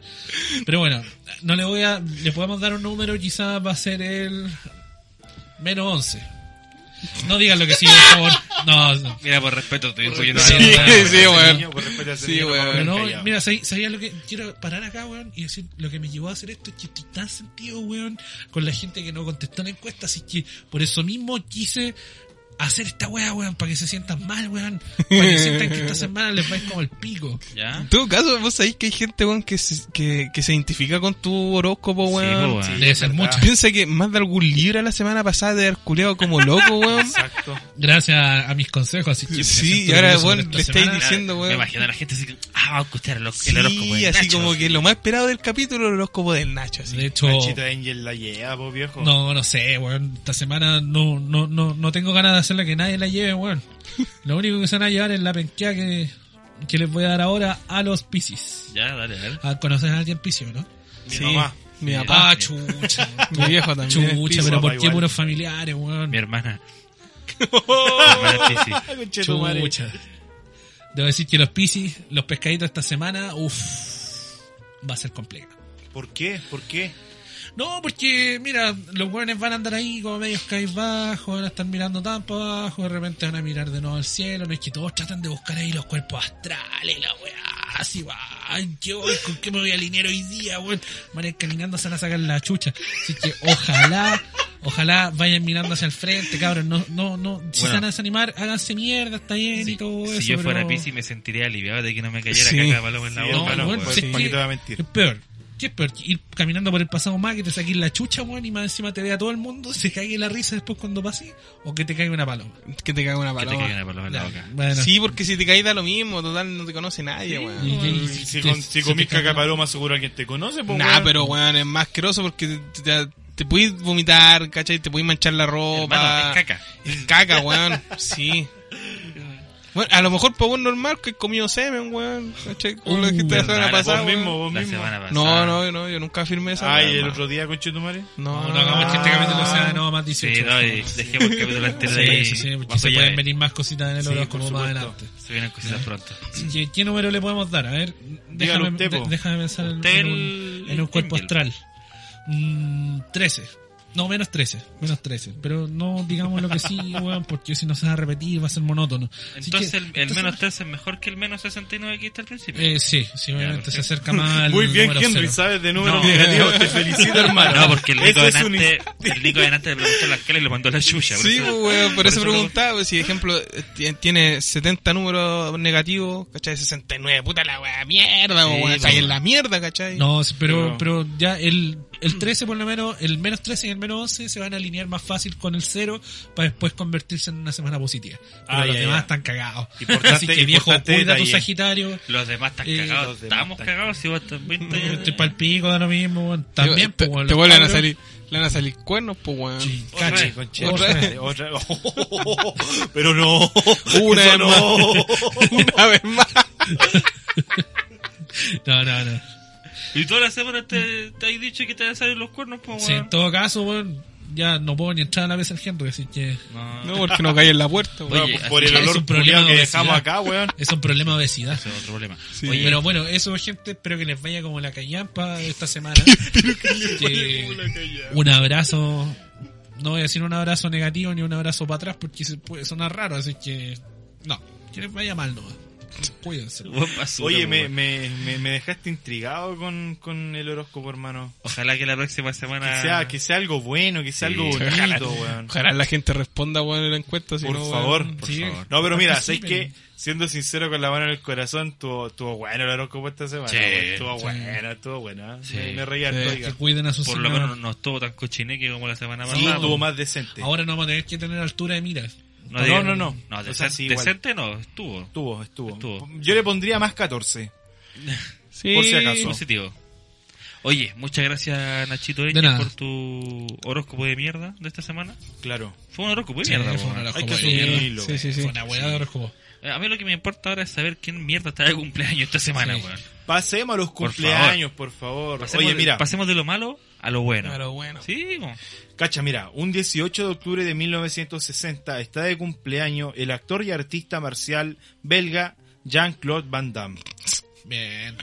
Pero bueno, no le voy a. Le podemos dar un número, quizás va a ser el. menos 11. No digan lo que sí, por favor. No, no.
Mira, por respeto, te digo yo
(laughs)
no
Sí,
hago nada, weón.
sí,
Ese
weón.
niño, por respeto a ese
Sí,
niño, no
weón.
va a
Pero
haber
no,
callado.
mira, sabía sabía lo que. Quiero parar acá, weón, y decir lo que me llevó a hacer esto es que estoy tan sentido, weón, con la gente que no contestó la encuesta, así que por eso mismo quise hacer esta weá, weón, para que se sientan mal, weón, para que
(laughs)
sientan que esta semana les va a ir como el pico.
¿Ya?
En todo caso, vos sabéis que hay gente, weón, que se, que, que se identifica con tu horóscopo,
Sí,
weón.
po, weón.
Sí,
Debe
es
ser
verdad.
mucho.
Piensa que más de algún libro la semana pasada de haber culeado como loco,
(laughs)
weón.
Exacto.
Gracias a, a mis consejos, así que. me
Sí,
siento
y ahora,
orgulloso
weón,
por esta
le estáis
semana.
diciendo,
Me
weón.
imagino a la gente así que, ah, va a escuchar el,
Sí,
el horóscopo de
así
Nacho.
como que lo más esperado del capítulo, el horóscopo del Nacho, así.
De hecho,
Nachito Angel la lleva, po, viejo.
no, no sé, weón, esta semana no, no, no, no tengo ganas de hacerla que nadie la lleve,
(laughs)
weón. Lo único que se van a llevar es la penquea que, que les voy a dar ahora a los piscis.
Ya, dale, dale.
Ah, conoces a alguien piscio, ¿no?
Mi mamá.
Mi
Sí.
papá,
Ah,
chu-
chucha.
mi viejo también. es
chucha,
piscis.
pero
papá
¿por qué
igual.
puros familiares, weón?
Mi hermana. Hermana Piscis.
Conchetumare.
Chucha. Debo decir que los piscis, los pescaditos esta semana, uff, va a ser complicado.
¿Por qué? ¿Por qué?
No, porque mira, los hueones van a andar ahí como medios bajos, van a estar mirando tan para abajo, de repente van a mirar de nuevo al cielo, no es que todos tratan de buscar ahí los cuerpos astrales, la weá, así va, ay, ¿qué voy? ¿Con qué me voy a alinear hoy día, weón? Van a ir caminando, se van a sacar la chucha, así que ojalá, ojalá vayan mirando hacia el frente, cabros, no, no, no, si se
Bueno.
van a desanimar, háganse mierda, está bien
Si,
y todo eso.
si yo fuera
pero-
Piscis me sentiría aliviado de que no me cayera
Sí.
caca de paloma en la
Sí,
boca.
hermano,
No,
bueno,
weón.
sí.
pues, ¿para qué te voy a mentir?
Es peor. ¿Qué es peor? Ir caminando por el pasado más, que te saques la chucha, weón, y más encima te vea todo el mundo, se cague la risa después cuando pase, o que te caiga una paloma.
Que te caga una
Que te
paloma.
caiga una paloma en la
Ya,
boca.
bueno.
Sí, porque si te caes da lo mismo, total, no te conoce nadie, weón.
Y- y-
Mm, Si,
y-
con-
te-
si
se
comís
te cae
caca
la-
paloma, seguro alguien te conoce. Pues,
Nah,
weón.
pero weón, es más asqueroso porque te, te, te puedes vomitar, ¿cachai? Te puedes manchar la ropa.
Hermano, es caca.
Es caca, weón. Sí. Bueno, a lo mejor para vos normal que he comido semen, weón. ¿Cachai? Como lo dijiste la semana
hermano,
pasada.
Vos
weón.
mismo, vos
La
mismo.
semana pasada.
No, no, no, yo nunca firmé esa.
Ay,
weón,
el
hermano.
otro día, conchetumare.
No,
No, no hagamos que este capítulo sea no, más 18.
Sí, no, y dejemos el capítulo entero ahí.
Sí, sí, sí, porque
Bajo
se pueden
llave.
venir más cositas en el
eh. Sí,
oro
por
como más
supuesto.
adelante.
Se vienen cositas pronto.
Así que, ¿Qué número le podemos dar? A ver,
Dígalo
déjame,
usted,
de-
po.
déjame pensar en,
Usted
en un,
el-
en un cuerpo
el-
astral. Mm, 13. No, menos 13, menos 13. Pero no digamos lo
(laughs)
que sí, weón, porque si no se va a repetir va a ser monótono. Así
Entonces,
que-
el, el
entonces-
menos 13 es mejor que el menos 69 que está al principio.
Eh, sí, sí, obviamente se
perfecto.
acerca
(laughs)
más al
Muy bien,
número
Henry,
cero.
sabes de números
No.
(laughs) negativos. Te felicito,
(laughs)
hermano.
No, porque el Nico
Ese es un
delante, el Nico delante le preguntó la escala y lo mandó a la chucha. por
Sí,
eso-
pues, weón, por eso
lo-
preguntaba, pues, si ejemplo eh, ti- tiene 70 números negativos, ¿cachai? 69, puta la weá, mierda,
Sí,
weón,
pues,
caí en
weón.
la mierda, ¿cachai?
No, sí, pero, pero ya el, el 13 por lo menos, el menos 13 y el menos 11 se van a alinear más fácil con el 0 para después convertirse en una semana positiva. Pero
Ah,
los
ya,
demás
ya.
están cagados.
Importante-
(laughs) Así que viejo,
importante
cuida tu
detalle.
Sagitario.
Los demás están
Eh,
cagados.
los demás
Estamos
están
cagados si vos también
Yo Estoy
estás-
pa'l pico de lo mismo. weón. También,
te,
pues,
este, te
los
vuelven a
cabros-
salir, le van a salir cuernos, pues weón.
Sí,
Otra
cacha.
vez,
Conche,
Otra
otra
vez.
otra- (laughs) pero no.
Una vez
eso
más. (laughs) Una vez más.
No, no, no.
Y toda la semana te, te has dicho que te van a salir los cuernos, pues,
Sí, en todo caso, weón, ya no puedo ni entrar a la mesa del Henry, así que
No,
No, porque no caí en la puerta, weón.
Oye,
No, (laughs) por
así
el
que es
olor
un problema
culiao que
de
dejamos
obesidad.
acá, weón.
es un problema de obesidad.
Eso es otro problema.
Sí.
Oye,
Pero bueno, eso, gente, espero que les vaya como la callampa de esta
(laughs)
semana. Que- un abrazo, no voy a decir un abrazo negativo ni un abrazo para atrás porque se puede sonar raro, así que no, que les vaya mal nomás. Cuídense.
buen basura,
Oye,
pues,
me,
bueno.
me, me, me dejaste intrigado con, con el horóscopo, hermano.
Ojalá que la próxima semana.
Que sea, que sea algo bueno, que sea
Ah. Sí.
algo
Ojalá.
bonito, weón.
Ojalá la gente responda, weón, en la encuesta, si
Por
no, weón.
favor,
por
Sí.
favor.
No, pero mira, sabes
Participen.
que siendo sincero con la mano en el corazón, tuvo, tuvo bueno el horóscopo esta semana.
Sí.
weón. Estuvo
Sí.
bueno, estuvo bueno. ¿eh?
Sí.
Me, me reí
Sí.
harto,
Que
oiga.
cuiden a sus
Por lo menos no estuvo tan cochineque como la semana
Sí,
pasada.
estuvo más decente.
Ahora no vamos a tener que tener altura de miras.
No,
No,
digan-
no, no.
No,
O
decen-
sea, sí, igual.
decente no, estuvo.
Estuvo, estuvo,
Estuvo.
Yo le pondría más 14.
Sí.
Por si acaso.
Positivo. Oye, muchas gracias Nachito
De
Eña
nada.
por tu horóscopo de mierda de esta semana.
Claro.
Fue un horóscopo de
Sí,
mierda.
fue un
po. Eh,
horóscopo
Hay que
de mierda.
asumirlo.
Sí, sí,
Fue
sí.
una weá de horóscopo.
A mí lo que me importa ahora es saber quién mierda está de cumpleaños esta semana,
Sí.
weón.
Pasemos a los
Por
cumpleaños, por favor.
Pasemos,
Oye,
de-
mira,
pasemos de lo malo a lo bueno.
Pero bueno.
Sí, po.
cacha, mira, un 18 de octubre de 1960 está de cumpleaños el actor y artista marcial belga Jean-Claude Van Damme.
Bien.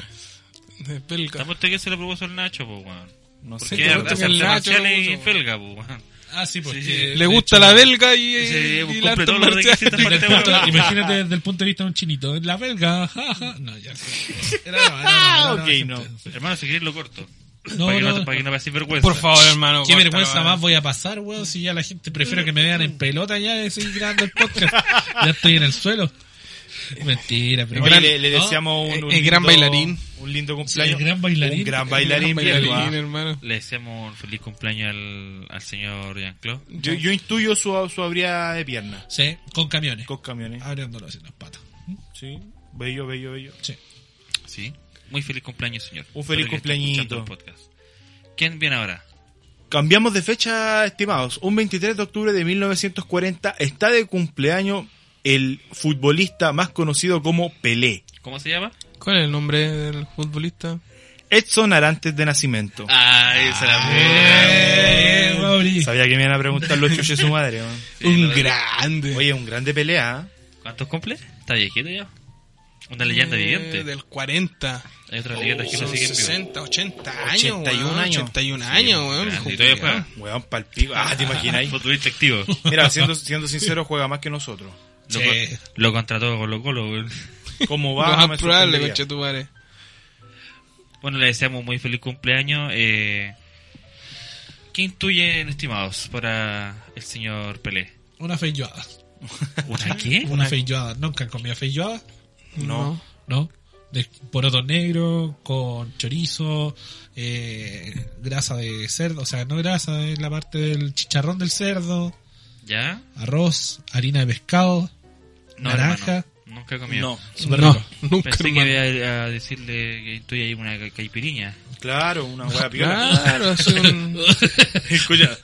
Es belga.
Estamos que se lo propuso el Nacho, po, weón.
No
Sí,
Porque
te
es
gusta
artes
que el Nacho
marciales
lo
y
puso,
felga, po, weón.
Ah, sí, porque.
Sí, sí.
de
Le gusta
hecho,
la belga y,
Sí,
y
pues,
la
cumple
arte
todos los
marcial.
requisitos para
desde
este
el punto-
weón.
(laughs) imagínate desde el punto de vista de un chinito. La belga, (laughs) jaja. No, ya. pues, Era, era, era, era,
Ah, Ok,
gente.
no.
Hermano, si querés lo corto.
No,
para, que
no.
no, para que no pases vergüenza.
Por favor, hermano.
Qué
córtalo,
vergüenza
weón.
más voy a pasar, weón, si ya la gente prefiero que me vean en pelota ya de seguir grabando el podcast. Ya estoy en el suelo. Mentira, pero...
Oye,
gran-
le, le
¿no?
deseamos un,
el-
un
el gran bailarín.
Un lindo
Sí, el
cumpleaños.
gran bailarín.
Un gran
Gran
bailarín.
bailarín, eh.
virtual.
hermano.
Le deseamos un feliz cumpleaños al, al señor Jean-Claude.
Yo, yo intuyo su, su abría de piernas.
Ah, Sí, con camiones.
Con camiones.
Abriéndolo así las patas.
Sí. Bello, bello, bello.
Sí.
Sí. Muy feliz cumpleaños, señor.
Un feliz
Espero que esté
cumpleañito.
escuchando el podcast. ¿Quién viene ahora?
Cambiamos de fecha, estimados. Un 23 de octubre de 1940 está de cumpleaños el futbolista más conocido como Pelé.
¿Cómo se llama?
¿Cuál es el nombre del futbolista?
Edson Arantes de Nacimiento.
Ah, Ay, se la
Eh, Mauri.
Sabía que me iban a preguntar los chuches su madre. weón.
Un grande.
Oye, un grande pelea. ¿eh?
¿Cuántos cumple? Está viejito ya. Una leyenda
Eh,
viviente.
Del 40.
Hay otras leyendas que no
Son
siguen vivas.
60, 80 años.
81
weón,
años.
81 años, weón.
grande. Y
Julián.
todavía juega.
Weón, palpico. Ah, ¿te imagináis?
Futbolista activo.
Mira, siendo, siendo sincero, juega más que nosotros.
Lo,
Sí.
con- lo contrató Colo Colo. güey.
¿Cómo
Lo
va?
más
No me
probable,
sorprendería.
conche tu madre.
Bueno, le deseamos muy feliz cumpleaños. Eh, ¿Qué intuyen, estimados, para el señor Pelé?
Una feijoada.
¿Una qué?
Una feijoada. ¿Nunca han comido feijoada?
No.
¿No? De porotos negros, con chorizo, eh, grasa de cerdo, o sea, no grasa, es la parte del chicharrón del cerdo,
¿Ya?
arroz, harina de pescado,
No,
naranja.
hermano, Nunca he comido.
No.
Súper
no,
rico.
nunca.
Pensé que
hermano.
iba a, a decirle que intuye ahí una ca- caipiriña.
Claro, una hueá piola.
Claro, es un...
Escucha.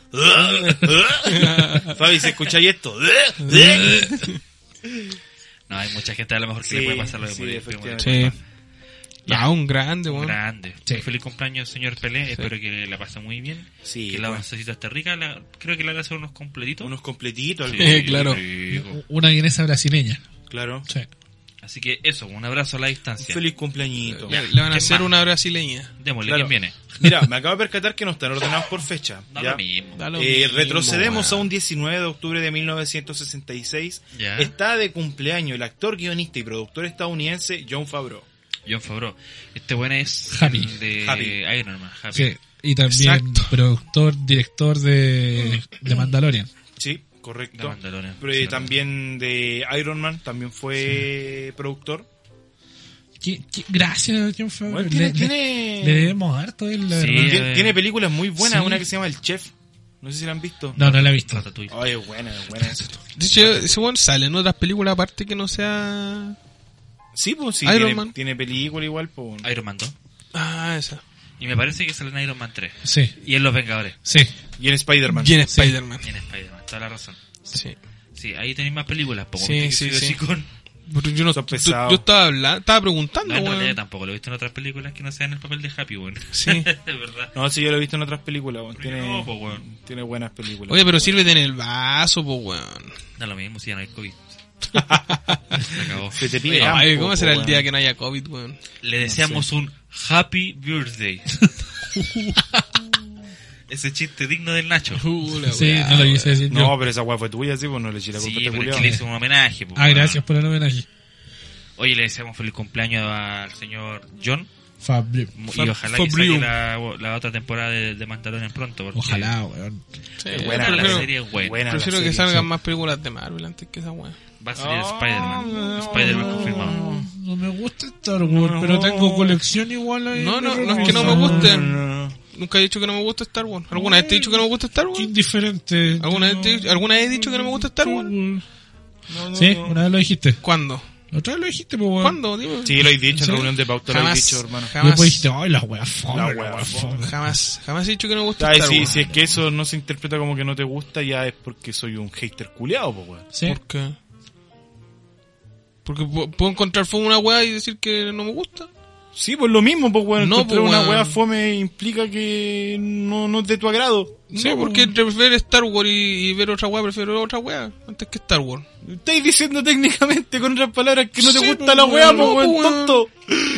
Fabi, si escucháis esto.
No, hay mucha gente a lo mejor que
Sí,
le puede pasar lo de
sí,
morir,
efectivamente.
Sí.
Ya.
Ya, un grande, weón.
Grande.
Sí.
Muy Feliz cumpleaños, señor Pelé. Espero que la pase muy bien.
Sí,
que la
bueno.
basecita está rica. la- creo que le van a hacer unos completitos.
Unos completitos.
Sí,
algo.
Eh, claro.
rico.
Una vienesa brasileña.
Claro.
Sí.
Así que eso, un abrazo a la
Un
distancia.
feliz cumpleañito.
Le, le van a
¿Qué
hacer
más?
una brasileña.
Démosle,
Claro.
¿quién viene?
Mira, me acabo de percatar que no están ordenados por fecha.
Da
¿ya?
lo mismo.
Da lo
Eh,
mismo,
retrocedemos
weón.
a un 19 de octubre de 1966.
Ya.
Está de cumpleaños el actor, guionista y productor estadounidense John Favreau.
John Favreau. Este bueno es
Happy.
el de
Happy.
Iron Man. Happy.
Sí, Y también
Exacto.
productor, director de, de Mandalorian.
Sí,
De
correcto.
Mandalorian.
Pero, eh,
Sí.
también de Iron Man, también fue productor.
¿Qué- qué- gracias, John Favreau.
Bueno, tiene,
le,
tiene-
le- le debemos harto él, la
Sí. eh,
verdad.
tiene- tiene películas muy buenas,
Sí.
una que se llama El Chef. No sé si la han visto.
No, no la he visto.
Ratatouille.
Ay, es buena, es buena. esa.
De hecho, ese weón sale en otras películas aparte que no sea...
Sí, pues sí,
Iron
tiene,
Man.
tiene película igual. Pues.
Iron Man 2.
Ah, esa.
Y me parece que sale en Iron Man 3.
Sí,
Y en Los Vengadores.
sí.
Y en Spider-Man.
Y en Spider-Man.
Y en Spider-Man. Toda la razón.
Sí.
Sí, ahí tenéis más películas. Pongo
Sí,
que
sí,
soy
sí.
así con-
Pero yo no...
Son
Yo,
pesados.
yo estaba hablando, estaba
No,
preguntando,
en realidad
weón.
tampoco. Lo he visto en otras películas que no sean el papel de Happy, weón. (laughs)
Sí.
De verdad.
No, sí, yo lo he visto en otras películas. weón. Tiene,
No, pues, weón.
tiene buenas películas.
Oye, pero
Bueno.
sírvete en el vaso, po, weón.
Da lo mismo si ya no hay
(laughs)
COVID. Se acabó.
Se te pide
Oye,
campo,
Ay, ¿cómo
po,
será el
Ah, weón.
día que no haya COVID,
(laughs)
weón?
Le deseamos un Happy Birthday. (laughs) Ese chiste digno del Nacho.
Uh, la
Sí,
weá,
no lo
weón.
quise decir
No,
yo.
pero esa weá fue tuya, sí, pues no le eché la culpa
Sí,
a este
pero es
culiao.
que le hizo un homenaje. po,
Ah,
weón.
gracias por el homenaje.
Oye, le deseamos feliz cumpleaños al señor John.
Fabri-
Mu-
Fa-
Y ojalá que
Fabriu.
saque la, la otra temporada de, de Mandalorian pronto. Porque
Ojalá, weón.
Sí,
Es
Buena la
prefiero-
serie, buena.
buena la
Prefiero que
serie,
salgan
sí.
más películas de Marvel antes que esa weón.
Va a salir
Oh,
Spider-Man.
no.
Spider-Man confirmado.
No, no me gusta Star Wars, pero tengo colección igual ahí.
No, no,
de
no es que no me
cosas.
guste.
No, no.
Nunca he dicho que no me gusta Star Wars. ¿Alguna vez te he dicho que no me gusta Star Wars?
Qué indiferente.
¿Alguna
No.
vez, te- ¿Alguna vez he dicho que no me gusta Star Wars?
Sí, una vez lo dijiste.
¿Cuándo?
Otra vez lo dijiste, pues, weón.
¿Cuándo? Dime.
Sí, lo he dicho en
¿Sí?
reunión de pauta, lo he
Jamás,
dicho, hermano.
Y
jamás,
después dijiste, ay, la weá fome.
La
La
wea
weá
(laughs)
fome.
fome.
jamás, jamás he dicho que no me gusta
Ay,
Star
sí,
Wars.
si es que eso no se interpreta como que no te gusta, ya es porque soy un hater culiao, pues weón.
Sí.
¿Por qué? Porque pu- puedo encontrar fue una weá y decir que no me gusta.
Sí, pues lo mismo, pues weón.
No,
Encontrar
pues,
una
weón.
weá fome implica que no, no es de tu agrado.
Sí, porque entre ver Star Wars y, y ver otra weá, prefiero otra weá antes que Star Wars.
Estáis diciendo técnicamente con otras palabras que no te
Sí,
gusta
pues,
la weá,
weón,
pues
no,
weón,
pues, weón.
tonto.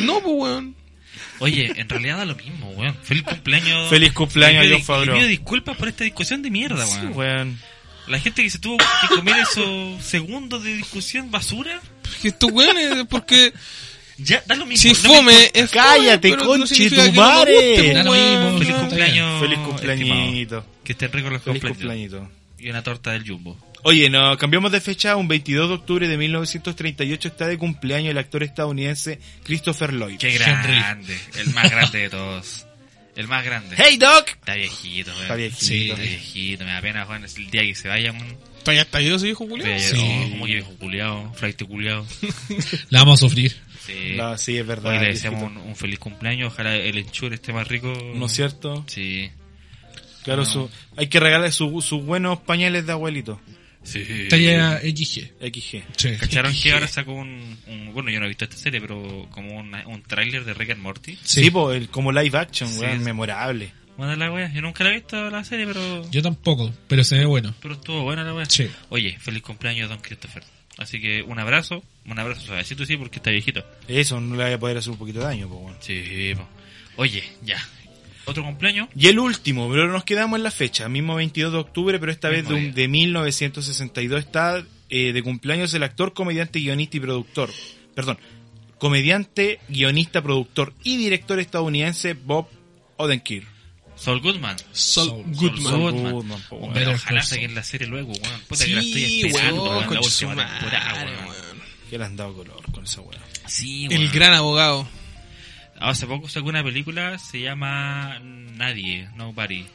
No, pues weón.
Oye, en realidad da lo mismo, weón. Feliz cumpleaños.
Feliz cumpleaños,
Y pido-
John Favreau.
y pido disculpas por esta discusión de mierda, weón.
Sí, weón.
La gente que se tuvo que comer esos segundos de discusión basura,
Porque Pues, estos weones,
(laughs)
porque
ya da lo mismo.
si
no
es
me
fome,
importa.
es fome,
Cállate,
pero
conche
significa
tu
que no me
madre.
guste,
Da
pues,
lo mismo,
weón.
Feliz
Ah,
cumpleaños.
Feliz
estimado.
cumpleaños.
Que estén ricos los
Feliz
cumpleaños.
cumpleañito.
Y una torta del jumbo.
Oye, no, cambiamos de fecha. Un 22 de octubre de 1938 está de cumpleaños el actor estadounidense Christopher Lloyd.
Qué grande. El más grande de todos. El más grande.
¡Hey, Doc!
Está viejito, weón.
Está viejito.
Sí.
Está viejito. Me da pena, Juan. Es el día que se vaya, weón.
Todavía está yo, ese hijo
Voy a
culiao.
llegar,
Sí.
oh, como que viejo culiao, flight culiao.
La vamos a sufrir.
(laughs) Sí.
No, sí, es verdad.
Hoy le
viejito.
deseamos un, un feliz cumpleaños. Ojalá el enchure esté más rico.
¿No es cierto?
Sí.
Claro,
No.
su, hay que regalar su- sus buenos pañales de abuelito.
Sí.
Talla XG.
XG.
Sí.
¿Cacharon que ahora sacó un, un- Bueno, yo no he visto esta serie, pero como una- un tráiler de Rick and Morty.
Sí.
Sí, po, el- como live action,
Sí,
weón,
es-
memorable.
Bueno, la wea. Yo nunca la he visto la serie, pero.
Yo tampoco, pero se ve bueno.
Pero estuvo buena la wea.
Sí.
Oye, feliz cumpleaños, Don Christopher. Así que un abrazo. Un abrazo suavecito, sí, porque está viejito.
Eso, no le vaya a poder hacer un poquito de daño, po, weón.
Sí, po. Oye, ya. Otro cumpleaños.
Y el último, pero nos quedamos en la fecha, mismo 22 de octubre, pero esta vez
Mismo
de, un-
día.
de 1962 está eh, de cumpleaños el actor, comediante, guionista y productor. Perdón, comediante, guionista, productor y director estadounidense Bob Odenkirk.
Sol Goodman.
Sol,
Sol-
Goodman.
Sol
Saul
Goodman.
Goodman, po, weón.
Pero
Better
ojalá
Call Saul.
saquen la serie luego, weón. Puta que la estoy
Sí,
esperando,
weón,
weón, la
conche su
última temporada,
madre,
weón.
weón.
Que le han dado color con esa weá.
Sí,
El
weón.
gran abogado.
Hace poco sacó una película, se llama Nadie, Nobody.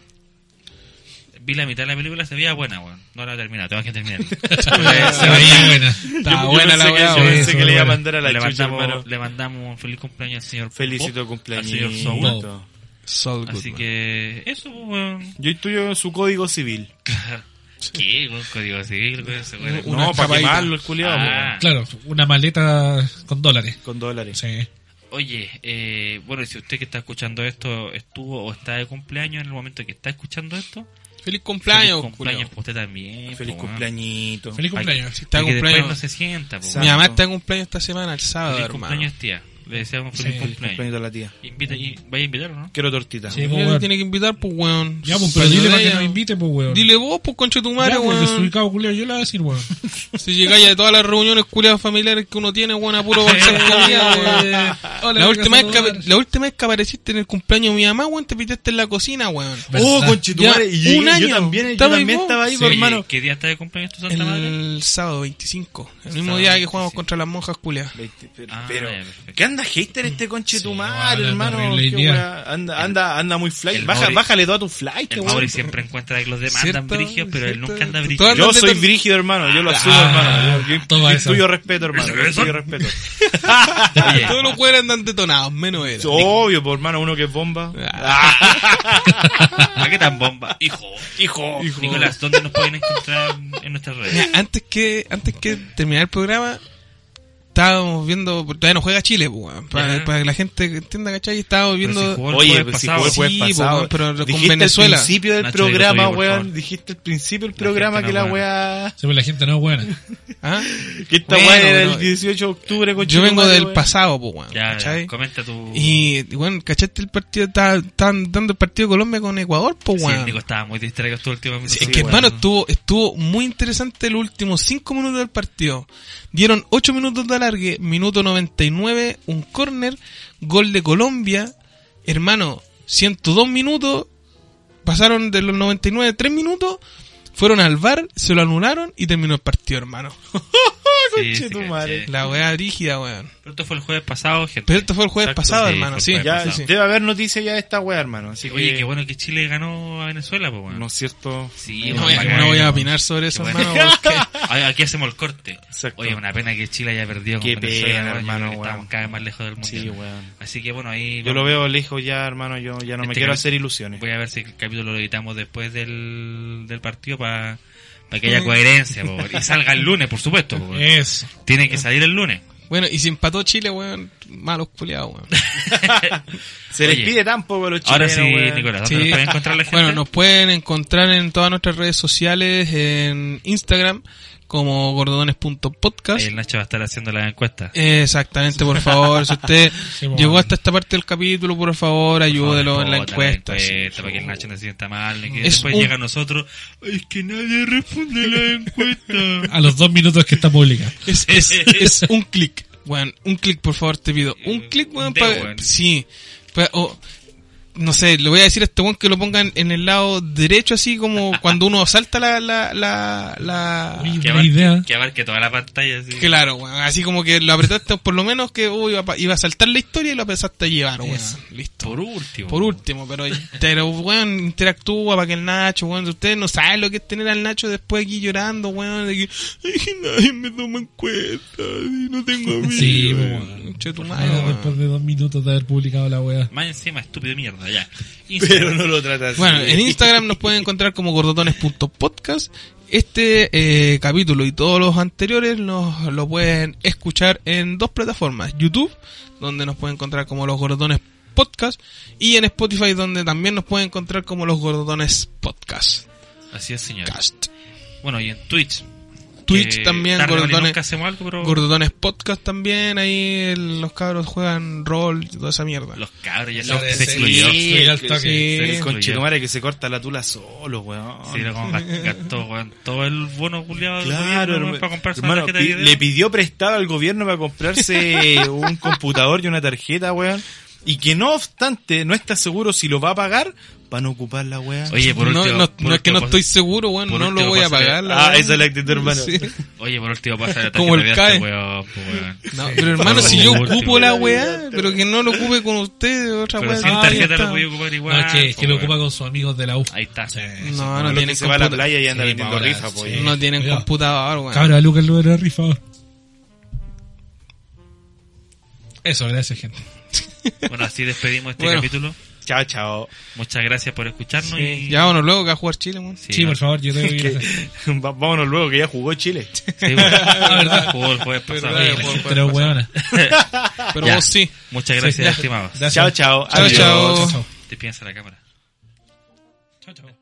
Vi la mitad de la película, se veía buena, weón. No la he terminado, tengo
(laughs)
que terminar.
(laughs) Se veía Ah, buena.
Está
Yo- yo
buena
pensé
la
que-
weá,
Yo
sí,
weón.
pensé que le iba a
buena.
mandar a la
le,
chucha, hermano.
mandamos, le mandamos un feliz cumpleaños al señor
Felicito
Pop,
cumpleaños.
al señor Saúl.
Bob.
Sol
Así
Goodman.
que, eso, pues, weón.
Yo estudio su código civil.
¿Qué, weón? Código civil, weón, ese weón.
Una
no, para
escapadita.
quemarlo el culiado,
Ah.
Claro, una maleta con dólares.
con dólares.
Sí.
Oye, eh, bueno, y si usted que está escuchando esto estuvo o está de cumpleaños en el momento que está escuchando esto,
Feliz cumpleaños,
feliz
culiao.
cumpleaños para usted también.
Feliz
po, weón.
cumpleañito.
Feliz cumpleaños.
Si está
Para
de
que después
cumpleaños.
no se sienta, po,
Sa-
weón.
Mi mamá está de cumpleaños esta semana, el sábado,
Feliz
hermano.
cumpleaños, tía. Le deseamos feliz
Sí, feliz
cumpleaños.
Cumpleaños a la tía.
Invita, y, vaya a invitar, ¿o ¿no?
Quiero tortita.
Sí,
Ella
pues,
le
weón.
tiene que invitar, pues, weón.
Ya, pues, pero
Para
dile para que
ella.
nos invite, pues, weón.
Dile vos, pues, concha de tu madre,
Ya, pues,
weón.
desubicado, culiao, yo le voy a decir,
(laughs)
weón.
Si llegáis a todas las reuniones culiadas familiares que uno tiene, weón, a puro bolsar
(laughs)
comida, weón.
Oh,
Hola,
La
venga,
última, vez que,
saludar.
ap- la última vez que apareciste en el cumpleaños de mi mamá, weón, te piteaste en la cocina, weón.
Oh,
¿Verdad?
conchetumare,
Ya, un
llegué-
año. ¿Estaba ahí vos?
ahí,
Sí,
pues,
oye, ¿Qué día está de cumpleaños tu santa madre?
El sábado 25, el mismo
Sábado
día que jugamos
25.
contra las monjas culiadas.
Veinte- pero,
Ah,
pero,
ya, perfecto.
¿qué anda hater este conchetumare,
Sí, no,
hermano?
terrible
Qué
idea.
weá. Anda, anda, anda muy fly.
el
Baja,
Mauri-
bájale todo a tu fly, qué
El
weón.
Mauri siempre encuentra que los demás andan
¿Cierto?
brigios, pero él
¿Cierto?
nunca anda
Tú-
brigio.
tú-
Yo soy
Ándate-
brígido, hermano. Yo lo asumo,
Ah,
hermano. Yo, yo-
toma
yo
esa.
tuyo respeto, hermano. Yo
Eso.
tuyo respeto.
Oye,
(laughs) Todos los jugadores andan detonados, menos él. Ah.
Obvio, por hermano, uno que es bomba.
¿a qué tan bomba? Hijo.
Hijo.
Nicolás, ¿dónde nos pueden encontrar en nuestras
Mira,
redes?
antes que antes que terminar el programa estábamos viendo porque todavía no juega Chile pues, weón, para,
Ya.
para que la gente entienda ¿cachai? estábamos viendo
si jugó el
Oye,
jueves
pues si
pasado.
jugó el jueves
Sí,
pasado.
po, pero con
dijiste
Venezuela.
al principio del
Nacho, digo
programa,
tu video, por
weón.
favor.
Dijiste al principio del
gente
programa
no
que la
es
weá.
Sí, pues, la gente no es buena.
¿ah?
Que esta
Bueno,
weá era
pero-
el 18 de octubre, con
yo vengo del
pasado.
pasado pues, weón,
Ya,
¿cachai?
ya, comenta tu...
y bueno cachaste el partido Ta- estaban dando el partido de Colombia con Ecuador pues
Sí,
weón.
el Nico estaba muy distraído estos últimos minutos.
Sí, es que
weón.
hermano estuvo estuvo muy interesante los últimos 5 minutos del partido. Dieron 8 minutos de alargue, minuto 99, un córner, gol de Colombia. Hermano, 102 minutos, pasaron de los 99 3 minutos, fueron al VAR, se lo anularon y terminó el partido, hermano.
Sí, sí,
conchetumare.
caché.
La weá rígida, weón.
Pero esto fue el jueves pasado, gente.
Pero esto fue el jueves
Exacto,
pasado,
sí,
hermano,
fue el
sí.
jueves
Ya,
pasado.
sí.
Debe haber noticias ya de esta weá, hermano. Así
Oye,
que,
qué bueno que Chile ganó a Venezuela, pues,
No es cierto.
Sí,
No,
weón,
ya,
bacán,
no voy a
weón.
opinar sobre eso,
Qué
hermano.
bueno.
porque-
Ay, Aquí hacemos el corte.
Exacto.
Oye, una pena que Chile haya perdido
Qué
con Venezuela,
pena,
weón. Yo
hermano,
creo que Estamos
weón.
cada vez más lejos del mundial.
Sí, weón.
Así que bueno, ahí
Yo lo veo lejos ya, hermano. Yo ya no me
Este
quiero
cap-
hacer ilusiones.
voy a ver si el capítulo lo editamos después del, del partido para que
Mm.
haya coherencia, po, weón. y salga el lunes, por supuesto. po,
Eh.
weón.
Eso.
Tiene que salir el lunes.
Bueno, y si empató Chile, weón, malos culiados, weón.
Se
Oye.
les pide tampoco a los chilenos.
Ahora sí,
weón.
Nicolás, ¿dónde nos puede encontrar la gente?
Bueno, nos pueden encontrar en todas nuestras redes sociales, en Instagram, como
Ahí
gordones.podcast.
el Nacho va a estar haciendo la encuesta.
Exactamente, por favor, si
(laughs)
usted
bueno.
llegó hasta esta parte del capítulo, por favor, ayúdelo en la
Otra
encuesta. sí.
para que el Nacho no se sienta mal. y que
Es
después
un-
llega a nosotros. Es que nadie responde
(laughs)
la encuesta.
A los dos minutos que está pública.
Es, es- es un clic, weón, un clic, por favor, te pido. Un
Eh,
clic,
un
weón,
dedo,
para...
weón.
Sí, Pa- o- no sé, le voy a decir a este weón que lo pongan en el lado derecho, así como cuando uno salta la... la, la, la...
Oye,
que,
buena idea.
abarque, que abarque toda la pantalla. así.
Claro, weón. Así como que lo apretaste por lo menos que uh, iba, pa- iba a saltar la historia y lo empezaste a llevar, weón.
Eso.
Listo.
Por último.
Por último, pero, pero weón, interactúa para que el Nacho, weón, ustedes no saben lo que es tener al Nacho después aquí llorando, weón, de que "Ay, nadie me toma en cuenta, y no tengo amigos.
Sí,
weón.
weón.
Che, tu
Por
madre,
favor,
weón.
Después de dos minutos de haber publicado la weá.
Más encima, estúpido de mierda. ya.
(laughs) Pero no lo tratas así.
Bueno, en Instagram nos pueden encontrar como gordotones.podcast. Este eh, capítulo y todos los anteriores nos lo pueden escuchar en dos plataformas. YouTube, donde nos pueden encontrar como los gordotones podcast. Y en Spotify, donde también nos pueden encontrar como los gordotones podcast.
(laughs) Así es, señor.
Cast.
Bueno, y en Twitch.
Twitch
que
también,
tarde o
gordotones-
nunca hacemos algo, pero
Gordotones podcast también. Ahí el- los cabros juegan rol y toda esa mierda.
los cabros ya
Lo
se,
de
se
seguir,
excluyó.
Sí,
subir al
que
toque.
sí.
Se
El
excluyó.
conchetumare que se corta la tula solo, weón.
Sí, era como gastó, weón, todo el bono culiado
Claro, hermano.
para comprarse
Hermano,
una tarjeta de
pi-
video.
le pidió prestado al gobierno para
(laughs)
comprarse un computador y una tarjeta, weón. Y que no obstante, no está seguro si lo va a pagar para no ocupar la weón.
Oye, por
no,
último.
no-
por
no es que
último,
no
pasa-
estoy seguro, bueno,
por
no lo
último,
voy a
pásale.
pagar. la
Ah,
verdad.
esa es la actitud, hermano.
Sí.
Oye, por último pasa la tarjeta
Como el
de este
CAE.
weón, pues, weón.
No, pero hermano,
Por
si yo
favor,
ocupo
tío.
la weá, pero que no lo ocupe con ustedes, otra
Pero
weá.
sin
Ah, ya
tarjeta
está.
lo voy a ocupar
No,
igual.
es Ah, que, es que
pues,
lo
weón.
ocupa con sus amigos de la U.
Ahí está.
Sí,
No,
sí.
Los
no
que
tienen,
se va a la
computa-
playa y anda
Sí,
vendiendo
ahora,
rifa,
sí.
po,
no tienen
Cuidado.
computador, weón.
Cabra, Lucas, el número de rifa. Eso, gracias, gente.
Bueno, así despedimos este
Bueno.
capítulo. (laughs)
Chao, chao.
Muchas gracias por escucharnos. y...
Ya vámonos luego que va a jugar Chile, weón.
Sí, por favor, yo tengo
(laughs)
que ir a hacer.
Va- Vámonos luego que ya jugó Chile.
Sí, bueno. Jugó el jueves pasado.
Verdad,
Oye,
por-
la
por-
gente era
por-
hueona.
Pero
Ya.
vos sí.
Muchas gracias,
Sí, ya.
estimados.
Gracias.
Chao, chao.
Chao,
Adiós.
chao.
chao.
Te piensa la cámara.
Chao, chao.